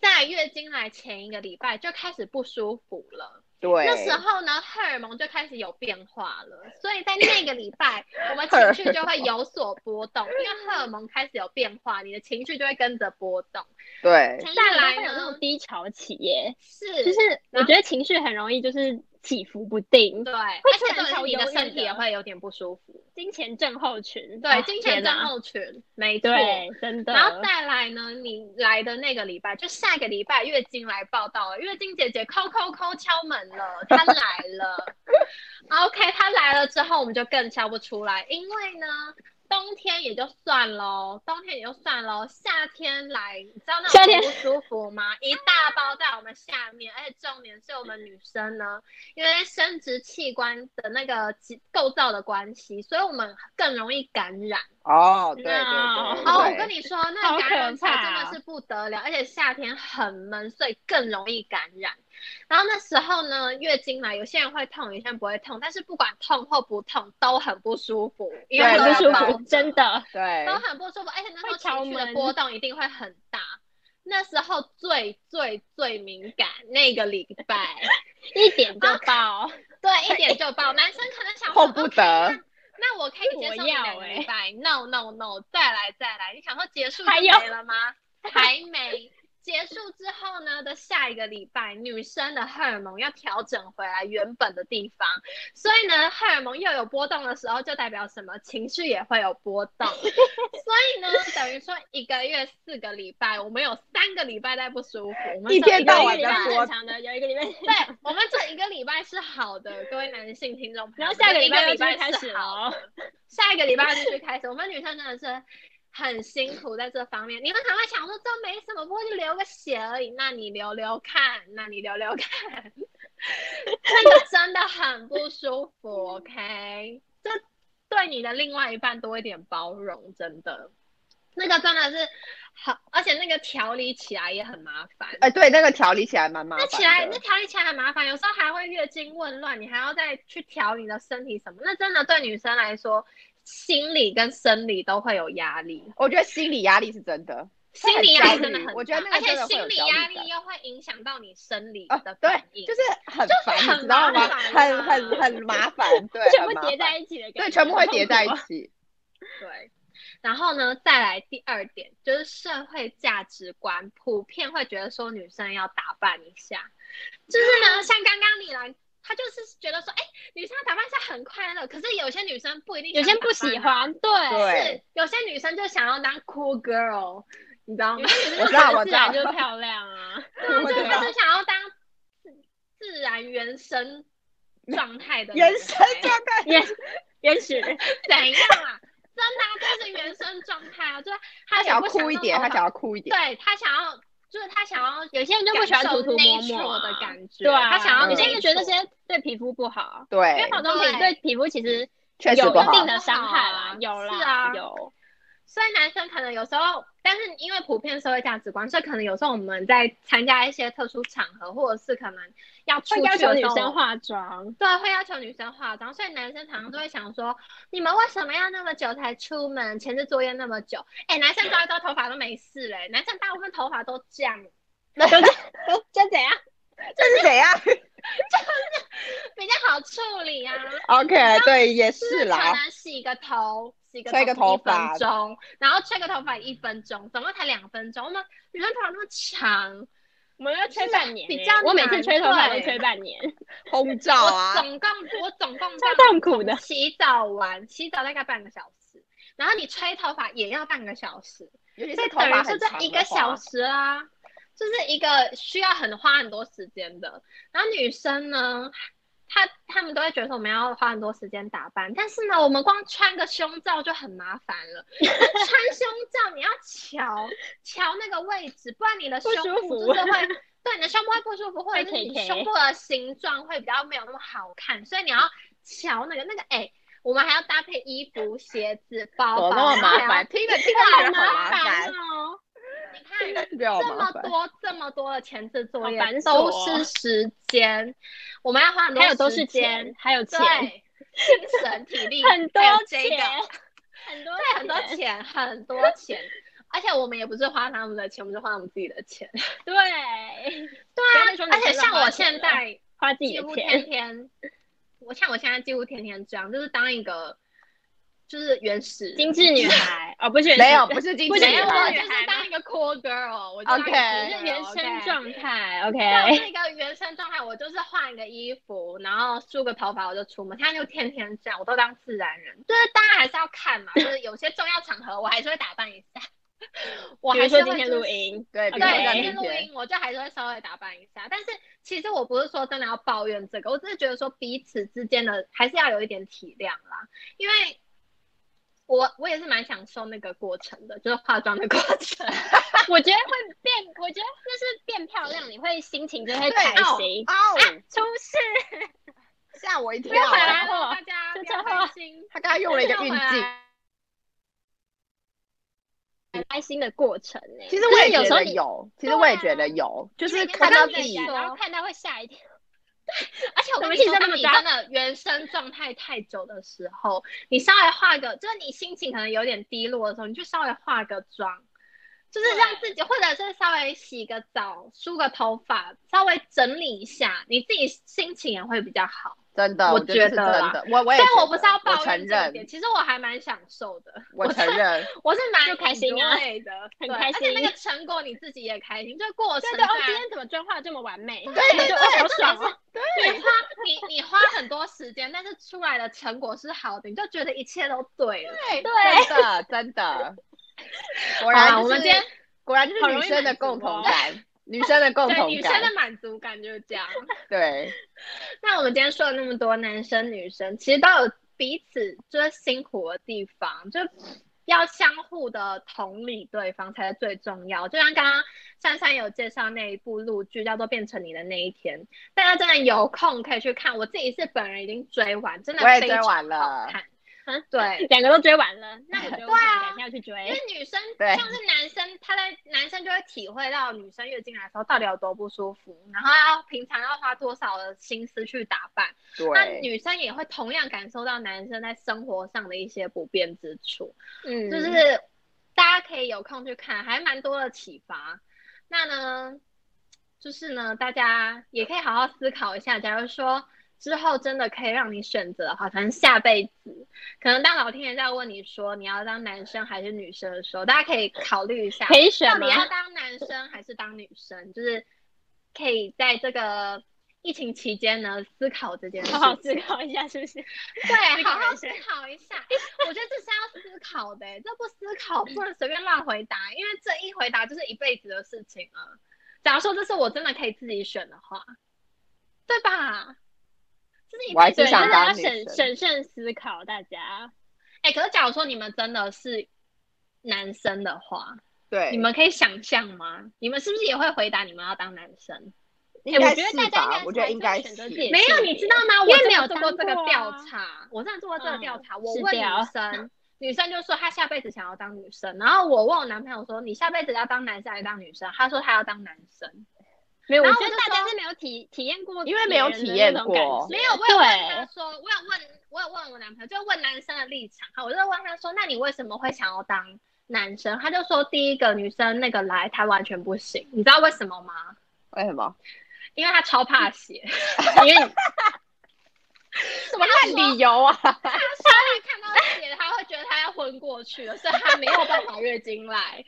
[SPEAKER 1] 在月经来前一个礼拜就开始不舒服了，
[SPEAKER 2] 对，
[SPEAKER 1] 那时候呢，荷尔蒙就开始有变化了，所以在那个礼拜，我们
[SPEAKER 2] 荷尔
[SPEAKER 1] 情绪就会有所波动，因为荷尔蒙开始有变化，你的情绪就会跟着波动。
[SPEAKER 2] 对，
[SPEAKER 1] 再来
[SPEAKER 3] 会有那
[SPEAKER 1] 呢
[SPEAKER 3] 种低潮期耶，
[SPEAKER 1] 是，
[SPEAKER 3] 就是我觉得情绪很容易就是起伏不定，
[SPEAKER 1] 对，而且
[SPEAKER 3] 突然
[SPEAKER 1] 就是
[SPEAKER 3] 超
[SPEAKER 1] 你的
[SPEAKER 3] 忧郁
[SPEAKER 1] 身体也
[SPEAKER 3] 的
[SPEAKER 1] 会有点不舒服。
[SPEAKER 3] 金钱症候群，
[SPEAKER 1] 对，
[SPEAKER 3] 哦
[SPEAKER 1] 金钱症
[SPEAKER 3] 天哪
[SPEAKER 1] 候群，没错。
[SPEAKER 3] 对，真的，
[SPEAKER 1] 然后再来呢，你来的那个礼拜，就下个礼拜月经来报道了，月经姐姐扣扣扣敲门了，她来了。OK，她来了之后，我们就更敲不出来，因为呢，冬天也就算喽，冬天也就算喽，夏天来，你知道那
[SPEAKER 3] 夏
[SPEAKER 1] 种
[SPEAKER 3] 天
[SPEAKER 1] 不舒服吗？一大包在我们下面，而且重点是我们女生呢，因为生殖器官的那个结构造的关系，所以我们更容易感染。
[SPEAKER 2] 哦，对对
[SPEAKER 3] 那
[SPEAKER 2] 对，
[SPEAKER 1] 哦，我跟
[SPEAKER 2] 你
[SPEAKER 1] 你说，那个
[SPEAKER 3] 好
[SPEAKER 1] 感染
[SPEAKER 3] 可
[SPEAKER 1] 起来
[SPEAKER 3] 怕
[SPEAKER 1] 真
[SPEAKER 3] 啊
[SPEAKER 1] 的是不得了，而且夏天很闷，所以更容易感染。然后那时候呢，月经来，有些人会痛，有些人不会痛，但是不管痛或不痛，都很不舒服，因为
[SPEAKER 2] 对
[SPEAKER 1] 都
[SPEAKER 3] 很
[SPEAKER 1] 要
[SPEAKER 3] 不舒
[SPEAKER 1] 包
[SPEAKER 3] 服， 真的。
[SPEAKER 2] 对
[SPEAKER 1] 都很不舒服，而且那时候
[SPEAKER 3] 会敲
[SPEAKER 1] 情绪的
[SPEAKER 3] 门
[SPEAKER 1] 波动一定会很大。那时候最最最敏感，那个礼 拜，
[SPEAKER 3] 一点就爆，
[SPEAKER 1] 对，一点就爆。男生可能想说
[SPEAKER 2] 碰不
[SPEAKER 1] OK，
[SPEAKER 2] 得
[SPEAKER 1] 那那我可以接受
[SPEAKER 3] 我
[SPEAKER 1] 你
[SPEAKER 3] 要欸
[SPEAKER 1] 两个礼拜、n o No No，再来再来。你想说结束就
[SPEAKER 3] 还有
[SPEAKER 1] 没了吗？还没。结束之后呢的下一个礼拜，女生的荷尔蒙要调整回来原本的地方，所以呢，荷尔蒙又有波动的时候，就代表什么？情绪也会有波 动。所以呢，等于说一个月四个礼拜，我们有三个礼拜在不舒服，我们
[SPEAKER 2] 一
[SPEAKER 1] 上
[SPEAKER 2] 天
[SPEAKER 1] 个
[SPEAKER 2] 到
[SPEAKER 1] 礼拜
[SPEAKER 2] 晚
[SPEAKER 3] 有一
[SPEAKER 2] 在
[SPEAKER 3] 个礼拜
[SPEAKER 2] 说
[SPEAKER 3] 正常的，有一个礼拜
[SPEAKER 1] 对，我们这一个礼拜是好的，各位男性听众朋友们。
[SPEAKER 3] 然后下个礼拜
[SPEAKER 1] 这
[SPEAKER 3] 又
[SPEAKER 1] 一个礼拜
[SPEAKER 3] 开
[SPEAKER 1] 是
[SPEAKER 3] 始
[SPEAKER 1] 好，
[SPEAKER 3] 了，
[SPEAKER 1] 下一个礼拜就去开始。我们女生真的是很辛苦在这方面。你们可能会想说，这没什么，不过就流个血而已。那你流流看，那你流流看，那个真的很不舒服。OK，这对你的另外一半多一点包容，真的。那个真的是很，而且那个调理起来也很麻烦。
[SPEAKER 2] 哎，对，那个调理起来蛮麻
[SPEAKER 1] 那
[SPEAKER 2] 烦
[SPEAKER 1] 起来，那
[SPEAKER 2] 的。
[SPEAKER 1] 调理起来很麻烦，有时候还会月经紊乱，你还要再去调你的身体什么，那真的对女生来说，心理跟生理都会有压力，
[SPEAKER 2] 我觉得心理压力是真的，
[SPEAKER 1] 心理压力
[SPEAKER 2] 焦
[SPEAKER 1] 真的很
[SPEAKER 2] 虑
[SPEAKER 1] 大，
[SPEAKER 2] 我觉得那个
[SPEAKER 1] 而且
[SPEAKER 2] 真的会
[SPEAKER 1] 心
[SPEAKER 2] 有
[SPEAKER 1] 理
[SPEAKER 2] 焦虑
[SPEAKER 1] 压力
[SPEAKER 2] 感
[SPEAKER 1] 又会影响到你生理
[SPEAKER 2] 啊
[SPEAKER 1] 的，反
[SPEAKER 2] 对，
[SPEAKER 1] 应，
[SPEAKER 2] 就是很烦，
[SPEAKER 1] 很
[SPEAKER 2] 你知道吗？
[SPEAKER 1] 麻烦
[SPEAKER 2] 很
[SPEAKER 1] 啊
[SPEAKER 2] 很很麻烦，对，
[SPEAKER 3] 全部
[SPEAKER 2] 很麻
[SPEAKER 3] 叠
[SPEAKER 2] 烦
[SPEAKER 3] 在一起的感觉，
[SPEAKER 2] 对，全部会 叠在一
[SPEAKER 3] 好痛苦哦
[SPEAKER 2] 起。
[SPEAKER 1] 对。然后呢，再来第二点，就是社会价值观普遍会觉得说女生要打扮一下，就是
[SPEAKER 2] 嗯
[SPEAKER 1] 呢，像刚刚李兰，她就是觉得说，哎，女生要打扮一下很快乐，可是有些女生不一定
[SPEAKER 3] 有
[SPEAKER 1] 想
[SPEAKER 3] 些不
[SPEAKER 1] 打扮
[SPEAKER 3] 喜
[SPEAKER 1] 啊
[SPEAKER 3] 欢，对，
[SPEAKER 1] 是
[SPEAKER 2] 对，
[SPEAKER 1] 有些女生就想要当 cool girl，你知道吗
[SPEAKER 3] 有？些女
[SPEAKER 2] 我
[SPEAKER 3] 生就
[SPEAKER 2] 知道
[SPEAKER 3] 是
[SPEAKER 2] 我
[SPEAKER 3] 自
[SPEAKER 2] 知道
[SPEAKER 3] 然就漂亮啊，
[SPEAKER 1] 对啊，
[SPEAKER 2] 我
[SPEAKER 1] 就是
[SPEAKER 2] 知
[SPEAKER 1] 她
[SPEAKER 2] 道
[SPEAKER 1] 就想要当自自然原生状态的女
[SPEAKER 2] 原生
[SPEAKER 1] 孩
[SPEAKER 2] 状态，
[SPEAKER 3] 原原始
[SPEAKER 1] 怎样啊？真的、啊，这是原生状态啊，就是她
[SPEAKER 2] 他想
[SPEAKER 1] 也
[SPEAKER 2] 要
[SPEAKER 1] 不
[SPEAKER 2] 酷一
[SPEAKER 1] 那
[SPEAKER 2] 点，
[SPEAKER 1] 种
[SPEAKER 2] 他想要酷一点，
[SPEAKER 1] 对她想要，就是她想要
[SPEAKER 3] 有些人就不喜欢涂涂抹抹啊
[SPEAKER 1] natural 的感觉，
[SPEAKER 3] 对啊，
[SPEAKER 1] 她想要
[SPEAKER 3] 有些人就觉得
[SPEAKER 1] natural
[SPEAKER 3] 那些对皮肤不好，因
[SPEAKER 2] 对
[SPEAKER 3] 为，化妆品
[SPEAKER 1] 对
[SPEAKER 3] 对皮肤其实
[SPEAKER 2] 确实
[SPEAKER 3] 有
[SPEAKER 2] 不
[SPEAKER 3] 一
[SPEAKER 2] 好。
[SPEAKER 3] 定的伤害啦，
[SPEAKER 1] 不好
[SPEAKER 3] 有啦，
[SPEAKER 1] 是啊
[SPEAKER 3] 有，
[SPEAKER 1] 所以男生可能有时候，但是因为普遍社会价值观，所以可能有时候我们在参加一些特殊场合，或者是可能要出
[SPEAKER 3] 会
[SPEAKER 1] 去
[SPEAKER 3] 要
[SPEAKER 1] 的时
[SPEAKER 3] 求
[SPEAKER 1] 候
[SPEAKER 3] 女生，化妆，
[SPEAKER 1] 对，啊会要求女生化妆，所以男生常常都会想说，你们为什么要那么久才出门，前置作业那么久？哎，男生抓一抓头发都没事嘞，男生大部分头发都这样，
[SPEAKER 3] 就怎样？
[SPEAKER 2] 这是怎样
[SPEAKER 1] 比较好处理啊。
[SPEAKER 2] ？OK，对，也是
[SPEAKER 1] 可
[SPEAKER 2] 啦，
[SPEAKER 1] 能洗个头，洗个
[SPEAKER 2] 吹个头发
[SPEAKER 1] 一分钟，然后吹个头发一分钟，总共才两分钟。我们女生头发那么长，
[SPEAKER 3] 我们要吹半年欸，
[SPEAKER 1] 比较
[SPEAKER 3] 我每
[SPEAKER 1] 难
[SPEAKER 3] 次吹头发都
[SPEAKER 1] 对
[SPEAKER 3] 吹半年，
[SPEAKER 2] 轰炸
[SPEAKER 1] 我
[SPEAKER 2] 啊，
[SPEAKER 1] 总共我总共
[SPEAKER 3] 超痛苦的。
[SPEAKER 1] 洗澡完，洗澡大概半个小时，然后你吹头发也要半个小时，
[SPEAKER 2] 尤其
[SPEAKER 1] 所
[SPEAKER 2] 是
[SPEAKER 1] 以
[SPEAKER 2] 头
[SPEAKER 1] 等
[SPEAKER 2] 发
[SPEAKER 1] 于
[SPEAKER 2] 很
[SPEAKER 1] 是
[SPEAKER 2] 长
[SPEAKER 1] 这一个小
[SPEAKER 2] 时，
[SPEAKER 1] 时啊，就是一个需要很花很多时间的。然后女生呢，她她们都会觉得说我们要花很多时间打扮，但是呢，我们光穿个胸罩就很麻烦了。 穿胸罩你要调调那个位置，不然你的
[SPEAKER 3] 不
[SPEAKER 1] 胸
[SPEAKER 3] 舒
[SPEAKER 1] 部
[SPEAKER 3] 服
[SPEAKER 1] 就是 会。对，你的胸部会不舒服，或者是
[SPEAKER 3] 会
[SPEAKER 1] 你
[SPEAKER 3] K K
[SPEAKER 1] 胸部的形状会比较没有那么好看，所以你要瞧那个那个哎、我们还要搭配衣服、鞋子、包包，
[SPEAKER 2] 怎么那
[SPEAKER 1] 然后
[SPEAKER 2] 么
[SPEAKER 1] 还
[SPEAKER 2] 麻
[SPEAKER 1] 要
[SPEAKER 2] 烦？听着听着
[SPEAKER 1] 好
[SPEAKER 2] 觉得好
[SPEAKER 1] 麻
[SPEAKER 2] 麻烦，
[SPEAKER 1] 哦！你
[SPEAKER 2] 听
[SPEAKER 1] 看
[SPEAKER 2] 着觉得好
[SPEAKER 1] 这么
[SPEAKER 2] 麻烦。
[SPEAKER 1] 多这么多的前置作业
[SPEAKER 3] 好繁琐
[SPEAKER 1] 都
[SPEAKER 3] 哦
[SPEAKER 1] 是时间，我们要花很
[SPEAKER 3] 还有
[SPEAKER 1] 多
[SPEAKER 3] 都
[SPEAKER 1] 时
[SPEAKER 3] 是
[SPEAKER 1] 间
[SPEAKER 3] 钱，，还有钱，
[SPEAKER 1] 对，精神、体力
[SPEAKER 3] 很多
[SPEAKER 1] 还有这个
[SPEAKER 3] 钱，很多
[SPEAKER 1] 对，很多
[SPEAKER 3] 钱，
[SPEAKER 1] 钱，很多钱。而且我们也不是花他们的钱，我们是花我们自己的钱。
[SPEAKER 3] 对，不要
[SPEAKER 1] 对
[SPEAKER 3] 再说
[SPEAKER 1] 啊，
[SPEAKER 3] 你
[SPEAKER 1] 而且
[SPEAKER 3] 真的
[SPEAKER 1] 像
[SPEAKER 3] 花
[SPEAKER 1] 我
[SPEAKER 3] 钱
[SPEAKER 1] 现
[SPEAKER 3] 了
[SPEAKER 1] 在
[SPEAKER 3] 花自己
[SPEAKER 1] 几
[SPEAKER 3] 的
[SPEAKER 1] 乎天
[SPEAKER 3] 钱，
[SPEAKER 1] 天，我像我现在几乎天天这样，就是当一个就是原始
[SPEAKER 3] 精致女孩哦，不是原
[SPEAKER 2] 没
[SPEAKER 3] 始
[SPEAKER 2] 有，
[SPEAKER 3] 人
[SPEAKER 2] 不是精
[SPEAKER 3] 不
[SPEAKER 2] 致
[SPEAKER 3] 是
[SPEAKER 1] 没
[SPEAKER 2] 女
[SPEAKER 1] 有，
[SPEAKER 3] 原
[SPEAKER 1] 我
[SPEAKER 2] 孩
[SPEAKER 3] 来，
[SPEAKER 1] 就是当一个 cool girl，我就当一个
[SPEAKER 2] OK
[SPEAKER 3] 是
[SPEAKER 1] cool
[SPEAKER 3] 原
[SPEAKER 1] girl，
[SPEAKER 3] 生
[SPEAKER 1] OK
[SPEAKER 3] 状态
[SPEAKER 1] 对，我
[SPEAKER 3] ，OK，
[SPEAKER 1] 是一个原生状态，我就是换一个衣服，然后梳个头发我就出门。现在就天天这样，我都当自然人。就是当然还是要看嘛，就是有些重要场合我还是会打扮一下。我
[SPEAKER 3] 比如
[SPEAKER 1] 还
[SPEAKER 3] 说
[SPEAKER 1] 是
[SPEAKER 3] 今
[SPEAKER 1] 会
[SPEAKER 3] 天
[SPEAKER 1] 就
[SPEAKER 3] 录
[SPEAKER 1] 是
[SPEAKER 3] 音，
[SPEAKER 2] 对，比
[SPEAKER 1] 对
[SPEAKER 2] 如说
[SPEAKER 3] ，OK
[SPEAKER 2] 像
[SPEAKER 1] 今
[SPEAKER 2] 明
[SPEAKER 1] 天录
[SPEAKER 2] 天
[SPEAKER 1] 音，我就还是会稍微打扮一下。但是其实我不是说真的要抱怨这个，我只是觉得说彼此之间的还是要有一点体谅啦，因为我我也是蛮享受那个过程的，就是化妆的过程。
[SPEAKER 3] 我觉得会变，我觉得就是变漂亮，你会心情就会
[SPEAKER 2] 对
[SPEAKER 3] 开
[SPEAKER 2] 哦
[SPEAKER 3] 心。
[SPEAKER 2] 哦，
[SPEAKER 3] 出事，
[SPEAKER 2] 吓我一跳
[SPEAKER 1] 不要回
[SPEAKER 2] 啊！
[SPEAKER 1] 来了，大家
[SPEAKER 3] 就
[SPEAKER 1] 不
[SPEAKER 3] 这
[SPEAKER 1] 要
[SPEAKER 3] 样
[SPEAKER 1] 开心。
[SPEAKER 2] 他刚刚用了一个
[SPEAKER 1] 不
[SPEAKER 2] 运
[SPEAKER 1] 要回
[SPEAKER 2] 镜，
[SPEAKER 1] 来
[SPEAKER 3] 开心的过程呢、
[SPEAKER 2] 其实我也
[SPEAKER 3] 就是有
[SPEAKER 2] 觉
[SPEAKER 3] 时候
[SPEAKER 2] 得
[SPEAKER 3] 你
[SPEAKER 2] 有，其实
[SPEAKER 3] 对
[SPEAKER 2] 我也
[SPEAKER 3] 啊
[SPEAKER 2] 觉得有，就是
[SPEAKER 1] 你
[SPEAKER 2] 看
[SPEAKER 1] 就
[SPEAKER 2] 到
[SPEAKER 1] 是
[SPEAKER 2] 自
[SPEAKER 1] 累
[SPEAKER 2] 己
[SPEAKER 1] 积，
[SPEAKER 3] 然后看到会吓一跳。
[SPEAKER 1] 而且我
[SPEAKER 3] 怎
[SPEAKER 1] 跟
[SPEAKER 3] 么
[SPEAKER 1] 你
[SPEAKER 3] 气
[SPEAKER 1] 说，
[SPEAKER 3] 这么
[SPEAKER 1] 当你
[SPEAKER 3] 大
[SPEAKER 1] 真的原生状态太久的时候，你稍微化个，就是你心情可能有点低落的时候，你就稍微化个妆，就是让自己，或者是稍微洗个澡、梳个头发，稍微整理一下，你自己心情也会比较好。
[SPEAKER 2] 真的，
[SPEAKER 1] 我
[SPEAKER 2] 觉得
[SPEAKER 1] 觉
[SPEAKER 2] 是
[SPEAKER 1] 得
[SPEAKER 2] 真
[SPEAKER 1] 啦
[SPEAKER 2] 的，我我也
[SPEAKER 1] 但
[SPEAKER 2] 觉
[SPEAKER 1] 我不是
[SPEAKER 2] 得
[SPEAKER 1] 要
[SPEAKER 2] 我
[SPEAKER 1] 抱
[SPEAKER 2] 承
[SPEAKER 1] 怨这一点，
[SPEAKER 2] 认，
[SPEAKER 1] 其实我还蛮享受的，
[SPEAKER 2] 我
[SPEAKER 1] 我
[SPEAKER 2] 承
[SPEAKER 1] 是
[SPEAKER 2] 认，
[SPEAKER 1] 我是蛮
[SPEAKER 3] 就开心啊
[SPEAKER 1] enjoy 的，
[SPEAKER 3] 很
[SPEAKER 1] 对
[SPEAKER 3] 开
[SPEAKER 1] 而且那
[SPEAKER 3] 心
[SPEAKER 1] 个成果你自己也开心，这过程
[SPEAKER 3] 对
[SPEAKER 1] 虽
[SPEAKER 3] 对，哦，今
[SPEAKER 1] 然
[SPEAKER 3] 天怎么妆化得这么完美？对
[SPEAKER 2] 对对
[SPEAKER 3] 就哦
[SPEAKER 2] 对
[SPEAKER 3] 好爽哦！
[SPEAKER 1] 你花你你花很多时间，但是出来的成果是好的，你就觉得一切都对了。
[SPEAKER 2] 对，
[SPEAKER 3] 对
[SPEAKER 2] 真的真的，果
[SPEAKER 1] 好
[SPEAKER 2] 然
[SPEAKER 1] 啦
[SPEAKER 2] 就
[SPEAKER 1] 我们
[SPEAKER 2] 是
[SPEAKER 1] 今天
[SPEAKER 2] 果然就是
[SPEAKER 3] 好
[SPEAKER 2] 女
[SPEAKER 3] 容易
[SPEAKER 2] 生的
[SPEAKER 3] 满足
[SPEAKER 2] 共同
[SPEAKER 3] 哦
[SPEAKER 2] 感，女生的共
[SPEAKER 1] 对
[SPEAKER 2] 同
[SPEAKER 1] 女生
[SPEAKER 2] 感
[SPEAKER 1] 的，满足感就是这样。
[SPEAKER 2] 对，
[SPEAKER 1] 那我们今天说了那么多，男生女生其实都有彼此就是辛苦的地方，就要相互的同理对方才是最重要。就像刚刚珊珊有介绍那一部陆剧叫做《变成你的那一天》，大家真的有空可以去看。我自己是本人已经追完，真的
[SPEAKER 2] 我也
[SPEAKER 1] 非
[SPEAKER 2] 追
[SPEAKER 1] 常
[SPEAKER 2] 完了
[SPEAKER 1] 好看。嗯，对。
[SPEAKER 3] 两个都追完了，那我觉得我
[SPEAKER 1] 对
[SPEAKER 3] 可能
[SPEAKER 1] 啊
[SPEAKER 3] 改天要去
[SPEAKER 1] 因为
[SPEAKER 3] 追。
[SPEAKER 1] 女生
[SPEAKER 2] 哎对
[SPEAKER 1] 像是男生，他在男生就会体会到女生月经来的时候到底有多不舒服，然后要平常要花多少的心思去打扮。那
[SPEAKER 2] 对，
[SPEAKER 1] 女生也会同样感受到男生在生活上的一些不便之处，
[SPEAKER 3] 嗯
[SPEAKER 1] 就是大家可以有空去看，还蛮多的启发。那呢，就是呢，大家也可以好好思考一下，假如说。之后真的可以让你选择的话，可能下辈子，可能当老天爷在问你说你要当男生还是女生的时候，大家可以考虑一下，
[SPEAKER 3] 可以选
[SPEAKER 1] 到
[SPEAKER 3] 吗
[SPEAKER 1] 底？要当男生还是当女生，就是可以在这个疫情期间呢思考这件事
[SPEAKER 3] 好
[SPEAKER 1] 情，
[SPEAKER 3] 好思考一下，是不是？
[SPEAKER 1] 对，
[SPEAKER 3] 考
[SPEAKER 1] 好好
[SPEAKER 3] 人
[SPEAKER 1] 思
[SPEAKER 3] 生
[SPEAKER 1] 考 一下。我觉得这是要思考的、欸这不思考不能随便乱回答，因为这一回答就是一辈子的事情了。假如说这是我真的可以自己选的话，对吧？这是一
[SPEAKER 2] 我还
[SPEAKER 1] 辈
[SPEAKER 2] 是
[SPEAKER 1] 子的
[SPEAKER 3] 对，
[SPEAKER 2] 想
[SPEAKER 1] 事
[SPEAKER 3] 真的要
[SPEAKER 2] 当女
[SPEAKER 3] 审
[SPEAKER 2] 生
[SPEAKER 3] 审慎思考，大家。
[SPEAKER 1] 哎、可是假如说你们真的是男生的话，
[SPEAKER 2] 对，
[SPEAKER 1] 你们可以想象吗？你们是不是也会回答你们要当男生？
[SPEAKER 2] 应
[SPEAKER 3] 哎
[SPEAKER 2] 该
[SPEAKER 3] 我觉得
[SPEAKER 2] 是
[SPEAKER 3] 大家
[SPEAKER 2] 吧？我
[SPEAKER 3] 应该
[SPEAKER 2] 觉得
[SPEAKER 3] 是
[SPEAKER 2] 应
[SPEAKER 3] 还
[SPEAKER 2] 该
[SPEAKER 3] 是会选择
[SPEAKER 2] 是
[SPEAKER 3] 自己也
[SPEAKER 1] 没有，
[SPEAKER 3] 是
[SPEAKER 1] 你
[SPEAKER 3] 耶
[SPEAKER 1] 知道吗？
[SPEAKER 3] 因
[SPEAKER 1] 我
[SPEAKER 3] 为
[SPEAKER 1] 真
[SPEAKER 3] 没
[SPEAKER 1] 的
[SPEAKER 3] 有
[SPEAKER 1] 做
[SPEAKER 3] 当
[SPEAKER 1] 过这个
[SPEAKER 3] 过
[SPEAKER 1] 调
[SPEAKER 3] 啊
[SPEAKER 1] 查，我真的做过这个
[SPEAKER 3] 嗯
[SPEAKER 1] 调查。我
[SPEAKER 3] 是
[SPEAKER 1] 问
[SPEAKER 3] 的
[SPEAKER 1] 女
[SPEAKER 3] 啊
[SPEAKER 1] 生，女生就说她下辈子想要当女生，然后我问我男朋友说你下辈子要当男生还是当女生，他说他要当男生。
[SPEAKER 3] 没有，我
[SPEAKER 1] 然后
[SPEAKER 3] 觉得
[SPEAKER 1] 我就
[SPEAKER 3] 大家
[SPEAKER 1] 说
[SPEAKER 3] 是没有体体验过别
[SPEAKER 2] 因为
[SPEAKER 3] 人
[SPEAKER 2] 没
[SPEAKER 3] 的那
[SPEAKER 2] 有
[SPEAKER 3] 种感觉，
[SPEAKER 2] 体验过
[SPEAKER 1] 没有，我有问他
[SPEAKER 3] 对，
[SPEAKER 1] 说，我有问，我有问我男朋友，就问男生的立场。我就问他说，那你为什么会想要当男生？他就说，第一个女生那个来他完全不行，你知道为什么吗？
[SPEAKER 2] 为什么？
[SPEAKER 1] 因为他超怕血。
[SPEAKER 3] 因为
[SPEAKER 1] 什么
[SPEAKER 2] 烂理由啊！
[SPEAKER 1] 他会看到血，他会觉得他要昏过去了，所以他没有办法月经 来。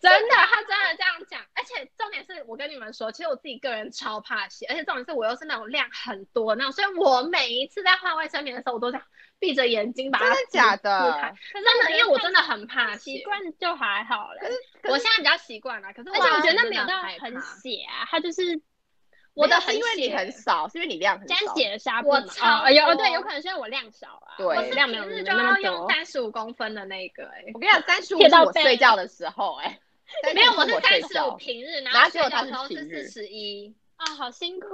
[SPEAKER 1] 真的，他真的这样讲。而且重点是我跟你们说，其实我自己个人超怕血，而且重点是我又是那种量很多那种，所以我每一次在换卫生棉的时候，我都想闭着眼睛把它
[SPEAKER 2] 真的假
[SPEAKER 1] 撕开
[SPEAKER 2] 的？
[SPEAKER 3] 可是
[SPEAKER 1] 真
[SPEAKER 3] 我
[SPEAKER 1] 的，
[SPEAKER 3] 觉
[SPEAKER 1] 因
[SPEAKER 3] 得
[SPEAKER 1] 为我
[SPEAKER 3] 看
[SPEAKER 1] 真的很怕
[SPEAKER 3] 习
[SPEAKER 1] 血，
[SPEAKER 3] 惯就还好了，
[SPEAKER 1] 我现在比较习惯了。可是
[SPEAKER 3] 而且我觉得那没有
[SPEAKER 1] 有
[SPEAKER 3] 到很血啊，它就是
[SPEAKER 1] 我
[SPEAKER 2] 没有
[SPEAKER 1] 的
[SPEAKER 2] 是因为你
[SPEAKER 1] 血
[SPEAKER 2] 很少，是因为你量很
[SPEAKER 3] 沾
[SPEAKER 2] 少。
[SPEAKER 3] 血的纱布
[SPEAKER 1] 我
[SPEAKER 3] 嘛
[SPEAKER 1] 超
[SPEAKER 3] 哦哎呦哦，
[SPEAKER 1] 多
[SPEAKER 3] 对，有可能是因为我量少啊，
[SPEAKER 2] 对
[SPEAKER 3] 我
[SPEAKER 1] 我是
[SPEAKER 3] 量没有
[SPEAKER 1] 平
[SPEAKER 3] 你
[SPEAKER 1] 日
[SPEAKER 3] 们
[SPEAKER 1] 就
[SPEAKER 3] 那么
[SPEAKER 1] 要用
[SPEAKER 3] 多。
[SPEAKER 1] 三十五公分的那个、欸，
[SPEAKER 2] 我跟你讲，三十五
[SPEAKER 3] 贴
[SPEAKER 2] 是
[SPEAKER 3] 到
[SPEAKER 2] 我
[SPEAKER 3] 背
[SPEAKER 2] 睡觉的时候，哎，35
[SPEAKER 1] 没有，我
[SPEAKER 2] 是
[SPEAKER 1] 是
[SPEAKER 2] 我
[SPEAKER 1] 三
[SPEAKER 2] 睡
[SPEAKER 1] 十五
[SPEAKER 2] 觉，
[SPEAKER 1] 平日，然
[SPEAKER 2] 哪
[SPEAKER 1] 后
[SPEAKER 2] 只有
[SPEAKER 1] 睡
[SPEAKER 2] 它
[SPEAKER 1] 觉
[SPEAKER 2] 是
[SPEAKER 1] 的时候
[SPEAKER 2] 平
[SPEAKER 1] 是
[SPEAKER 2] 日
[SPEAKER 1] 四十一。
[SPEAKER 3] 啊，好辛苦，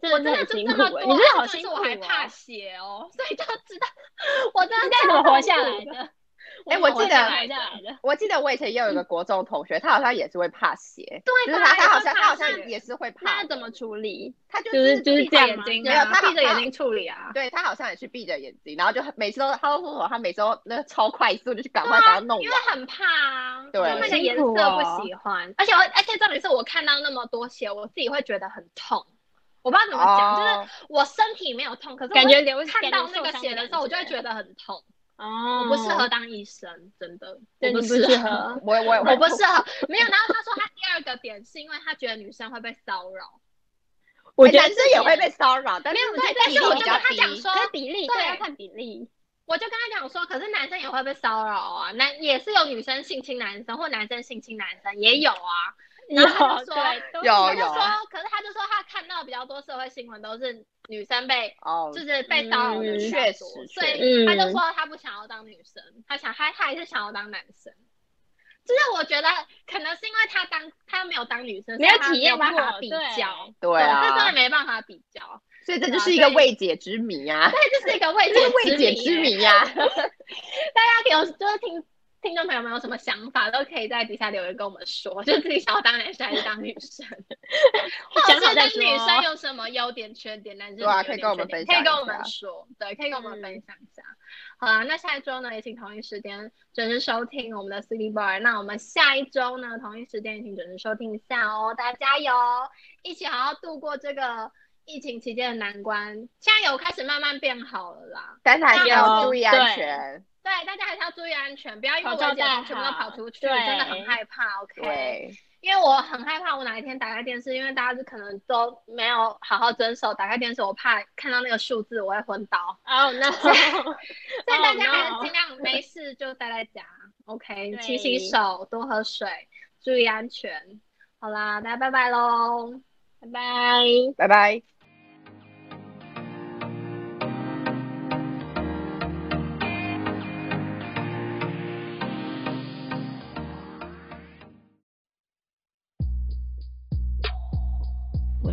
[SPEAKER 3] 真
[SPEAKER 1] 我真
[SPEAKER 3] 的
[SPEAKER 1] 的
[SPEAKER 3] 很
[SPEAKER 1] 就
[SPEAKER 3] 辛
[SPEAKER 1] 这
[SPEAKER 3] 苦
[SPEAKER 1] 么
[SPEAKER 3] 欸，
[SPEAKER 1] 多，
[SPEAKER 3] 你真的好
[SPEAKER 1] 但是
[SPEAKER 3] 辛苦
[SPEAKER 1] 我还
[SPEAKER 3] 哦
[SPEAKER 1] 怕血哦，所以就知道我真
[SPEAKER 3] 是
[SPEAKER 1] 的
[SPEAKER 3] 该怎么活下来的？
[SPEAKER 2] 哎
[SPEAKER 3] 是
[SPEAKER 2] 我
[SPEAKER 3] 活
[SPEAKER 2] 记
[SPEAKER 3] 下
[SPEAKER 2] 得
[SPEAKER 3] 来的，
[SPEAKER 2] 我记得我以前也有一个国中同学，他好像也是会怕血，就
[SPEAKER 1] 对
[SPEAKER 2] 是
[SPEAKER 1] 吧？
[SPEAKER 2] 他他好
[SPEAKER 1] 也
[SPEAKER 2] 像
[SPEAKER 1] 会
[SPEAKER 2] 他好
[SPEAKER 1] 怕血
[SPEAKER 2] 像也是会怕
[SPEAKER 3] 那
[SPEAKER 2] 的，
[SPEAKER 3] 怎么处理？
[SPEAKER 2] 他就
[SPEAKER 3] 就是
[SPEAKER 2] 是
[SPEAKER 3] 就是
[SPEAKER 1] 闭着
[SPEAKER 3] 这样
[SPEAKER 1] 眼
[SPEAKER 3] 吗
[SPEAKER 1] 睛
[SPEAKER 2] 没有
[SPEAKER 1] 啊，
[SPEAKER 2] 他
[SPEAKER 1] 闭着
[SPEAKER 2] 他
[SPEAKER 1] 眼睛处理啊。
[SPEAKER 2] 对他好像也是闭着眼睛，然后就每次都他都说他每次都那个超快速，就去赶快把它弄
[SPEAKER 1] 啊因
[SPEAKER 2] 完
[SPEAKER 1] 为。很怕啊，
[SPEAKER 2] 对
[SPEAKER 1] 就那个颜色
[SPEAKER 3] 哦
[SPEAKER 1] 不喜欢，而且我而且重点是我看到那么多血，我自己会觉得很痛，我不知道怎么讲，就是
[SPEAKER 2] 是
[SPEAKER 1] 我身体没有痛，可是我
[SPEAKER 3] 感觉流
[SPEAKER 1] 看到那个血的
[SPEAKER 3] 的
[SPEAKER 1] 时候，我就会觉得很痛，
[SPEAKER 3] 哦，
[SPEAKER 1] 我不适合，当医生，真的，
[SPEAKER 3] 对，
[SPEAKER 1] 我
[SPEAKER 3] 你
[SPEAKER 1] 不
[SPEAKER 3] 不
[SPEAKER 1] 适
[SPEAKER 3] 适
[SPEAKER 1] 合。
[SPEAKER 3] 合。
[SPEAKER 2] 我我
[SPEAKER 1] 我不适合，没有。然后他说他第二个点是因为他觉得女生会被骚扰，
[SPEAKER 3] 我
[SPEAKER 2] 哎
[SPEAKER 3] 觉得
[SPEAKER 2] 男生也会被骚扰，但
[SPEAKER 1] 没有
[SPEAKER 2] 是
[SPEAKER 1] 对。但
[SPEAKER 2] 比
[SPEAKER 1] 是我
[SPEAKER 2] 例比
[SPEAKER 1] 就
[SPEAKER 2] 较
[SPEAKER 1] 跟他讲
[SPEAKER 2] 低。
[SPEAKER 1] 说，
[SPEAKER 3] 跟比例
[SPEAKER 1] 对
[SPEAKER 3] 对要看比例，
[SPEAKER 1] 我就跟他讲说，可是男生也会被骚扰啊，男也是有女生性侵男生或男生性侵男生也有啊。
[SPEAKER 3] 有
[SPEAKER 1] 然后他就说
[SPEAKER 3] 对都
[SPEAKER 2] 有
[SPEAKER 1] 他就
[SPEAKER 2] 有
[SPEAKER 1] 说，可是他就说他看到比较多社会新闻都是女生被
[SPEAKER 2] 哦
[SPEAKER 1] 就，是被骚扰的
[SPEAKER 3] 嗯
[SPEAKER 1] 比较
[SPEAKER 2] 确
[SPEAKER 1] 多
[SPEAKER 2] 实
[SPEAKER 1] 所
[SPEAKER 3] 确
[SPEAKER 1] 以他就
[SPEAKER 3] 实
[SPEAKER 1] 说他不想要当女生，他想他他还是想要当男生。就是我觉得可能是因为他当他没有当女生，
[SPEAKER 3] 没有
[SPEAKER 1] 所以他
[SPEAKER 3] 体验
[SPEAKER 1] 没有办法
[SPEAKER 3] 过
[SPEAKER 1] 比
[SPEAKER 3] 对
[SPEAKER 1] 较，
[SPEAKER 2] 对
[SPEAKER 1] 这真的
[SPEAKER 2] 啊，
[SPEAKER 1] 没办法比较，
[SPEAKER 2] 所以这
[SPEAKER 1] 对
[SPEAKER 2] 就
[SPEAKER 1] 啊
[SPEAKER 2] 是一个
[SPEAKER 1] 所以
[SPEAKER 2] 未解之谜啊，
[SPEAKER 1] 对，这是一个未
[SPEAKER 2] 这是
[SPEAKER 1] 解啊
[SPEAKER 2] 未解之啊
[SPEAKER 1] 谜耶。
[SPEAKER 2] 谜呀。
[SPEAKER 1] 大家有就是听听众朋友们有什么想法，都可以在底下留言跟我们说， 就自己想要当男生还是当女 生，或者
[SPEAKER 3] 想
[SPEAKER 1] 是当
[SPEAKER 3] 好再
[SPEAKER 1] 女
[SPEAKER 3] 说
[SPEAKER 1] 生有什么优点、缺点，男生有
[SPEAKER 2] 哦对啊
[SPEAKER 1] 优
[SPEAKER 2] 可以
[SPEAKER 1] 点
[SPEAKER 2] 跟我们
[SPEAKER 1] 缺点可以
[SPEAKER 2] 分享
[SPEAKER 1] 跟
[SPEAKER 2] 一
[SPEAKER 1] 我们
[SPEAKER 2] 下
[SPEAKER 1] 说，对，可以跟我们
[SPEAKER 3] 嗯
[SPEAKER 1] 分享一下。好啦，那下一周呢，也请同一时间准时收听我们的 City Bar。那我们下一周呢，同一时间也请准时收听一下哦，大家加油，一起好好度过这个疫情期间的难关。现在有开始慢慢变好了啦。
[SPEAKER 2] 但是还
[SPEAKER 1] 啊
[SPEAKER 2] 是要
[SPEAKER 3] 有
[SPEAKER 2] 注意
[SPEAKER 3] 对
[SPEAKER 2] 安全。
[SPEAKER 1] 对，大家还是要注意安全，不要因为
[SPEAKER 3] 口
[SPEAKER 1] 我
[SPEAKER 3] 罩
[SPEAKER 1] 解
[SPEAKER 3] 戴
[SPEAKER 1] 封全部都跑
[SPEAKER 3] 好
[SPEAKER 1] 出去，
[SPEAKER 3] 对
[SPEAKER 1] 真的很害怕。OK，
[SPEAKER 2] 对，
[SPEAKER 1] 因为我很害怕我哪一天打开电视，因为大家是可能都没有好好遵守，打开电视我怕看到那个数字我会昏倒，
[SPEAKER 3] 哦 no，
[SPEAKER 1] 所以大家 还
[SPEAKER 3] Oh,
[SPEAKER 1] 是
[SPEAKER 3] no
[SPEAKER 1] 尽量没事就待在家。OK，
[SPEAKER 3] 对
[SPEAKER 1] 勤洗手，多喝水，注意安全。好啦，大家拜拜喽。
[SPEAKER 3] 拜拜。
[SPEAKER 2] 拜拜。
[SPEAKER 4] 我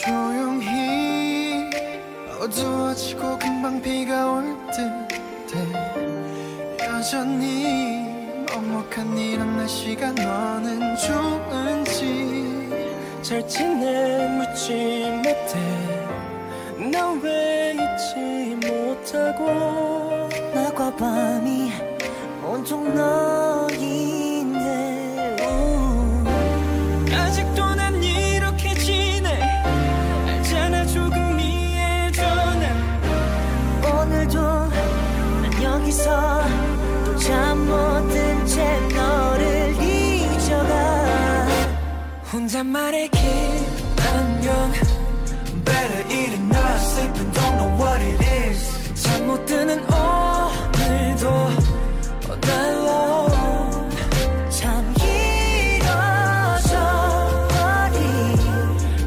[SPEAKER 5] 조용히 어두워지고 금방 비가 올 듯해 여전히 먹먹한 이런 날씨가 너는 좋은지 잘 지내 묻지 못해 나 왜 잊지 못하고
[SPEAKER 6] 낮과 밤이 온통 너인데
[SPEAKER 5] 아직도 난 이렇게 지내 알잖아 조금 이해해줘 난
[SPEAKER 6] 오늘도 난 여기서 또 잠 못 든 채 너를 잊어가
[SPEAKER 5] 혼잣말의 길 안녕 Better eating not sleeping don't know what it is 잠 못 드는 오늘도 어, all night long
[SPEAKER 6] 참 길어져버린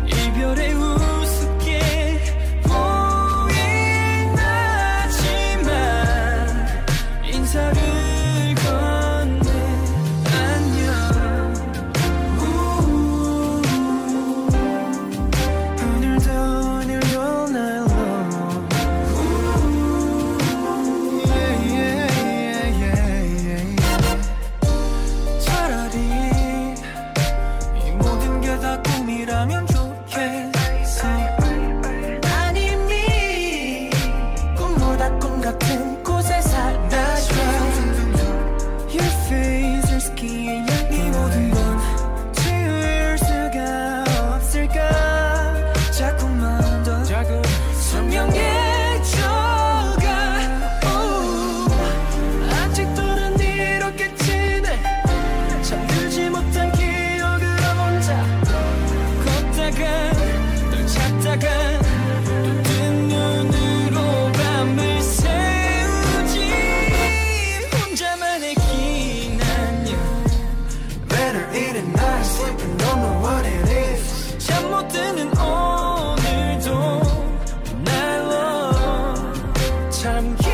[SPEAKER 5] 이별에 우습게 보인 나지만 인사를 건네 안녕 우 오늘도 오늘도 날 long 우 yeah yeah yeah yeah yeah 차라리 이 모든 게 다 꿈이라면 좋겠어
[SPEAKER 6] 아님이 꿈보다 꿈 같은 곳에 살다
[SPEAKER 5] Your face is skin 이 모든 건 지울 수가 없을까 자꾸만 더 선명해져가 오, 아직도 난 이렇게 지내 잠들지 못한 기억을 혼자 걷다가 널 찾다가 또 뜬 눈으로 밤을 새우지 혼자만의 긴 안녕 Better eat at night sleeping don't know what it is 잠 못 드는 오늘도 날로 참 길.